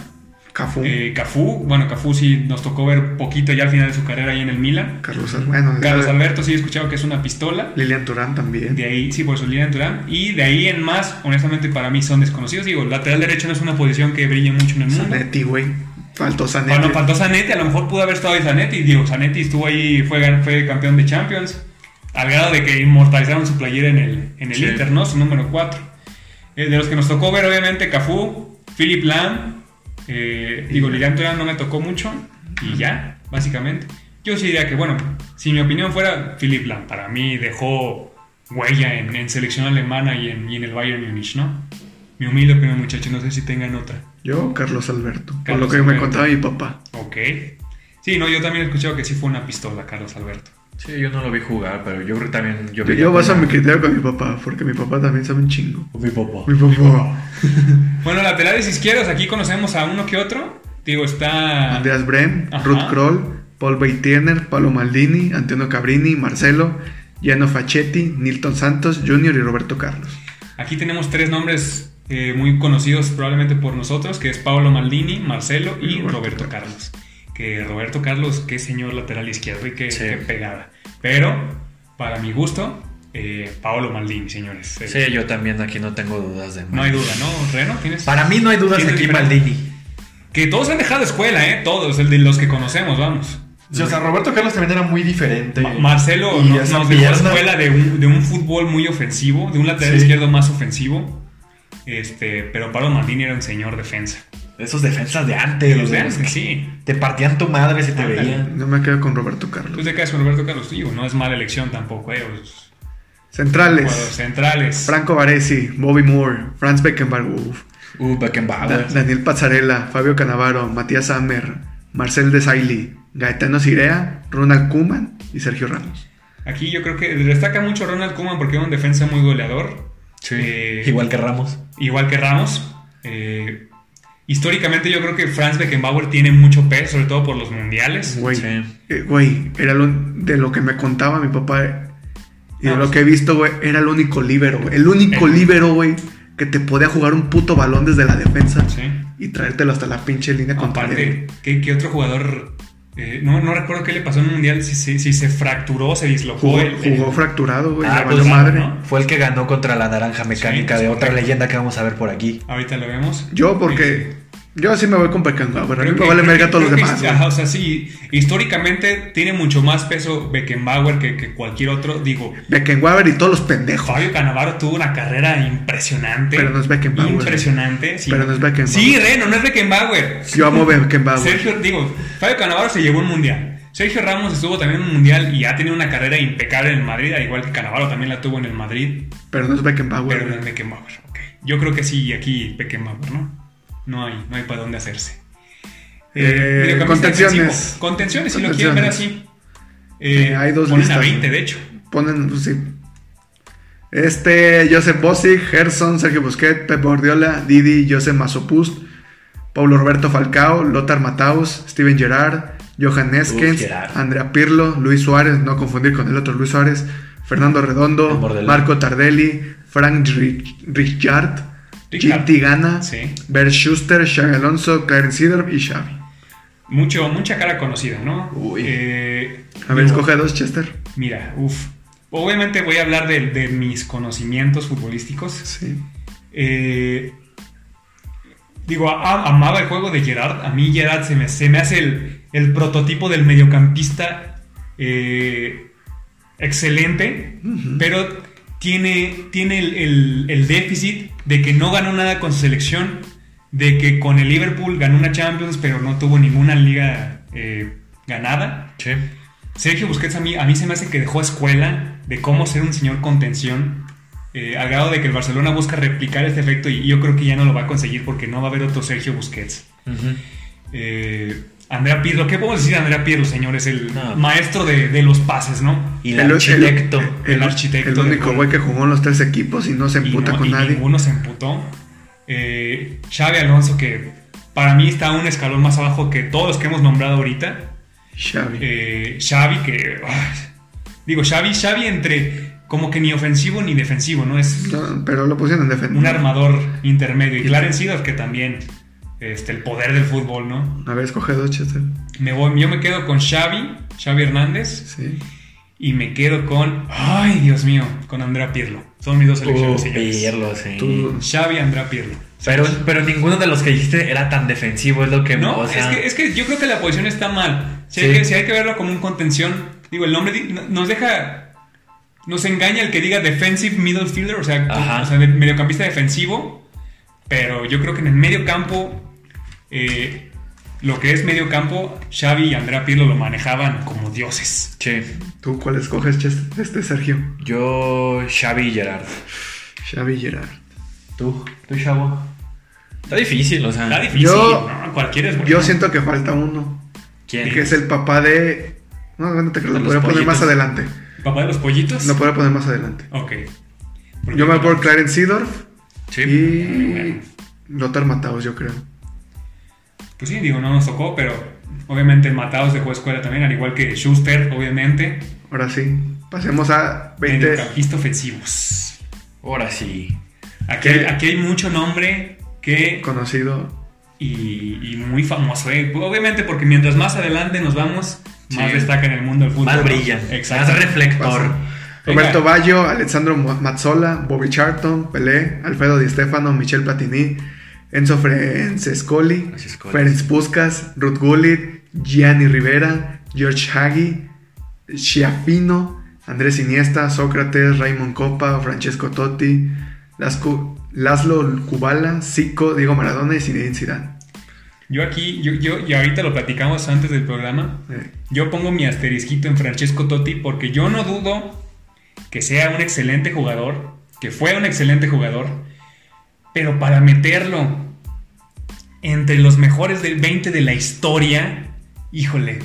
Speaker 1: Cafú,
Speaker 2: eh, Cafú, bueno, Cafú sí nos tocó ver poquito ya al final de su carrera ahí en el Milan.
Speaker 1: Carlos Al- bueno,
Speaker 2: Carlos
Speaker 1: eh,
Speaker 2: Alberto sí he escuchado que es una pistola.
Speaker 1: Lilian Turam también.
Speaker 2: De ahí, sí, por su línea natural. Y de ahí en más, honestamente, para mí son desconocidos. Digo, lateral derecho no es una posición que brille mucho en el mundo.
Speaker 1: Zanetti, güey. Faltó Zanetti.
Speaker 2: Bueno, faltó Zanetti, a lo mejor pudo haber estado ahí Zanetti. Digo, Zanetti estuvo ahí, fue, gan- fue campeón de Champions, al grado de que inmortalizaron su playera en el, en el
Speaker 3: Sí.
Speaker 2: Inter, ¿no? Su número 4. de los que nos tocó ver, obviamente, Cafú, Philip Lam, eh, digo, Lilian Thuram no me tocó mucho, y ya, básicamente. Yo sí diría que, bueno, si mi opinión fuera, Philip Lam, para mí dejó huella en, en selección alemana y en, y en el Bayern Múnich, ¿no? Mi humilde opinión, muchachos, no sé si tengan otra.
Speaker 1: Yo, Carlos Alberto. por lo
Speaker 2: Carlos
Speaker 1: que me
Speaker 2: Alberto.
Speaker 1: contaba mi papá.
Speaker 2: Ok. Sí, no, yo también he escuchado que sí fue una pistola, Carlos Alberto.
Speaker 3: Sí, yo no lo vi jugar, pero yo creo que también.
Speaker 1: Yo,
Speaker 3: Yo, vi
Speaker 1: yo baso mi criterio con mi papá, porque mi papá también sabe un chingo.
Speaker 3: Mi papá.
Speaker 1: Mi papá.
Speaker 2: Bueno, laterales izquierdos, aquí conocemos a uno que otro. Digo, está.
Speaker 1: Andreas Brem,
Speaker 2: Ajá.
Speaker 1: Ruth Kroll, Paul Beitiener, Paolo Maldini, Antonio Cabrini, Marcelo, Gianno Facchetti, Nilton Santos Jr. y Roberto Carlos.
Speaker 2: Aquí tenemos tres nombres eh, muy conocidos probablemente por nosotros, que es Paolo Maldini, Marcelo y
Speaker 1: Roberto
Speaker 2: Roberto, Carlos. Que Roberto Carlos, qué señor lateral izquierdo y qué,
Speaker 3: Sí.
Speaker 2: qué pegada. Pero, para mi gusto, eh, Paolo Maldini, señores. Eh,
Speaker 3: Sí, yo también aquí no tengo dudas de
Speaker 2: No hay duda, ¿no? Reno, tienes.
Speaker 3: Para mí no hay dudas
Speaker 2: ¿Quién es
Speaker 3: aquí,
Speaker 2: el
Speaker 3: Maldini.
Speaker 2: Que todos han dejado escuela, ¿eh? Todos, el de los que conocemos, vamos.
Speaker 4: Sí, o sea, Roberto Carlos también era muy diferente.
Speaker 2: Ma- Marcelo
Speaker 4: Y
Speaker 2: no-
Speaker 4: esa
Speaker 2: nos dejó
Speaker 4: pierna-
Speaker 2: escuela de un, de un fútbol muy ofensivo, de un lateral
Speaker 4: Sí.
Speaker 2: izquierdo más ofensivo. Este, pero Pablo Maldini era un señor defensa.
Speaker 3: Esos defensas de antes.
Speaker 2: De los
Speaker 3: o sea,
Speaker 2: de antes, sí.
Speaker 3: Te partían tu madre si te
Speaker 2: Ándale.
Speaker 3: veían.
Speaker 1: No me quedo con Roberto
Speaker 2: Tú
Speaker 1: Carlos.
Speaker 2: te quedas con Roberto Carlos, digo, no es mala elección tampoco, eh. Los jugadores
Speaker 1: Centrales.
Speaker 2: centrales.
Speaker 1: Franco Baresi, Bobby Moore, Franz Beckenbauer, uf,
Speaker 3: Uh,
Speaker 1: Da-
Speaker 3: Beckenbauer.
Speaker 1: Daniel Pazzarella, Fabio Canavaro, Matías Hammer, Marcel Desailly, Gaetano Cirea, Ronald Kuman y Sergio Ramos.
Speaker 2: Aquí yo creo que destaca mucho Ronald Koeman porque es un defensa muy goleador. Eh,
Speaker 3: Igual que Ramos.
Speaker 2: igual que Ramos. Eh, históricamente yo creo que Franz Beckenbauer tiene mucho peso, sobre todo por los mundiales.
Speaker 1: Güey,
Speaker 3: Sí.
Speaker 1: eh, güey, era lo- de lo que me contaba mi papá eh, y de
Speaker 2: Ah,
Speaker 1: lo
Speaker 2: sí.
Speaker 1: que he visto, güey, era el único líbero, güey, el único
Speaker 2: Eh.
Speaker 1: líbero, güey, que te podía jugar un puto balón desde la defensa
Speaker 2: Sí.
Speaker 1: y traértelo hasta la pinche línea contraria.
Speaker 2: Aparte, ¿qué, qué otro jugador? Eh, no, no recuerdo qué le pasó en el mundial, si, se- si se fracturó, se dislocó.
Speaker 1: Jugó,
Speaker 2: el- el-
Speaker 1: jugó fracturado, güey,
Speaker 3: Ah,
Speaker 1: le valió
Speaker 3: pues,
Speaker 1: madre.
Speaker 2: ¿no?
Speaker 3: Fue el que ganó contra la naranja mecánica
Speaker 2: Sí,
Speaker 3: de otra
Speaker 2: correcto.
Speaker 3: leyenda que vamos a ver por aquí.
Speaker 2: Ahorita lo vemos. Eh,
Speaker 1: Yo porque yo sí me voy con Beckenbauer, a mí
Speaker 2: Creo
Speaker 1: me
Speaker 2: que-
Speaker 1: vale
Speaker 2: creo
Speaker 1: verga
Speaker 2: que-
Speaker 1: todos los
Speaker 2: creo que
Speaker 1: demás.
Speaker 2: [LAUGHS] sí,
Speaker 1: güey.
Speaker 2: ajá, o sea, sí, históricamente tiene mucho más peso Beckenbauer que, que cualquier otro. Digo,
Speaker 1: Beckenbauer y todos los pendejos.
Speaker 2: Fabio Canavaro tuvo una carrera impresionante.
Speaker 1: Pero no es Beckenbauer.
Speaker 2: Impresionante, sí.
Speaker 1: Pero no es Beckenbauer.
Speaker 2: Sí, Reno, no es Beckenbauer.
Speaker 1: Yo amo Beckenbauer.
Speaker 2: Sergio, digo, Fabio Canavaro se llevó un mundial. Sergio Ramos estuvo también en un mundial y ha tenido una carrera impecable en el Madrid, al igual que Canavaro también la tuvo en el Madrid.
Speaker 1: Pero no es Beckenbauer.
Speaker 2: Pero no es Beckenbauer, ok. Yo creo que sí, aquí Beckenbauer, ¿no? No hay, no hay para dónde hacerse.
Speaker 1: Eh,
Speaker 2: mediocampista
Speaker 1: contenciones.
Speaker 2: defensivo. Contenciones, si lo quieren ver así. Eh,
Speaker 1: Eh, hay dos
Speaker 2: ponen
Speaker 1: listas,
Speaker 2: a 20,
Speaker 1: ¿no?
Speaker 2: de hecho.
Speaker 1: Ponen, pues, sí. Este, Joseph Bosic, Gerson, Sergio Busquets, Pep Guardiola, Didi, Joseph Masopust, Pablo Roberto Falcao, Lothar Mataus, Steven Gerrard, Johan
Speaker 3: Uf,
Speaker 1: Neskens,
Speaker 3: Gerrard.
Speaker 1: Andrea Pirlo, Luis Suárez, no confundir con el otro Luis Suárez, Fernando
Speaker 3: El
Speaker 1: Redondo,
Speaker 3: Bordelón.
Speaker 1: Marco Tardelli, Frank Ri- Rijkaard, Jim
Speaker 2: Rijkaard.
Speaker 1: Tigana,
Speaker 2: Sí.
Speaker 1: Bert Schuster, Xabi Alonso, Clarence Seedorf y Xavi.
Speaker 2: Mucho, mucha cara conocida, ¿no?
Speaker 3: Uy.
Speaker 2: Eh,
Speaker 1: A ver,
Speaker 2: digo,
Speaker 1: escoge dos, Chester.
Speaker 2: Mira, uff. Obviamente voy a hablar de, de mis conocimientos futbolísticos.
Speaker 1: Sí.
Speaker 2: Eh, digo, a- amaba el juego de Gerard. A mí Gerard se me, se me hace el, el prototipo del mediocampista eh, excelente,
Speaker 1: Ujú.
Speaker 2: pero tiene, tiene el, el- el déficit de que no ganó nada con su selección, de que con el Liverpool ganó una Champions, pero no tuvo ninguna liga eh, ganada.
Speaker 3: Sí.
Speaker 2: Sergio Busquets a mí, a mí se me hace que dejó escuela de cómo ser un señor contención, eh, al grado de que el Barcelona busca replicar este efecto y yo creo que ya no lo va a conseguir porque no va a haber otro Sergio Busquets. Eh, Andrea Pirlo, ¿qué podemos decir de Andrea Pirlo, señores? El
Speaker 3: No.
Speaker 2: maestro de, de los pases, ¿no?
Speaker 3: Y el, arquitecto.
Speaker 1: El,
Speaker 2: El arquitecto
Speaker 1: el
Speaker 2: del
Speaker 1: único
Speaker 2: gol.
Speaker 1: güey que jugó en los tres equipos y no se
Speaker 2: Y
Speaker 1: emputa
Speaker 2: no-
Speaker 1: con
Speaker 2: y
Speaker 1: nadie.
Speaker 2: Ninguno se emputó. Eh, Xavi Alonso, que para mí está un escalón más abajo que todos los que hemos nombrado ahorita.
Speaker 1: Xavi.
Speaker 2: Eh, Xavi, que. ah, digo, Xavi, Xavi entre. Como que ni ofensivo ni defensivo, ¿no? Es
Speaker 1: No, pero lo pusieron en defensa.
Speaker 2: un armador intermedio. Y Clarence Seedorf, que también. Este, el poder del fútbol, ¿no?
Speaker 1: A ver, escoge dos, Chester.
Speaker 2: Me voy, yo me quedo con Xavi, Xavi Hernández.
Speaker 1: Sí.
Speaker 2: Y me quedo con. ¡Ay, Dios mío! Con Andrea Pirlo. Son mis dos selecciones, señores.
Speaker 3: Pirlo, Uh, sí.
Speaker 1: Tú-
Speaker 2: Xavi, Andrea Pirlo.
Speaker 3: Pero, pero ninguno de los que dijiste era tan defensivo, es lo que...
Speaker 2: No,
Speaker 3: o sea,
Speaker 2: es, que, es que yo creo que la posición está mal. Si, hay,
Speaker 3: Sí.
Speaker 2: que, si hay que verlo como un contención, digo, el nombre di- no- nos deja. Nos engaña el que diga defensive middle fielder, o sea, con-
Speaker 3: Ajá.
Speaker 2: o sea, de- mediocampista defensivo. Pero yo creo que en el medio campo, eh, lo que es medio campo, Xavi y Andrea Pirlo lo manejaban como dioses.
Speaker 3: Sí.
Speaker 1: ¿Tú cuál escoges, Chester? Este Sergio.
Speaker 3: Yo, Xavi y Gerard.
Speaker 1: Xavi Gerard.
Speaker 3: ¿Tú? ¿Tú, Chavo? Está difícil, o sea...
Speaker 2: Está difícil,
Speaker 1: Yo-
Speaker 2: ¿no? Cualquiera es bueno.
Speaker 1: Yo siento que falta uno.
Speaker 3: ¿Quién?
Speaker 1: Que es el papá de. No, no te creo,
Speaker 3: De
Speaker 1: lo
Speaker 3: los
Speaker 1: podría poner más
Speaker 3: pollitos.
Speaker 1: adelante.
Speaker 2: ¿Papá de los pollitos?
Speaker 1: Lo podría poner más adelante.
Speaker 2: Ok.
Speaker 1: Yo me voy por Clarence Seedorf
Speaker 3: Sí.
Speaker 1: y. Lothar Mataos, yo creo.
Speaker 2: Pues sí, digo, no nos tocó, pero obviamente Matados dejó escuela también, al igual que Schuster, obviamente.
Speaker 1: Ahora sí. Pasemos a 20.
Speaker 2: Mediocampista ofensivos.
Speaker 3: Ahora sí.
Speaker 2: Aquí,
Speaker 1: ¿Qué?
Speaker 2: aquí hay mucho nombre que.
Speaker 1: Conocido.
Speaker 2: Y, y muy famoso, ¿eh? Obviamente, porque mientras más adelante nos vamos, más
Speaker 3: Sí.
Speaker 2: destaca en el mundo del fútbol.
Speaker 3: Más
Speaker 2: ¿no?
Speaker 3: brilla.
Speaker 2: Exacto. Pues,
Speaker 3: Más reflector.
Speaker 2: Venga.
Speaker 1: Roberto Bayo, Alessandro Mo- Mazzola, Bobby Charlton, Pelé, Alfredo Di Stefano, Michel Platini, Enzo Francescoli,
Speaker 3: Francescoli.
Speaker 1: Ferenc Puskas, Ruth Gullit, Gianni Rivera, George Hagi, Schiaffino, Andrés Iniesta, Sócrates, Raymond Copa, Francesco Totti, Lascu- Laszlo Kubala, Zico, Diego Maradona y Zinedine Zidane.
Speaker 2: Yo aquí, yo, yo, y ahorita lo platicamos antes del programa.
Speaker 1: Eh,
Speaker 2: Yo pongo mi asterisquito en Francesco Totti porque yo no dudo que sea un excelente jugador, que fue un excelente jugador, pero para meterlo entre los mejores del 20 de la historia, híjole,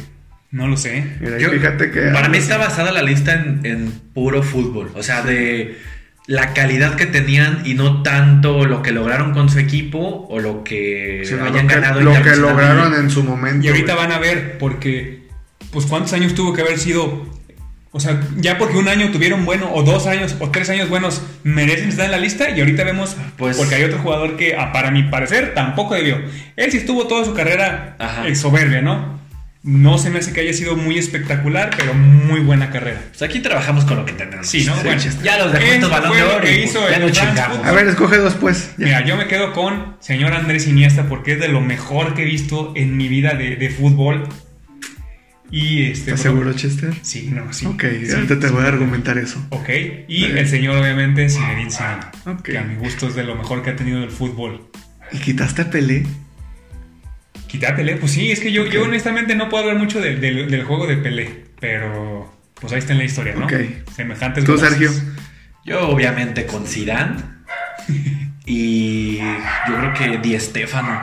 Speaker 2: no lo sé.
Speaker 1: mira,
Speaker 3: Yo-
Speaker 1: fíjate que.
Speaker 3: Para mí está basada la lista en, en puro fútbol, o sea, de la calidad que tenían y no tanto lo que lograron con su equipo o lo que
Speaker 1: sino
Speaker 3: hayan
Speaker 1: lo que,
Speaker 3: ganado. en
Speaker 1: lo
Speaker 3: llaves
Speaker 1: que
Speaker 3: en la
Speaker 1: lograron
Speaker 3: vida.
Speaker 1: en su momento.
Speaker 2: Y ahorita
Speaker 1: güey.
Speaker 2: van a ver, porque, pues, ¿cuántos años tuvo que haber sido? O sea, ya porque un año tuvieron bueno, o dos años, o tres años buenos, merecen estar en la lista. Y ahorita vemos,
Speaker 3: Pues-
Speaker 2: porque hay otro jugador que, a- para mi parecer, tampoco debió. Él sí estuvo toda su carrera
Speaker 3: Ajá.
Speaker 2: eh, soberbia, ¿no? No se me hace que haya sido muy espectacular, pero muy buena carrera.
Speaker 3: Pues aquí trabajamos con lo que tenemos.
Speaker 2: Sí, ¿no? Bueno,
Speaker 3: ya los dejó
Speaker 2: esto
Speaker 3: estos balón
Speaker 2: fue
Speaker 3: de
Speaker 2: lo
Speaker 3: oro.
Speaker 2: que
Speaker 3: y,
Speaker 2: hizo
Speaker 3: pues, ya
Speaker 2: el
Speaker 3: lo
Speaker 2: France
Speaker 3: chingamos.
Speaker 2: Football.
Speaker 1: A ver, escoge dos, pues. ya.
Speaker 2: Mira, yo me quedo con señor Andrés Iniesta porque es de lo mejor que he visto en mi vida de, de fútbol. Y este.
Speaker 1: ¿Estás seguro, Chester?
Speaker 2: Sí, no, sí.
Speaker 1: Ok,
Speaker 2: Sí,
Speaker 1: ahorita te
Speaker 2: sí.
Speaker 1: voy a argumentar eso.
Speaker 2: Ok, y
Speaker 1: Vale.
Speaker 2: el señor obviamente Zinedine Zidane,
Speaker 1: Ah, Ok.
Speaker 2: que a mi gusto es de lo mejor que ha tenido el fútbol.
Speaker 1: ¿Y quitaste a Pelé?
Speaker 2: Quítatele, pues sí, es que yo, yo
Speaker 1: Ok.
Speaker 2: honestamente no puedo hablar mucho del- del- del juego de Pelé, pero pues ahí está en la historia, ¿no?
Speaker 1: Ok.
Speaker 2: Semejantes
Speaker 1: Tú,
Speaker 2: golazos.
Speaker 1: Sergio.
Speaker 3: Yo obviamente con Zidane y yo creo que Di Stefano.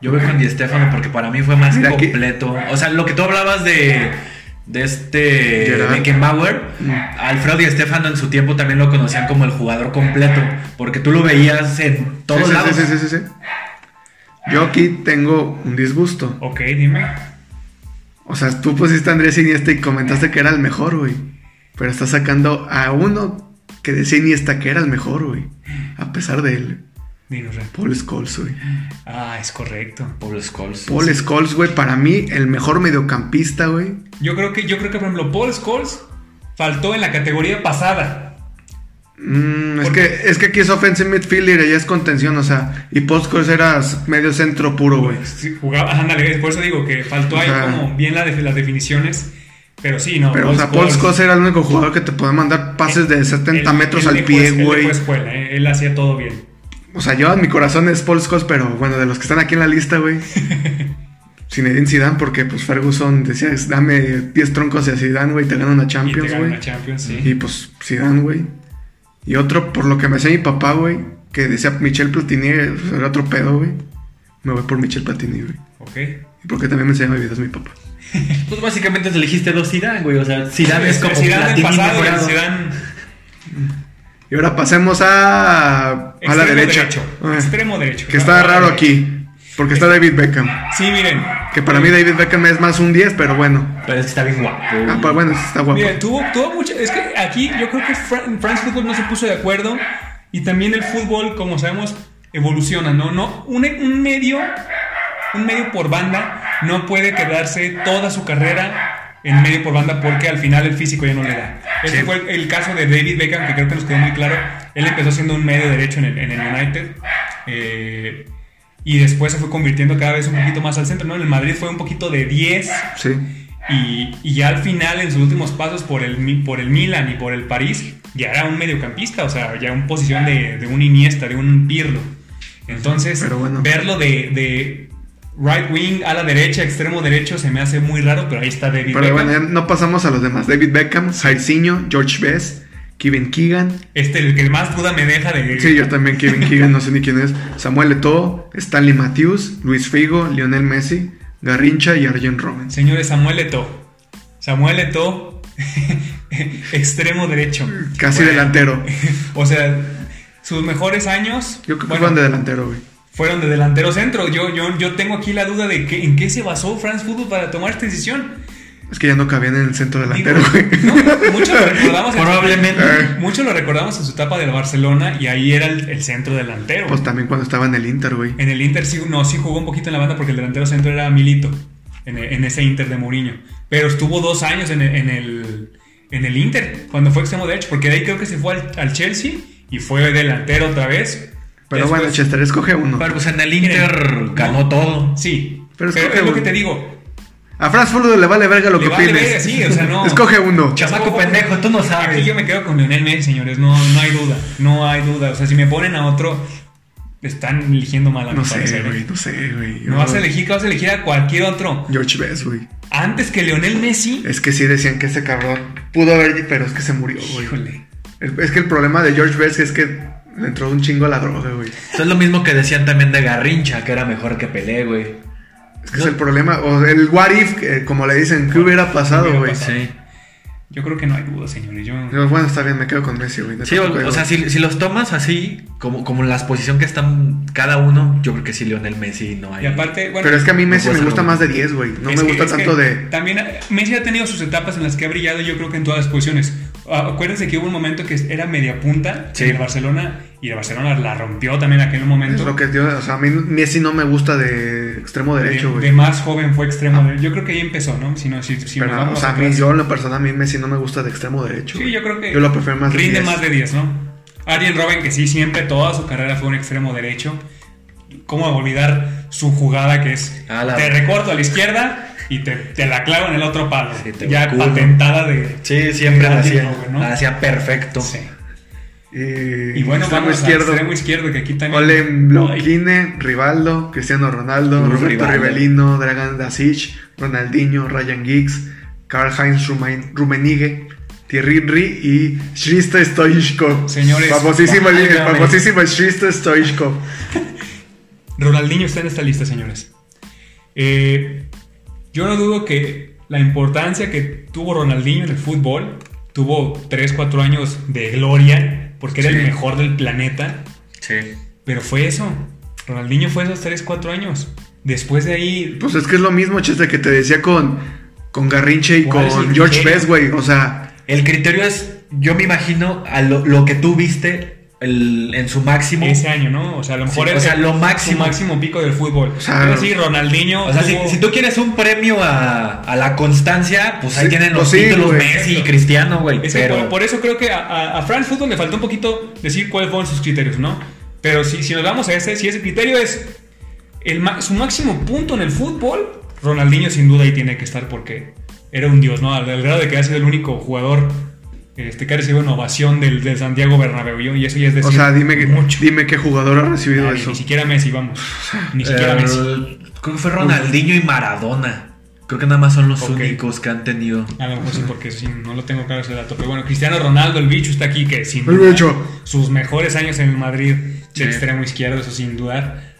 Speaker 3: Yo voy con Di Stefano porque para mí fue más
Speaker 1: Mira, aquí-
Speaker 3: completo. O sea, lo que tú hablabas de de este
Speaker 1: Gerard.
Speaker 3: Beckenbauer,
Speaker 1: Mm.
Speaker 3: Alfredo Di Stefano en su tiempo también lo conocían como el jugador completo, porque tú lo veías en todos
Speaker 1: Sí, sí,
Speaker 3: lados.
Speaker 1: sí, sí, sí, sí. Yo aquí tengo un disgusto.
Speaker 2: Ok, dime.
Speaker 1: O sea, tú pusiste a Andrés Iniesta y comentaste que era el mejor, güey. Pero estás sacando a uno que decía Iniesta que era el mejor, güey. A pesar de él.
Speaker 2: Dinos, Ren.
Speaker 1: Paul Scholes, güey.
Speaker 2: Ah, es correcto.
Speaker 3: Paul Scholes.
Speaker 1: Paul Scholes, güey, para mí el mejor mediocampista, güey.
Speaker 2: Yo creo que, yo creo que por ejemplo, Paul Scholes faltó en la categoría pasada.
Speaker 1: Mm, es,
Speaker 2: ¿Por
Speaker 1: que, es que aquí es offensive midfielder y allá es contención, o sea. Y Paul Scholes era medio centro puro, güey.
Speaker 2: Sí, jugaba, ándale, por eso digo que faltó ahí
Speaker 1: Ajá.
Speaker 2: como bien la de- las definiciones, pero sí, no. pues
Speaker 1: Pero, o sea, Paul Scholes era el único jugador que te podía mandar pases de 70
Speaker 2: Él-
Speaker 1: metros
Speaker 2: él
Speaker 1: al
Speaker 2: dejó-
Speaker 1: pie,
Speaker 2: él dejó
Speaker 1: güey.
Speaker 2: escuela, eh, él hacía todo bien.
Speaker 1: O sea, yo en mi corazón es Paul Scholes, pero bueno, de los que están aquí en la lista,
Speaker 2: [LAUGHS]
Speaker 1: güey. Zinedine Zidane, porque pues Ferguson decía, es, dame 10 troncos a Zidane, güey, te gana una
Speaker 2: y
Speaker 1: Champions,
Speaker 2: te ganó
Speaker 1: güey.
Speaker 2: la Champions, sí.
Speaker 1: Y pues Zidane, güey. Y otro, por lo que me decía mi papá, güey, que decía Michel Platini, pues, era otro pedo, güey. Me voy por Michel Platini, güey.
Speaker 2: Ok.
Speaker 1: Y porque también me enseñaba videos mi papá.
Speaker 3: Pues básicamente te elegiste dos Zidane, güey, o sea, Zidane es como
Speaker 2: Zidane del
Speaker 3: Platini
Speaker 2: pasado y el
Speaker 3: mejorado.
Speaker 2: Zidane
Speaker 1: Y ahora pasemos a, a la
Speaker 2: extremo
Speaker 1: derecha.
Speaker 2: derecho,
Speaker 1: Ah,
Speaker 2: extremo derecho.
Speaker 1: que está
Speaker 2: Ah,
Speaker 1: raro aquí, porque está David Beckham.
Speaker 2: Sí, miren.
Speaker 1: Que para mí David Beckham es más un 10, pero bueno.
Speaker 3: Pero es que está bien guapo.
Speaker 1: Ah, pues bueno, sí está guapo.
Speaker 2: Mira, tuvo, tuvo mucho. Es que aquí yo creo que Fran- France Football no se puso de acuerdo. Y también el fútbol, como sabemos, evoluciona, ¿no? no un, un medio, un medio por banda, no puede quedarse toda su carrera en medio por banda porque al final el físico ya no le da. Ese fue el, el caso de David Beckham, que creo que nos quedó muy claro. Él empezó siendo un medio derecho en el, en el United. eh, y después se fue convirtiendo cada vez un poquito más al centro, ¿no? En el Madrid fue un poquito de 10,
Speaker 1: Sí.
Speaker 2: y, y ya al final, en sus últimos pasos por el, Mi- por el Milan y por el París, ya era un mediocampista, o sea, ya en posición de, de un Iniesta, de un Pirlo. Entonces,
Speaker 1: Pero bueno.
Speaker 2: verlo de, de right wing a la derecha, extremo derecho, se me hace muy raro, pero ahí está David
Speaker 1: Pero
Speaker 2: Beckham.
Speaker 1: bueno, ya no pasamos a los demás. David Beckham, Jairzinho, George Best, Kevin Keegan.
Speaker 2: Este, el que más duda me deja de...
Speaker 1: Sí, yo también Kevin Keegan, no sé ni quién es. Samuel Eto'o, Stanley Matthews, Luis Figo, Lionel Messi, Garrincha y Arjen Robben.
Speaker 2: Señores, Samuel Eto'o. Samuel Eto'o, [LAUGHS] extremo derecho.
Speaker 1: Casi
Speaker 2: Bueno,
Speaker 1: delantero.
Speaker 2: O sea, sus mejores años...
Speaker 1: Yo creo que
Speaker 2: bueno,
Speaker 1: fueron de delantero, güey.
Speaker 2: fueron de delantero centro. Yo, yo, yo tengo aquí la duda de que, en qué se basó France Football para tomar esta decisión.
Speaker 1: Es que ya no cabían en el centro delantero,
Speaker 2: Digo,
Speaker 1: güey.
Speaker 2: no, muchos lo recordamos. en-
Speaker 3: Probablemente.
Speaker 2: muchos lo recordamos en su etapa del Barcelona y ahí era el, el centro delantero.
Speaker 1: Pues también cuando estaba en el Inter, güey.
Speaker 2: En el Inter sí, no, sí jugó un poquito en la banda porque el delantero centro era Milito, en, e- en ese Inter de Mourinho. Pero estuvo dos años en el, en el, en el Inter, cuando fue extremo derecho, porque de ahí creo que se fue al, al Chelsea y fue delantero otra vez.
Speaker 1: Pero bueno,
Speaker 2: Después-
Speaker 1: Chester, escoge uno.
Speaker 3: Pero pues en el Inter ganó todo.
Speaker 2: Sí,
Speaker 1: Pero
Speaker 2: pero,
Speaker 1: escoge
Speaker 2: es lo que
Speaker 1: uno.
Speaker 2: te digo,
Speaker 1: A Franz Fuldo le vale verga lo
Speaker 2: Le
Speaker 1: que
Speaker 2: vale
Speaker 1: opines.
Speaker 2: verga, sí, o sea, no.
Speaker 1: [LAUGHS] Escoge uno.
Speaker 3: Chas- Chamaco pendejo, tú no sabes.
Speaker 2: Aquí yo me quedo con Lionel Messi, señores, no, no hay duda, no hay duda. O sea, si me ponen a otro, están eligiendo mal a mi
Speaker 1: No sé,
Speaker 2: parecer, ¿eh?
Speaker 1: güey, no sé, güey.
Speaker 2: No vas a elegir que vas a elegir a cualquier otro.
Speaker 1: George Best, güey.
Speaker 2: Antes que Leonel Messi.
Speaker 1: Es que sí decían que ese cabrón pudo haber, pero es que se murió, güey.
Speaker 2: Híjole.
Speaker 1: Es es que el problema de George Best es que le entró un chingo a la droga, güey.
Speaker 3: Eso es lo mismo que decían también de Garrincha, que era mejor que Pelé, güey.
Speaker 1: Es que es el problema. O el what if, que, como le dicen, ¿qué hubiera pasado,
Speaker 2: hubiera
Speaker 1: güey?
Speaker 2: pasado?
Speaker 3: Sí.
Speaker 2: Yo creo que no hay duda, señores. Yo...
Speaker 1: Yo, Bueno, está bien, me quedo con Messi, güey. No
Speaker 3: Sí,
Speaker 1: te
Speaker 3: o,
Speaker 1: preocupes,
Speaker 3: o sea, si, si los tomas así, como, como la exposición que están cada uno, yo creo que sí, Lionel Messi no hay.
Speaker 2: Y aparte, bueno.
Speaker 1: Pero es que a mí
Speaker 3: no
Speaker 1: Messi
Speaker 3: puedo
Speaker 1: me
Speaker 3: ser
Speaker 1: gusta
Speaker 3: un-
Speaker 1: más de 10, güey. No
Speaker 2: es
Speaker 1: me
Speaker 2: que-
Speaker 1: gusta
Speaker 2: es que
Speaker 1: tanto de.
Speaker 2: También eh, Messi ha tenido sus etapas en las que ha brillado, yo creo que en todas las posiciones. Ah, Acuérdense que hubo un momento que era media punta
Speaker 3: Sí.
Speaker 2: en el Barcelona y el Barcelona la rompió también en aquel
Speaker 1: Es
Speaker 2: momento.
Speaker 1: lo que yo- o sea, a mí Messi no me gusta de extremo
Speaker 2: De-
Speaker 1: derecho,
Speaker 2: de,
Speaker 1: güey. Ah.
Speaker 2: más joven fue extremo. derecho. Yo creo que ahí empezó, ¿no? Si no, si, si nos
Speaker 1: Pero,
Speaker 2: vamos
Speaker 1: o sea, a mí,
Speaker 2: atrás.
Speaker 1: yo en la persona, a mí Messi no me gusta de extremo derecho.
Speaker 2: Sí,
Speaker 1: güey.
Speaker 2: yo creo que
Speaker 1: Yo lo prefiero más de
Speaker 2: rinde
Speaker 1: 10.
Speaker 2: más de 10, ¿no? Ariel Robben, que sí, siempre toda su carrera fue un extremo derecho. ¿Cómo olvidar su jugada que es
Speaker 3: A la-
Speaker 2: te recorto a la izquierda y te, te la clavo en el otro palo?
Speaker 3: Sí, te
Speaker 2: ya
Speaker 3: vacuno.
Speaker 2: patentada de...
Speaker 3: Sí, siempre
Speaker 2: de Lionel
Speaker 3: la hacía,
Speaker 2: Robben, ¿no?
Speaker 3: la hacía perfecto.
Speaker 2: Sí.
Speaker 1: Eh,
Speaker 2: Y bueno,
Speaker 1: extremo
Speaker 2: vamos
Speaker 1: izquierdo.
Speaker 2: al extremo izquierdo, que aquí también...
Speaker 1: Ole
Speaker 2: Ay,
Speaker 1: Bloquine, Rivaldo, Cristiano Ronaldo,
Speaker 3: Uf,
Speaker 1: Roberto
Speaker 3: Rivaldo.
Speaker 1: Rivelino, Dragan Dasic, Ronaldinho, Ryan Giggs, Karl-Heinz Rumain- Rummenigge, Thierry Henry y Shristo Stoichkov.
Speaker 2: Señores,
Speaker 1: Famosísimo, el- el
Speaker 2: válgame.
Speaker 1: famosísimo Shristo Stoichkov.
Speaker 2: Ronaldinho está en esta lista, señores. Eh, yo no dudo que la importancia que tuvo Ronaldinho en el fútbol, tuvo 3, 4 años de gloria, porque era el
Speaker 3: Sí.
Speaker 2: mejor del planeta,
Speaker 3: Sí.
Speaker 2: pero fue eso. Ronaldinho fue esos 3, 4 años. Después de ahí,
Speaker 1: Pues es que es lo mismo, chiste, que te decía con, con Garrinche y
Speaker 2: ¿Cuál es el
Speaker 1: con George
Speaker 2: criterio?
Speaker 1: Best, güey. O sea,
Speaker 3: El criterio es, yo me imagino, a lo, lo que tú viste el- en su máximo.
Speaker 2: ese año, ¿no? O sea, a lo
Speaker 3: Sí,
Speaker 2: mejor
Speaker 3: o
Speaker 2: era
Speaker 3: sea, lo
Speaker 2: su
Speaker 3: máximo.
Speaker 2: máximo pico del fútbol.
Speaker 1: sea,
Speaker 2: pero sí, Ronaldinho.
Speaker 3: O sea, si,
Speaker 2: tuvo-
Speaker 3: si tú quieres un premio a, a la constancia, pues ahí
Speaker 1: Sí,
Speaker 3: tienen
Speaker 1: pues
Speaker 3: los
Speaker 1: sí,
Speaker 3: títulos
Speaker 1: güey.
Speaker 3: Messi y Cristiano, güey.
Speaker 2: Es que por,
Speaker 3: Pero
Speaker 2: por eso creo que a, a, a France Football le faltó un poquito decir cuáles fueron sus criterios, ¿no? Pero si, si nos vamos a ese, si ese criterio es el ma- su máximo punto en el fútbol, Ronaldinho sin duda ahí tiene que estar porque era un dios, ¿no? Al, al grado de que ha sido el único jugador este, que ha recibido una ovación del, del Santiago Bernabéu y y eso ya es decir
Speaker 1: o sea dime, que-
Speaker 2: mucho.
Speaker 1: dime qué jugador ha recibido
Speaker 2: Nadie,
Speaker 1: eso.
Speaker 2: ni siquiera Messi, vamos. Ni siquiera
Speaker 3: eh,
Speaker 2: Messi.
Speaker 3: creo que fue Ronaldinho y Maradona. Creo que nada más son los
Speaker 2: Ok.
Speaker 3: únicos que han tenido.
Speaker 2: A lo mejor sí, porque sí, no lo tengo claro ese dato. Pero bueno, Cristiano Ronaldo, el bicho, está aquí, que sin
Speaker 1: El
Speaker 2: duda,
Speaker 1: bicho.
Speaker 2: sus mejores años en el Madrid, de
Speaker 3: Sí.
Speaker 2: extremo izquierdo, eso sin dudar.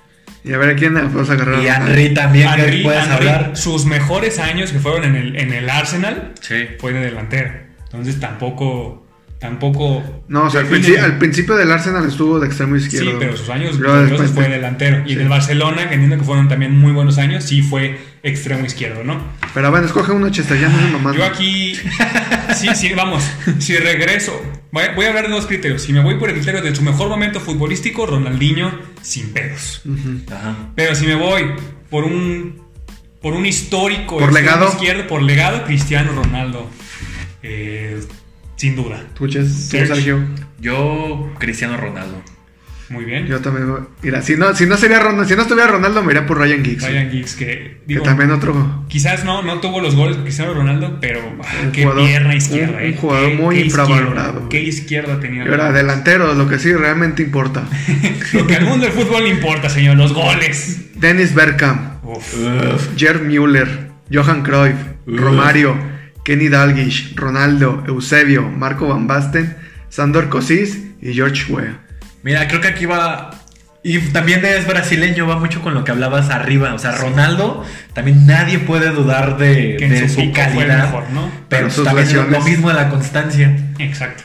Speaker 1: Y a ver, ¿a quién vamos a agarrar?
Speaker 3: Y Henry también,
Speaker 2: Henry-
Speaker 3: que puedes
Speaker 2: Henry,
Speaker 3: hablar.
Speaker 2: sus mejores años que fueron en el, en el Arsenal,
Speaker 3: Sí.
Speaker 2: fue de delantero. Entonces tampoco, tampoco...
Speaker 1: No, o sea, al,
Speaker 2: define-
Speaker 1: princi- al principio del Arsenal estuvo de extremo izquierdo.
Speaker 2: Sí, pero sus años
Speaker 1: Luego
Speaker 2: gloriosos
Speaker 1: después
Speaker 2: fue
Speaker 1: te-
Speaker 2: delantero. Y
Speaker 1: sí.
Speaker 2: en el Barcelona, que entiendo que fueron también muy buenos años, sí fue extremo izquierdo, ¿no?
Speaker 1: Pero bueno, escoge uno, Chester, ya no es mamá.
Speaker 2: Yo aquí, sí, sí, vamos, si regreso, voy voy a hablar de dos criterios. Si me voy por el criterio de su mejor momento futbolístico, Ronaldinho, sin pedos.
Speaker 1: Mm.
Speaker 3: Ajá.
Speaker 2: Pero si me voy por un, por un histórico
Speaker 1: ¿Por
Speaker 2: extremo
Speaker 1: legado?
Speaker 2: izquierdo, por legado, Cristiano Ronaldo, Eh, sin duda.
Speaker 1: Tú, Ches, tú,
Speaker 2: Search.
Speaker 1: Sergio.
Speaker 3: Yo, Cristiano Ronaldo.
Speaker 2: Muy bien.
Speaker 1: Yo también. voy- Mira, si no, si no sería Ronaldo, si no estuviera Ronaldo, me iría por Ryan Giggs.
Speaker 2: Ryan Giggs, que,
Speaker 1: que
Speaker 2: digo,
Speaker 1: también otro
Speaker 2: quizás no, no tuvo los goles de Cristiano Ronaldo, pero ah,
Speaker 1: Un
Speaker 2: qué
Speaker 1: jugador-
Speaker 2: pierna izquierda.
Speaker 1: un-
Speaker 2: eh.
Speaker 1: un jugador
Speaker 2: Qué-
Speaker 1: muy
Speaker 2: qué izquierda,
Speaker 1: infravalorado.
Speaker 2: Qué izquierda tenía.
Speaker 1: Yo era delantero, lo que sí realmente
Speaker 2: [LAUGHS]
Speaker 1: importa.
Speaker 2: Lo que al mundo del fútbol le importa, señor, los goles.
Speaker 1: Dennis Bergkamp, Gerd Müller, Johan Cruyff,
Speaker 3: Uf.
Speaker 1: Romario, Kenny Dalglish, Ronaldo, Eusebio, Marco Van Basten, Sandor Cosís y George Weah.
Speaker 3: Mira, creo que aquí va. Y también es brasileño, va mucho con lo que hablabas arriba. O sea, Ronaldo, también nadie puede dudar de,
Speaker 2: Que en
Speaker 3: de
Speaker 2: su
Speaker 3: su,
Speaker 2: pico fue el
Speaker 3: calidad.
Speaker 2: mejor, ¿no?
Speaker 3: Pero
Speaker 1: Pero sus
Speaker 3: también es lo- lo
Speaker 1: lesiones.
Speaker 3: mismo de la constancia.
Speaker 2: Exacto.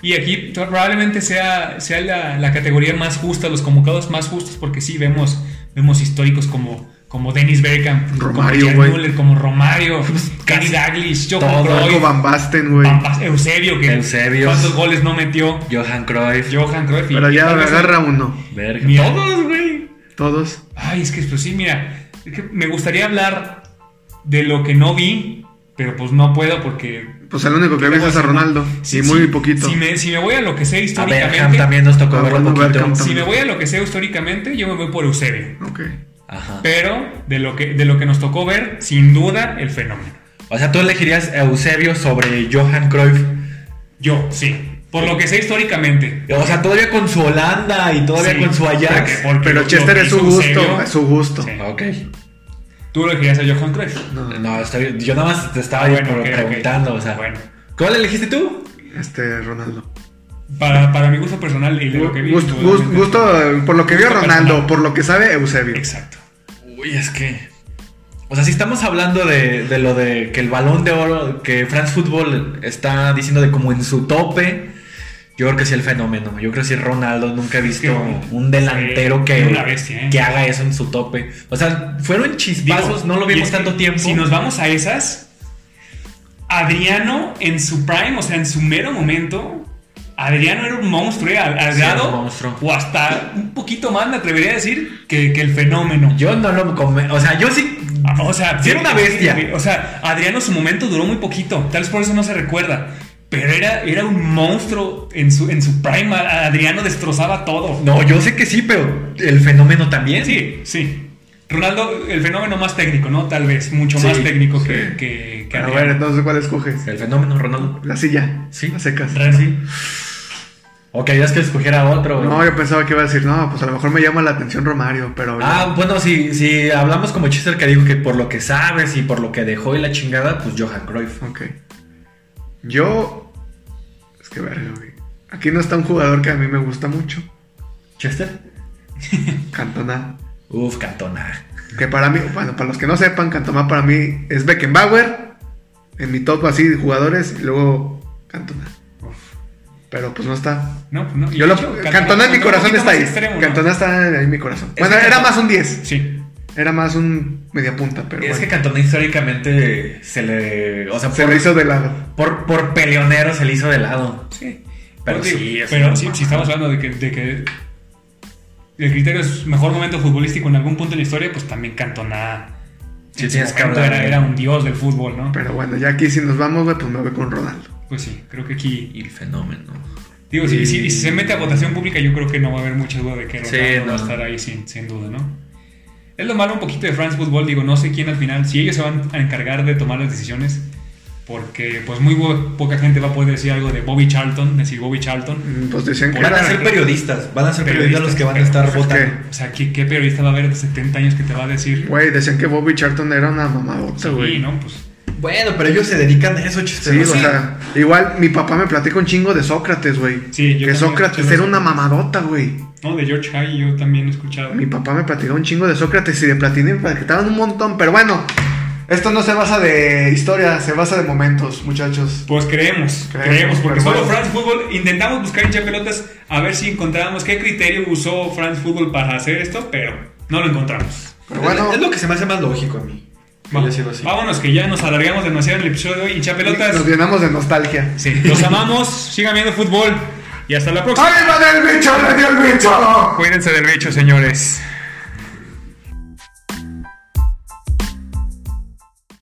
Speaker 2: Y aquí probablemente sea, sea la, la categoría más justa, los convocados más justos, porque sí vemos, vemos históricos como, como Dennis Bergkamp,
Speaker 1: Romario,
Speaker 2: como Gerd
Speaker 1: güey.
Speaker 2: Müller, como Romario, Kenny
Speaker 3: [LAUGHS] casi
Speaker 2: Dalglish,
Speaker 3: todo,
Speaker 2: Johan
Speaker 1: Marco
Speaker 2: Cruyff,
Speaker 1: Van Basten, güey.
Speaker 2: Pampas- Eusebio, que
Speaker 3: Eusebio.
Speaker 2: cuántos goles no metió,
Speaker 3: Johan Cruyff.
Speaker 2: Johan Cruyff. y-
Speaker 1: Pero
Speaker 2: y
Speaker 1: ya
Speaker 2: tal vez-
Speaker 1: agarra uno.
Speaker 3: Verga.
Speaker 2: Mira.
Speaker 3: Todos, güey.
Speaker 1: Todos.
Speaker 2: Ay, es que pues sí, mira, es que me gustaría hablar de lo que no vi, pero pues no puedo porque
Speaker 1: Pues el único que
Speaker 2: Luego,
Speaker 1: viste es a
Speaker 2: si-
Speaker 1: Ronaldo.
Speaker 2: si-
Speaker 1: y muy
Speaker 2: si-
Speaker 1: poquito.
Speaker 2: Si me, si me voy a lo que sé
Speaker 3: A
Speaker 2: históricamente.
Speaker 3: Berham también nos tocó
Speaker 1: Ah,
Speaker 3: verlo
Speaker 1: bueno,
Speaker 3: poquito.
Speaker 1: Bergkamp.
Speaker 2: Si me voy a lo que sé históricamente, yo me voy por Eusebio.
Speaker 1: Ok.
Speaker 3: Ajá.
Speaker 2: Pero de lo que, de lo que nos tocó ver, sin duda, el fenómeno.
Speaker 3: O sea, tú elegirías a Eusebio sobre Johan Cruyff.
Speaker 2: Yo, sí. Por lo que sé históricamente.
Speaker 3: O sea, todavía con su Holanda y todavía
Speaker 2: Sí,
Speaker 3: con su Ajax.
Speaker 2: porque-
Speaker 1: Pero
Speaker 2: porque
Speaker 1: Chester
Speaker 2: lo
Speaker 1: es su
Speaker 2: hizo
Speaker 1: gusto,
Speaker 2: serio.
Speaker 1: es su gusto.
Speaker 2: Sí.
Speaker 3: Ok.
Speaker 2: Tú lo querías a Johan Cruyff.
Speaker 1: No,
Speaker 3: No, está bien. yo nada más te estaba
Speaker 2: Ah, bueno,
Speaker 3: pre-
Speaker 2: ok, ok.
Speaker 3: preguntando, o sea.
Speaker 2: Bueno.
Speaker 3: ¿Cuál elegiste tú?
Speaker 1: este Ronaldo.
Speaker 2: Para, para mi gusto personal y de lo que vi. pues,
Speaker 1: Gusto, gusto,
Speaker 2: obviamente.
Speaker 1: gusto, por lo que vio
Speaker 2: Gusto
Speaker 1: Ronaldo,
Speaker 2: personal.
Speaker 1: por lo que sabe Eusebio.
Speaker 2: Exacto.
Speaker 3: Uy, es que. O sea, si estamos hablando de, de lo de que el balón de oro, que France Football está diciendo de como en su tope, yo creo que sí el fenómeno. Yo creo que sí Ronaldo, nunca he visto
Speaker 2: bueno.
Speaker 3: un delantero
Speaker 2: Sí,
Speaker 3: que,
Speaker 2: una bestia, ¿eh?
Speaker 3: que haga eso en su tope. O sea, fueron
Speaker 2: Digo,
Speaker 3: chispazos, no lo
Speaker 2: y
Speaker 3: vimos
Speaker 2: es que
Speaker 3: tanto tiempo.
Speaker 2: Si nos vamos a esas, Adriano en su prime, o sea, en su mero momento, Adriano era un monstruo, ¿eh? al, al
Speaker 3: Sí,
Speaker 2: grado,
Speaker 3: era un monstruo.
Speaker 2: o hasta un poquito más, me atrevería a decir, que, que el fenómeno. Ah,
Speaker 3: Yo no lo come, o sea, yo sí.
Speaker 2: O sea,
Speaker 3: sí era una bestia.
Speaker 2: O sea, Adriano su momento duró muy poquito, tal vez por eso no se recuerda. Pero era, era un monstruo en su, en su prime. a- a Adriano destrozaba todo.
Speaker 3: No, yo sé que sí, pero el fenómeno también.
Speaker 2: Sí, sí. Ronaldo, el fenómeno más técnico, ¿no? Tal vez, mucho
Speaker 3: Sí,
Speaker 2: más técnico
Speaker 1: sí.
Speaker 2: que, que, que
Speaker 1: A
Speaker 2: Adriano.
Speaker 1: ver, entonces, ¿cuál escoges?
Speaker 3: El fenómeno Ronaldo.
Speaker 1: La silla.
Speaker 3: Sí.
Speaker 1: A secas.
Speaker 2: Reno.
Speaker 3: Ok, ya es que escogiera otro.
Speaker 1: No, yo pensaba que iba a decir, no, pues a lo mejor me llama la atención Romario, pero.
Speaker 3: Ah, bueno, si, si hablamos como Chester que dijo que por lo que sabes y por lo que dejó y la chingada, pues Johan Cruyff.
Speaker 1: Ok. Yo. Es que verga, güey. Aquí no está un jugador que a mí me gusta mucho.
Speaker 3: ¿Chester?
Speaker 1: Cantona.
Speaker 3: Uf, Cantona.
Speaker 1: Que para mí, bueno, para los que no sepan, Cantona para mí es Beckenbauer. En mi top así de jugadores. Y luego Cantona. Pero pues no está.
Speaker 2: No, no. y
Speaker 1: Yo
Speaker 2: de
Speaker 1: lo,
Speaker 2: hecho,
Speaker 1: Cantona, en mi
Speaker 2: un
Speaker 1: corazón
Speaker 2: poquito
Speaker 1: está
Speaker 2: más
Speaker 1: ahí.
Speaker 2: extremo, ¿no?
Speaker 1: Cantona está ahí en mi corazón.
Speaker 2: Es
Speaker 1: bueno,
Speaker 2: que
Speaker 1: era
Speaker 2: Cantona-
Speaker 1: más un 10.
Speaker 2: Sí.
Speaker 1: Era más un media punta, pero
Speaker 3: Es que
Speaker 1: bueno.
Speaker 3: Cantona históricamente se le. O sea,
Speaker 1: se
Speaker 3: por,
Speaker 1: le hizo de lado.
Speaker 3: por, por peleonero se le hizo de lado.
Speaker 2: Sí.
Speaker 3: Pero
Speaker 2: Porque-
Speaker 3: sí, es
Speaker 2: pero
Speaker 3: una
Speaker 2: sí,
Speaker 3: mamada.
Speaker 2: si estamos hablando de que, de que el criterio es mejor momento futbolístico en algún punto de la historia, pues también Cantona.
Speaker 3: Sí,
Speaker 2: en su
Speaker 3: tienes que
Speaker 2: momento
Speaker 3: hablar,
Speaker 2: Era,
Speaker 3: eh.
Speaker 2: era un dios del fútbol, ¿no?
Speaker 1: Pero bueno, ya aquí si nos vamos, güey, pues me voy con Ronaldo.
Speaker 2: Pues sí, creo que aquí.
Speaker 3: Y el fenómeno.
Speaker 2: Digo, si, si- si se mete a votación pública, yo creo que no va a haber mucha duda de que
Speaker 3: Sí,
Speaker 2: Ronaldo va a
Speaker 3: no.
Speaker 2: estar ahí sin, sin duda, ¿no? Es lo malo un poquito de France Football, digo, no sé quién al final, si ellos se van a encargar de tomar las decisiones, porque pues muy bo- poca gente va a poder decir algo de Bobby Charlton, decir Bobby Charlton.
Speaker 1: Mm, Pues decían que
Speaker 2: Por
Speaker 3: Van a
Speaker 1: era.
Speaker 3: ser periodistas, van a ser periodistas,
Speaker 2: Periodistas,
Speaker 3: los que van a estar
Speaker 1: pero-
Speaker 3: votando.
Speaker 1: es
Speaker 2: O sea, ¿qué, qué periodista va a haber de 70 años que te va a decir?
Speaker 1: Güey, decían que Bobby Charlton era una mamadota,
Speaker 2: sí,
Speaker 1: güey.
Speaker 2: ¿no? Pues,
Speaker 3: Bueno, pero ellos se dedican a eso,
Speaker 1: Sí, o sea, igual mi papá me platica un chingo de Sócrates, güey.
Speaker 2: Sí, yo
Speaker 1: que
Speaker 2: también
Speaker 1: Sócrates
Speaker 2: escuché
Speaker 1: era
Speaker 2: de
Speaker 1: una
Speaker 2: Sócrates.
Speaker 1: mamadota, güey.
Speaker 2: no, de George High yo también he escuchado.
Speaker 1: Mi papá me platicaba un chingo de Sócrates y de Platini me platicaban un montón, pero bueno, esto no se basa de historia, se basa de momentos, muchachos.
Speaker 2: Pues creemos,
Speaker 1: Creemos,
Speaker 2: creemos, porque
Speaker 1: pero
Speaker 2: solo
Speaker 1: bueno.
Speaker 2: France Football intentamos buscar hincha pelotas a ver si encontrábamos qué criterio usó France Football para hacer esto, pero no lo encontramos.
Speaker 1: Pero bueno,
Speaker 4: Es lo que se me hace más lógico a mí. Voy a decirlo así.
Speaker 2: Vámonos que ya nos alargamos demasiado en el episodio de hoy, hincha pelotas.
Speaker 1: nos llenamos de nostalgia.
Speaker 2: Sí, los amamos, sigan viendo fútbol y hasta la próxima.
Speaker 1: ¡Ay, va del bicho, le dio el bicho!
Speaker 2: Cuídense del bicho, señores.